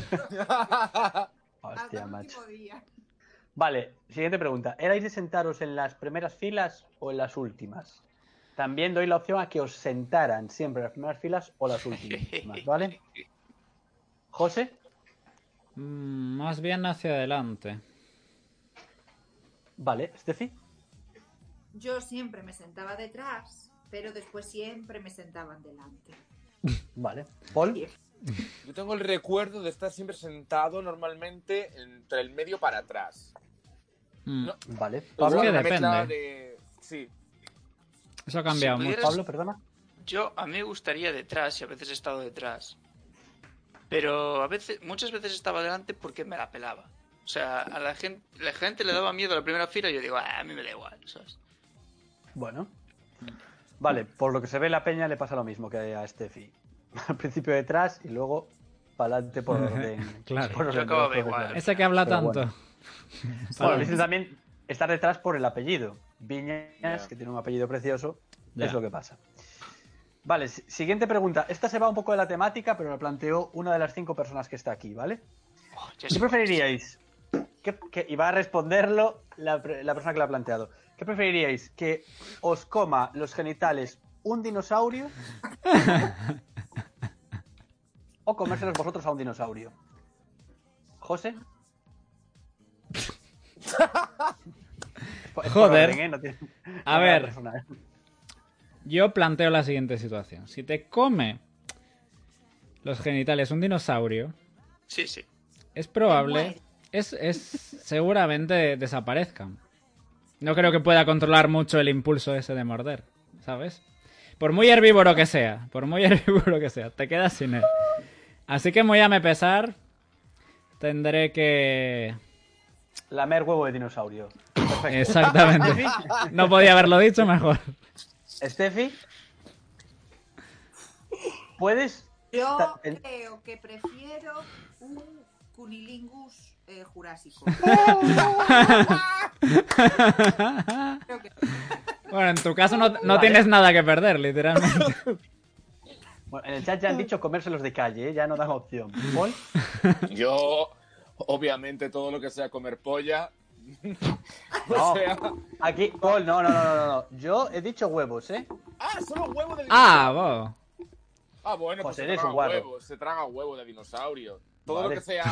Speaker 5: hasta
Speaker 2: Hostia,
Speaker 5: el
Speaker 2: macho.
Speaker 5: último día.
Speaker 2: Vale, siguiente pregunta. ¿Erais de sentaros en las primeras filas o en las últimas? También doy la opción a que os sentaran siempre en las primeras filas o las últimas, ¿vale? José,
Speaker 1: Mm, Más bien hacia adelante.
Speaker 2: vale, Steffi,
Speaker 5: Yo siempre me sentaba detrás, pero después siempre me sentaban delante.
Speaker 2: vale, Paul,
Speaker 4: Yo tengo el recuerdo de estar siempre sentado normalmente entre el medio para atrás.
Speaker 1: Mm,
Speaker 4: No.
Speaker 2: vale,
Speaker 1: Es
Speaker 2: Pablo,
Speaker 1: que
Speaker 4: Una
Speaker 1: depende.
Speaker 2: ¿eh?
Speaker 4: mezcla de- Sí,
Speaker 1: Eso ha cambiado
Speaker 3: Si
Speaker 1: mucho.
Speaker 3: pudiera-
Speaker 2: Pablo, perdona.
Speaker 3: Yo a mí me gustaría detrás y a veces he estado detrás. Pero a veces, muchas veces estaba delante porque me la pelaba. O sea, a la gente, la gente le daba miedo a la primera fila y yo digo, "Ah, a mí me da igual, ¿sabes?
Speaker 2: Bueno. Vale, por lo que se ve la peña le pasa lo mismo que a Steffi. Al principio detrás y luego para adelante por orden.
Speaker 1: Claro.
Speaker 2: por
Speaker 3: Yo
Speaker 2: orden de
Speaker 3: acababa
Speaker 2: los
Speaker 3: de igual.
Speaker 2: profesores.
Speaker 1: Ese que habla
Speaker 2: Pero
Speaker 1: tanto.
Speaker 2: bueno. Bueno,
Speaker 1: Vale.
Speaker 2: dicen también estar detrás por el apellido. Viñas,
Speaker 4: Ya.
Speaker 2: que tiene un apellido precioso,
Speaker 1: Ya.
Speaker 2: es lo que pasa. Vale, si- siguiente pregunta. Esta se va un poco de la temática, pero la planteó una de las cinco personas que está aquí, ¿vale?
Speaker 3: Oh, ya
Speaker 2: ¿Qué
Speaker 3: sé.
Speaker 2: preferiríais? ¿Qué- qué- y va a responderlo la, pre- la persona que lo ha planteado. ¿Qué preferiríais? ¿Que os coma los genitales un dinosaurio? ¿O comérselos vosotros a un dinosaurio? ¿José? Es por- es por
Speaker 1: Joder.
Speaker 2: orden, ¿eh? No tiene-
Speaker 1: A
Speaker 2: no
Speaker 1: ver.
Speaker 2: la persona.
Speaker 1: Yo planteo la siguiente situación. Si te come los genitales un dinosaurio,
Speaker 3: Sí, sí.
Speaker 1: es
Speaker 5: Te
Speaker 1: probable,
Speaker 5: mueres.
Speaker 1: es, es seguramente desaparezcan. No creo que pueda controlar mucho el impulso ese de morder, ¿sabes? Por muy herbívoro que sea, por muy herbívoro que sea, te quedas sin él. Así que muy a me pesar, tendré que...
Speaker 2: Lamer huevo de dinosaurio.
Speaker 1: Exactamente. No podía haberlo dicho mejor.
Speaker 2: Steffi. ¿Puedes?
Speaker 5: Yo
Speaker 2: Ta- el-
Speaker 5: creo que prefiero un Cunilingus eh, jurásico. Creo que-
Speaker 1: Bueno, en tu caso no, no tienes nada que perder, literalmente.
Speaker 2: Bueno, en el chat ya han dicho comérselos de calle, ¿eh? ya no dan opción. Paul,
Speaker 4: Yo, obviamente, todo lo que sea comer polla.
Speaker 2: No.
Speaker 4: o sea.
Speaker 2: aquí, Paul, no, no, no, no, no. Yo he dicho huevos, ¿eh?
Speaker 4: ¡Ah! Solo huevo de dinosaurio.
Speaker 1: Ah, wow.
Speaker 4: Ah,
Speaker 2: José,
Speaker 4: bueno, pues se
Speaker 2: eres
Speaker 4: traga
Speaker 2: un guarro.
Speaker 4: huevo. Se traga huevo de dinosaurio. Todo
Speaker 2: Vale.
Speaker 4: lo que ah, sea.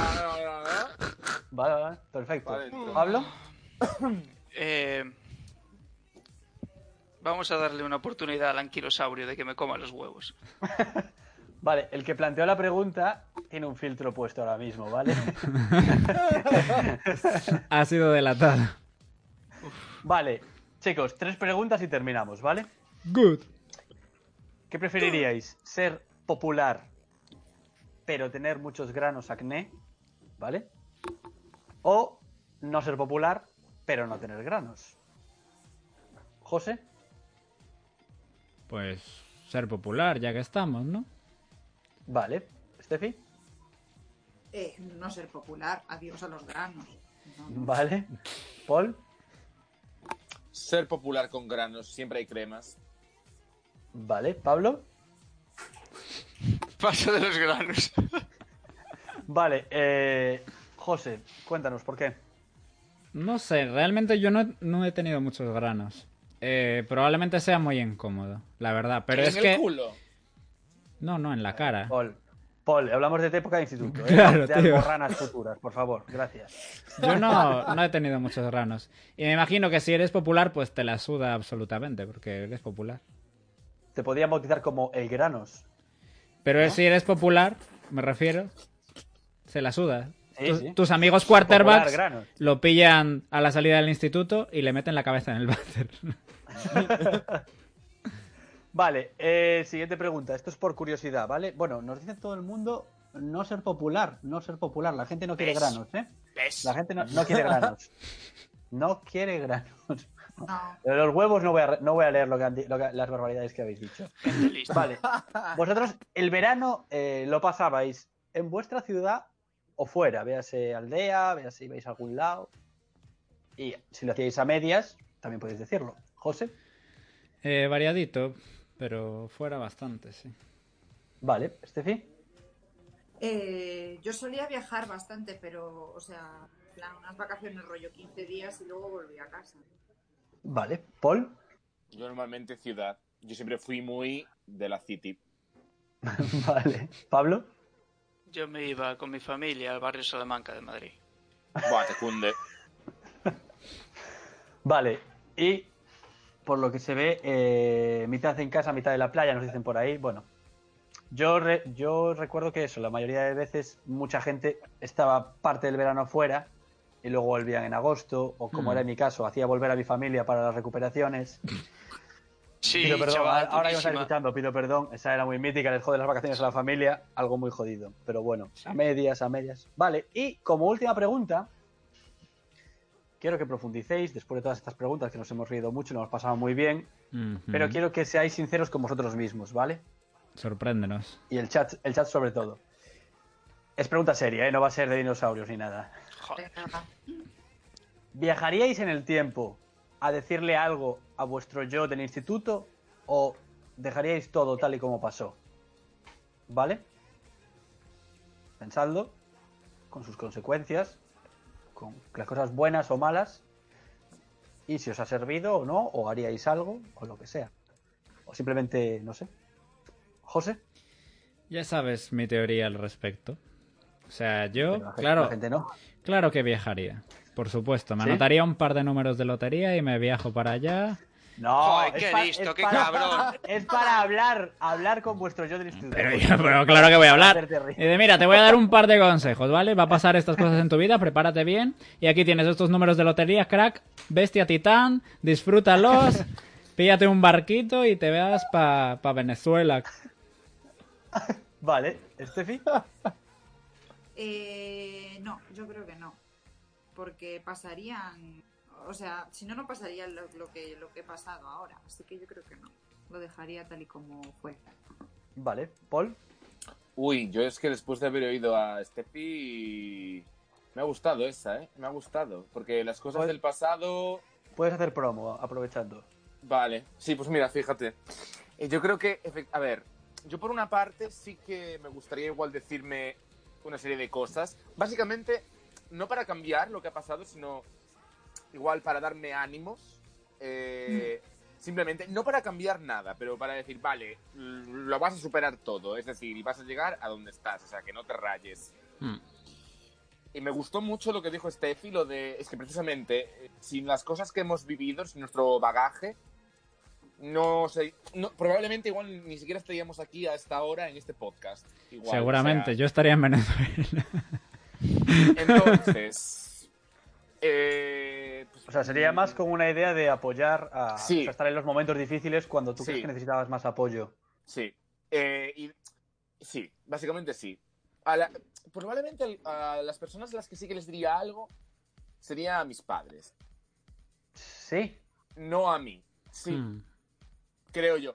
Speaker 2: Vale, vale, perfecto.
Speaker 4: Va dentro.
Speaker 2: Pablo,
Speaker 3: Eh, vamos a darle una oportunidad al anquilosaurio de que me coma los huevos.
Speaker 2: vale, el que planteó la pregunta tiene un filtro puesto ahora mismo, ¿vale?
Speaker 1: Ha sido delatado.
Speaker 2: Vale, chicos, tres preguntas y terminamos, ¿vale?
Speaker 1: Good.
Speaker 2: ¿Qué preferiríais? ¿Ser popular pero tener muchos granos acné? ¿Vale? ¿O no ser popular pero no tener granos? José,
Speaker 1: Pues ser popular, ya que estamos, ¿no?
Speaker 2: vale. Steffi,
Speaker 5: eh, no ser popular, adiós a los granos. No, no.
Speaker 2: vale. Paul,
Speaker 4: Ser popular con granos. Siempre hay cremas.
Speaker 2: vale. Pablo,
Speaker 3: Paso de los granos.
Speaker 2: vale. eh, José, cuéntanos por qué.
Speaker 1: No sé, realmente yo no, no he tenido muchos granos. Eh, probablemente sea muy incómodo, la verdad. Pero
Speaker 4: en
Speaker 1: es
Speaker 4: el
Speaker 1: que.
Speaker 4: culo.
Speaker 1: No, no, en la cara.
Speaker 2: Paul. Paul, hablamos de tu época de instituto, ¿eh?
Speaker 1: Claro,
Speaker 2: de
Speaker 1: tío.
Speaker 2: almorranas futuras, por favor, gracias.
Speaker 1: Yo no, no he tenido muchos granos. Y me imagino que si eres popular, pues te la suda absolutamente, porque eres popular.
Speaker 2: Te podían bautizar como el granos.
Speaker 1: Pero si eres popular, me refiero, se la suda.
Speaker 2: Sí,
Speaker 1: tus,
Speaker 2: sí.
Speaker 1: tus amigos
Speaker 2: Popular
Speaker 1: quarterbacks
Speaker 2: granos.
Speaker 1: lo pillan a la salida del instituto y le meten la cabeza en el váter.
Speaker 2: Vale, eh, siguiente pregunta. Esto es por curiosidad, ¿vale? Bueno, nos dice todo el mundo no ser popular, no ser popular. La gente no quiere
Speaker 3: ¿Ves?
Speaker 2: granos, ¿eh?
Speaker 3: ¿Ves?
Speaker 2: La gente no, no quiere granos. No quiere granos.
Speaker 5: No.
Speaker 2: Pero los huevos no voy a, re- no voy a leer lo que han di- lo que- las barbaridades que habéis dicho.
Speaker 3: Gente lista.
Speaker 2: Vale. Vosotros el verano eh, lo pasabais en vuestra ciudad o fuera, véase aldea, véase ibais a algún lado. Y si lo hacíais a medias, también podéis decirlo. José,
Speaker 1: Eh, variadito, pero fuera bastante, sí.
Speaker 2: vale, Estefi.
Speaker 5: Eh, yo solía viajar bastante, pero, o sea, en plan, unas vacaciones rollo 15 días y luego volví a casa.
Speaker 2: Vale, Paul.
Speaker 4: Yo normalmente ciudad. Yo siempre fui muy de la city.
Speaker 2: Vale. Pablo.
Speaker 3: Yo me iba con mi familia al barrio Salamanca de Madrid.
Speaker 4: Buah, te cunde.
Speaker 2: Vale. Y por lo que se ve, eh, mitad en casa, mitad de la playa, nos dicen por ahí. Bueno, yo, re- yo recuerdo que eso, la mayoría de veces mucha gente estaba parte del verano fuera y luego volvían en agosto, o como
Speaker 1: Mm.
Speaker 2: era en mi caso, hacía volver a mi familia para las recuperaciones.
Speaker 3: Sí,
Speaker 2: pido perdón,
Speaker 3: chaval,
Speaker 2: ahora que me están
Speaker 3: durísima.
Speaker 2: escuchando, pido perdón. Esa era muy mítica, el joder de las vacaciones a la familia, algo muy jodido. Pero bueno, a medias, a medias. Vale, y como última pregunta, quiero que profundicéis después de todas estas preguntas que nos hemos reído mucho, nos hemos pasado muy bien,
Speaker 1: Ujú.
Speaker 2: pero quiero que seáis sinceros con vosotros mismos, ¿vale?
Speaker 1: Sorpréndenos.
Speaker 2: Y el chat, el chat sobre todo. Es pregunta seria, ¿eh? no va a ser de dinosaurios ni nada.
Speaker 3: Joder.
Speaker 5: Venga.
Speaker 2: ¿Viajaríais en el tiempo a decirle algo a vuestro yo del instituto o dejaríais todo tal y como pasó? ¿Vale? Pensadlo, con sus consecuencias, con las cosas buenas o malas, y si os ha servido o no, o haríais algo, o lo que sea. O simplemente, no sé. José,
Speaker 1: Ya sabes mi teoría al respecto. O sea, yo,
Speaker 2: Pero la gente-
Speaker 1: claro,
Speaker 2: la gente no.
Speaker 1: claro que viajaría. Por supuesto, me
Speaker 2: ¿Sí?
Speaker 1: anotaría un par de números de lotería y me viajo para allá.
Speaker 2: No,
Speaker 3: Joder, qué
Speaker 2: pa-
Speaker 3: listo, qué
Speaker 2: para-
Speaker 3: cabrón.
Speaker 2: Es para hablar, hablar con vuestro yo del instituto.
Speaker 1: Pero, yo- pero claro que voy a hablar.
Speaker 2: Hacerte reír.
Speaker 1: Y de, mira, te voy a dar un par de consejos, ¿vale? Va a pasar estas cosas en tu vida, prepárate bien. Y aquí tienes estos números de lotería, crack, bestia titán, disfrútalos, píllate un barquito y te veas para Venezuela.
Speaker 2: Vale, Estefi.
Speaker 5: Eh, no, yo creo que no. Porque pasarían. O sea, si no, no pasaría lo, lo que, lo que he pasado ahora. Así que yo creo que no. Lo dejaría tal y como fue.
Speaker 2: Vale, Paul.
Speaker 4: Uy, yo es que después de haber oído a Steffi. Me ha gustado esa, ¿eh? Me ha gustado. Porque las cosas
Speaker 2: Oye.
Speaker 4: del pasado.
Speaker 2: Puedes hacer promo aprovechando.
Speaker 4: Vale. Sí, pues mira, fíjate. Eh, Yo creo que. efe- A ver, yo por una parte sí que me gustaría igual decirme una serie de cosas. Básicamente, no para cambiar lo que ha pasado, sino igual para darme ánimos. eh, Simplemente, no para cambiar nada, pero para decir, vale, l- lo vas a superar todo. Es decir, y vas a llegar a donde estás. O sea, que no te rayes.
Speaker 1: Mm.
Speaker 4: Y me gustó mucho lo que dijo Steffi, lo de, es que precisamente, eh, sin las cosas que hemos vivido, sin nuestro bagaje, no sé, no- probablemente igual ni siquiera estaríamos aquí a esta hora en este podcast. Igual,
Speaker 1: Seguramente,
Speaker 4: o sea,
Speaker 1: yo estaría en Venezuela.
Speaker 4: Entonces, eh, pues,
Speaker 2: O sea, sería más con una idea de apoyar a
Speaker 4: Sí.
Speaker 2: o sea, estar en los momentos difíciles cuando tú
Speaker 4: Sí.
Speaker 2: crees que necesitabas más apoyo.
Speaker 4: Sí. Eh, y, sí, básicamente sí. A la- probablemente al- a las personas a las que sí que les diría algo sería a mis padres,
Speaker 2: Sí.
Speaker 4: no a mí. Sí.
Speaker 1: Mm.
Speaker 4: creo yo.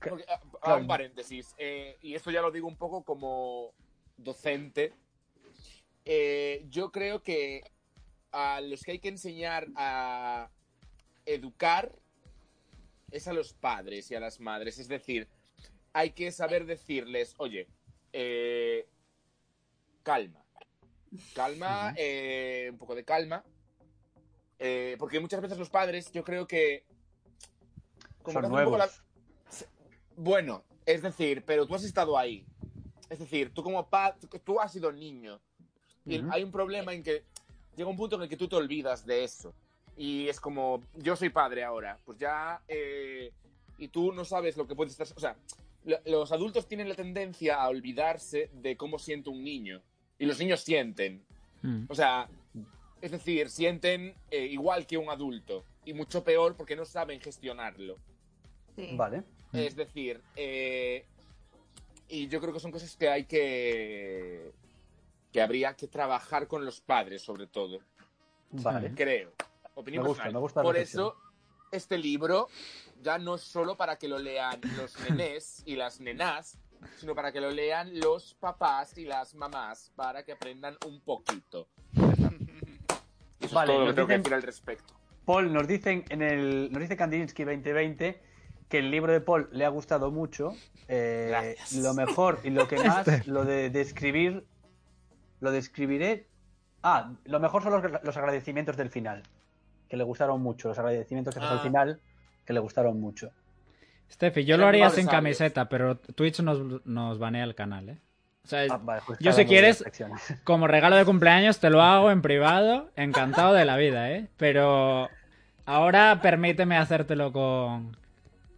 Speaker 2: Que-
Speaker 4: Porque, ah, ah,
Speaker 2: claro.
Speaker 4: un paréntesis, eh, y esto ya lo digo un poco como docente. Eh, yo creo que a los que hay que enseñar a educar es a los padres y a las madres. Es decir, hay que saber decirles, oye, eh, calma, calma, eh, un poco de calma. Eh, porque muchas veces los padres, yo creo que... que
Speaker 2: Son
Speaker 4: hacen un poco
Speaker 2: nuevos.
Speaker 4: la- bueno, es decir, pero tú has estado ahí. Es decir, tú como padre, tú has sido niño. Y
Speaker 1: Ujú.
Speaker 4: hay un problema en que llega un punto en el que tú te olvidas de eso. Y es como, yo soy padre ahora, pues ya... eh, y tú no sabes lo que puedes estar... O sea, lo- los adultos tienen la tendencia a olvidarse de cómo siente un niño. Y los niños sienten.
Speaker 1: Mm.
Speaker 4: O sea, es decir, sienten eh, igual que un adulto. Y mucho peor porque no saben gestionarlo.
Speaker 5: Sí.
Speaker 2: Vale.
Speaker 1: Mm.
Speaker 4: Es decir, eh, y yo creo que son cosas que hay que. que habría que trabajar con los padres, sobre todo.
Speaker 2: Vale.
Speaker 4: Creo. Opinión
Speaker 2: Me gusta,
Speaker 4: personal.
Speaker 2: me gusta la
Speaker 4: Por
Speaker 2: reflexión.
Speaker 4: eso, este libro ya no es solo para que lo lean los nenés y las nenás, sino para que lo lean los papás y las mamás, para que aprendan un poquito. Eso
Speaker 2: Vale,
Speaker 4: es todo lo que
Speaker 2: nos
Speaker 4: tengo que
Speaker 2: dicen-
Speaker 4: decir al respecto.
Speaker 2: Paul nos dicen en el nos dice Kandinsky 2020 que el libro de Paul le ha gustado mucho. Eh,
Speaker 4: Gracias. Este.
Speaker 2: lo mejor y lo que más lo de describir lo describiré. Ah, lo mejor son los, los agradecimientos del final que le gustaron mucho los agradecimientos que haces
Speaker 4: Ah.
Speaker 2: al final que le gustaron mucho.
Speaker 1: Steffi, yo
Speaker 4: Eran
Speaker 1: lo haría
Speaker 4: malos
Speaker 1: sin
Speaker 4: sabios.
Speaker 1: camiseta, pero Twitch nos, nos banea el canal, ¿eh? O sea,
Speaker 2: Ah, vale, pues
Speaker 1: Yo,
Speaker 2: está
Speaker 1: si
Speaker 2: dando bien
Speaker 1: quieres-
Speaker 2: reflexiones.
Speaker 1: como regalo de cumpleaños te lo hago en privado, encantado de la vida, ¿eh? Pero ahora permíteme hacértelo con,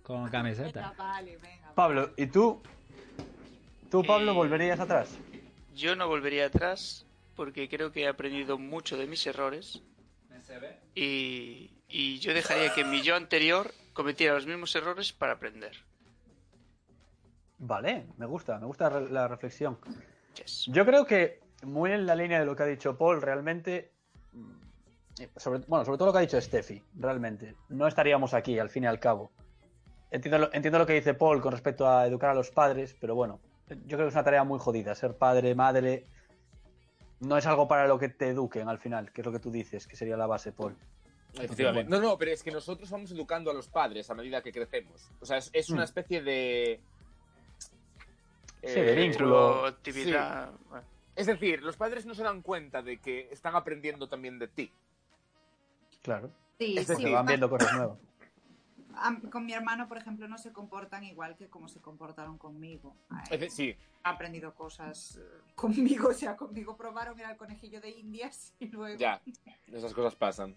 Speaker 1: con
Speaker 5: Venga,
Speaker 1: camiseta.
Speaker 5: Ah, vale, venga.
Speaker 2: Pablo, ¿y tú? ¿Tú, Pablo,
Speaker 3: Eh,
Speaker 2: volverías atrás?
Speaker 3: Yo no volvería atrás porque creo que he aprendido mucho de mis errores y, y yo dejaría que mi yo anterior cometiera los mismos errores para aprender.
Speaker 2: Vale, me gusta, me gusta re- la reflexión.
Speaker 3: Yes.
Speaker 2: Yo creo que muy en la línea de lo que ha dicho Paul, realmente, mm, sobre, bueno, sobre todo lo que ha dicho Steffi, realmente, no estaríamos aquí al fin y al cabo. Entiendo lo, entiendo lo que dice Paul con respecto a educar a los padres, pero bueno, yo creo que es una tarea muy jodida, ser padre, madre, no es algo para lo que te eduquen al final, que es lo que tú dices, que sería la base, Paul.
Speaker 4: Efectivamente. No, no, pero es que nosotros vamos educando a los padres a medida que crecemos. O sea, es, es una
Speaker 2: Mm.
Speaker 4: especie de. eh,
Speaker 2: Sí, de vínculo.
Speaker 3: Pero actividad, bueno,
Speaker 4: Es decir, los padres no se dan cuenta de que están aprendiendo también de ti.
Speaker 2: Claro.
Speaker 5: Sí,
Speaker 4: Es
Speaker 2: Porque
Speaker 5: sí,
Speaker 2: Este van
Speaker 5: pa-
Speaker 2: viendo cosas nuevas.
Speaker 5: a- con mi hermano, por ejemplo, no se comportan igual que como se comportaron conmigo. A
Speaker 4: Es
Speaker 5: él
Speaker 4: de- sí,
Speaker 5: Ha aprendido cosas eh, conmigo, o sea, conmigo probaron era el conejillo de indias y luego...
Speaker 4: ya. Esas cosas pasan.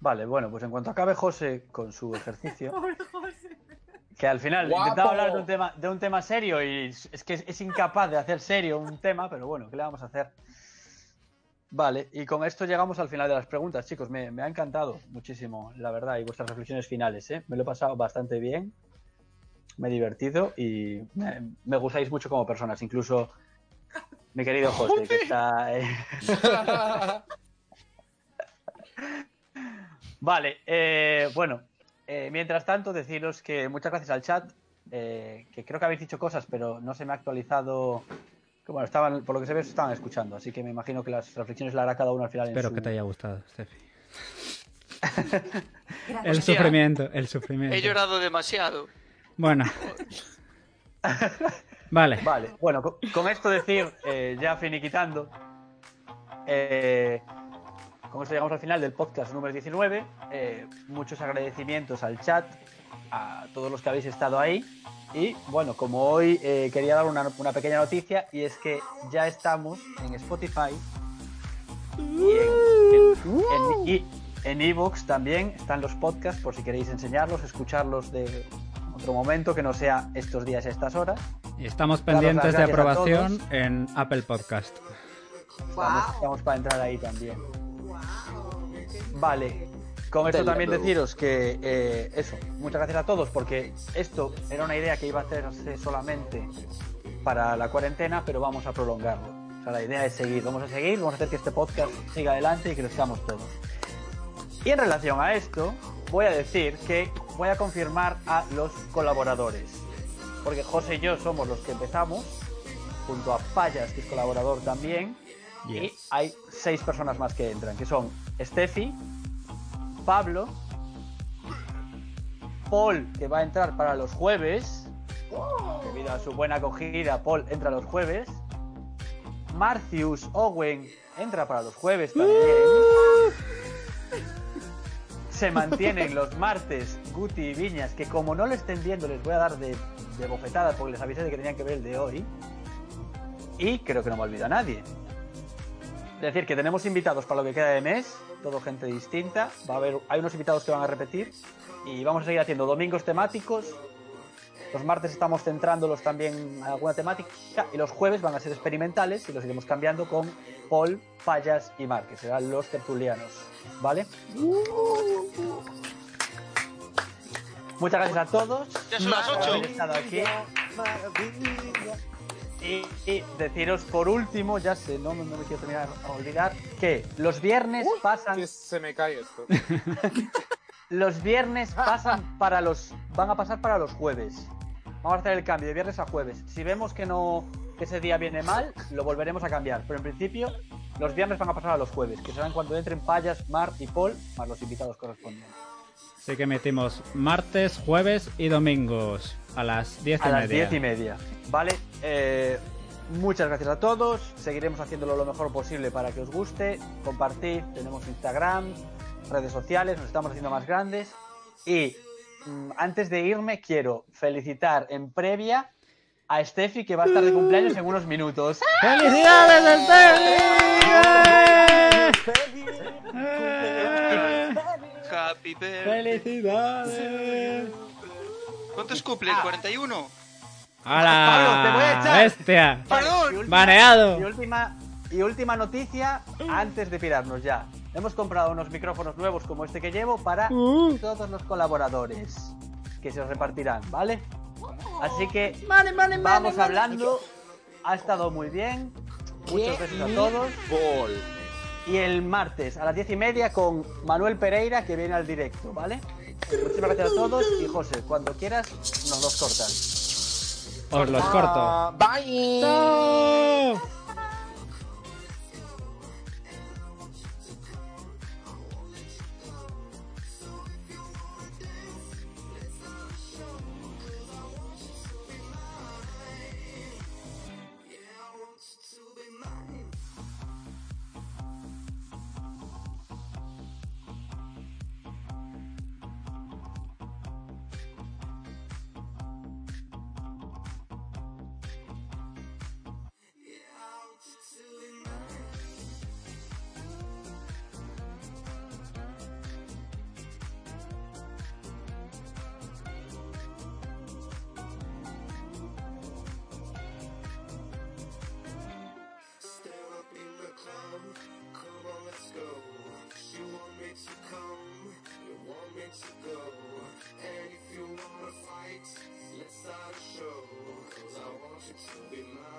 Speaker 2: Vale, bueno, pues en cuanto acabe José con su ejercicio.
Speaker 5: Pobre José.
Speaker 2: Que al final
Speaker 4: ¡Guapo!
Speaker 2: intentaba hablar de un, tema, de un tema serio y es es que es, es incapaz de hacer serio un tema, pero bueno, ¿qué le vamos a hacer? Vale, y con esto llegamos al final de las preguntas, chicos. Me, me ha encantado muchísimo, la verdad, y vuestras reflexiones finales, ¿eh? Me lo he pasado bastante bien, me he divertido y me, me gustáis mucho como personas, incluso mi querido José, que está... eh, Vale, eh, bueno, eh, mientras tanto, deciros que muchas gracias al chat. eh, que creo que habéis dicho cosas, pero no se me ha actualizado. Que bueno, estaban, por lo que se ve, se estaban escuchando, así que me imagino que las reflexiones las hará cada uno al final. en
Speaker 1: Espero
Speaker 2: su-
Speaker 1: que te haya gustado, Steffi. El
Speaker 5: Gracias.
Speaker 3: Hostia.
Speaker 1: sufrimiento, el sufrimiento.
Speaker 3: He llorado demasiado.
Speaker 1: Bueno. Vale.
Speaker 2: Vale, bueno, co- con, esto decir, eh, ya finiquitando, eh, con esto llegamos al final del podcast número 19. Eh, muchos agradecimientos al chat, a todos los que habéis estado ahí. Y bueno, como hoy eh, quería dar una, una pequeña noticia, y es que ya estamos en Spotify y en- en- y en Evox también están los podcasts por si queréis enseñarlos, escucharlos de otro momento que no sea estos días a estas horas.
Speaker 1: Y estamos
Speaker 2: Daros las
Speaker 1: pendientes de
Speaker 2: gracias a
Speaker 1: aprobación en Apple Podcast.
Speaker 5: Guau,
Speaker 2: Estamos, estamos para entrar ahí también.
Speaker 5: guau, qué
Speaker 2: Vale. Con esto
Speaker 6: Tela
Speaker 2: también
Speaker 6: luego.
Speaker 2: deciros que eh, eso, muchas gracias a todos porque esto era una idea que iba a hacerse solamente para la cuarentena, pero vamos a prolongarlo. O sea, la idea es seguir, vamos a seguir, vamos a hacer que este podcast siga adelante y que crezcamos todos. Y en relación a esto, voy a decir que voy a confirmar a los colaboradores. Porque José y yo somos los que empezamos, junto a Payas, que es colaborador también. Y
Speaker 1: Yes.
Speaker 2: hay seis personas más que entran, que son Steffi, Pablo, Paul, que va a entrar para los jueves. Debido a su buena acogida, Paul entra los jueves. Marcius Owen entra para los jueves también. Se mantienen los martes Guti y Viñas, que como no lo estén viendo les voy a dar de, de bofetada porque les avisé de que tenían que ver el de hoy. Y creo que no me olvido a nadie. Es decir, que tenemos invitados para lo que queda de mes, todo gente distinta. Va a haber, hay unos invitados que van a repetir y vamos a seguir haciendo domingos temáticos. Los martes estamos centrándolos también en alguna temática y los jueves van a ser experimentales y los iremos cambiando con Paul, Payas y Mar, que serán los tertulianos. ¿Vale? Muchas gracias a todos.
Speaker 3: Ya son las
Speaker 2: por haber
Speaker 3: 8.
Speaker 2: estado aquí.
Speaker 6: Maravilla.
Speaker 2: Y, y deciros por último, ya sé, no, no me quiero terminar a olvidar, que los viernes pasan,
Speaker 4: Que se me cae esto.
Speaker 2: los viernes pasan para los, van a pasar para los jueves. Vamos a hacer el cambio de viernes a jueves. Si vemos que no, que ese día viene mal, lo volveremos a cambiar. Pero en principio, los viernes van a pasar a los jueves, que serán cuando entren Payas, Mar y Paul, más los invitados correspondientes.
Speaker 1: Así que metimos martes, jueves y domingos a las 10 y
Speaker 2: A las
Speaker 1: media.
Speaker 2: diez y media. Vale, eh, muchas gracias a todos. Seguiremos haciéndolo lo mejor posible para que os guste. Compartid, tenemos Instagram, redes sociales, nos estamos haciendo más grandes. Y mm, antes de irme, quiero felicitar en previa a Steffi, que va a estar de cumpleaños en unos minutos.
Speaker 1: ¡Felicidades, Steffi!
Speaker 3: Happy birthday.
Speaker 1: ¡Felicidades!
Speaker 3: ¿Cuántos cumples? ¿41?
Speaker 1: ¡Hala!
Speaker 2: Pablo, te voy a echar.
Speaker 1: ¡Bestia!
Speaker 2: Vale,
Speaker 3: Perdón.
Speaker 2: y última-
Speaker 1: Baneado.
Speaker 2: Y última, y última noticia antes de pirarnos ya. Hemos comprado unos micrófonos nuevos como este que llevo para
Speaker 1: Uh.
Speaker 2: todos los colaboradores que se os repartirán, ¿vale? Así que vamos hablando. Ha estado muy bien. Muchos besos a todos.
Speaker 4: Paul.
Speaker 2: Y el martes a las diez y media con Manuel Pereira que viene al directo, ¿vale? Muchísimas gracias a todos y José, cuando quieras nos los cortas.
Speaker 1: Os los corto.
Speaker 4: Ah, Bye.
Speaker 1: ¡Chao!
Speaker 7: Let's start a show, cause I want you to be mine.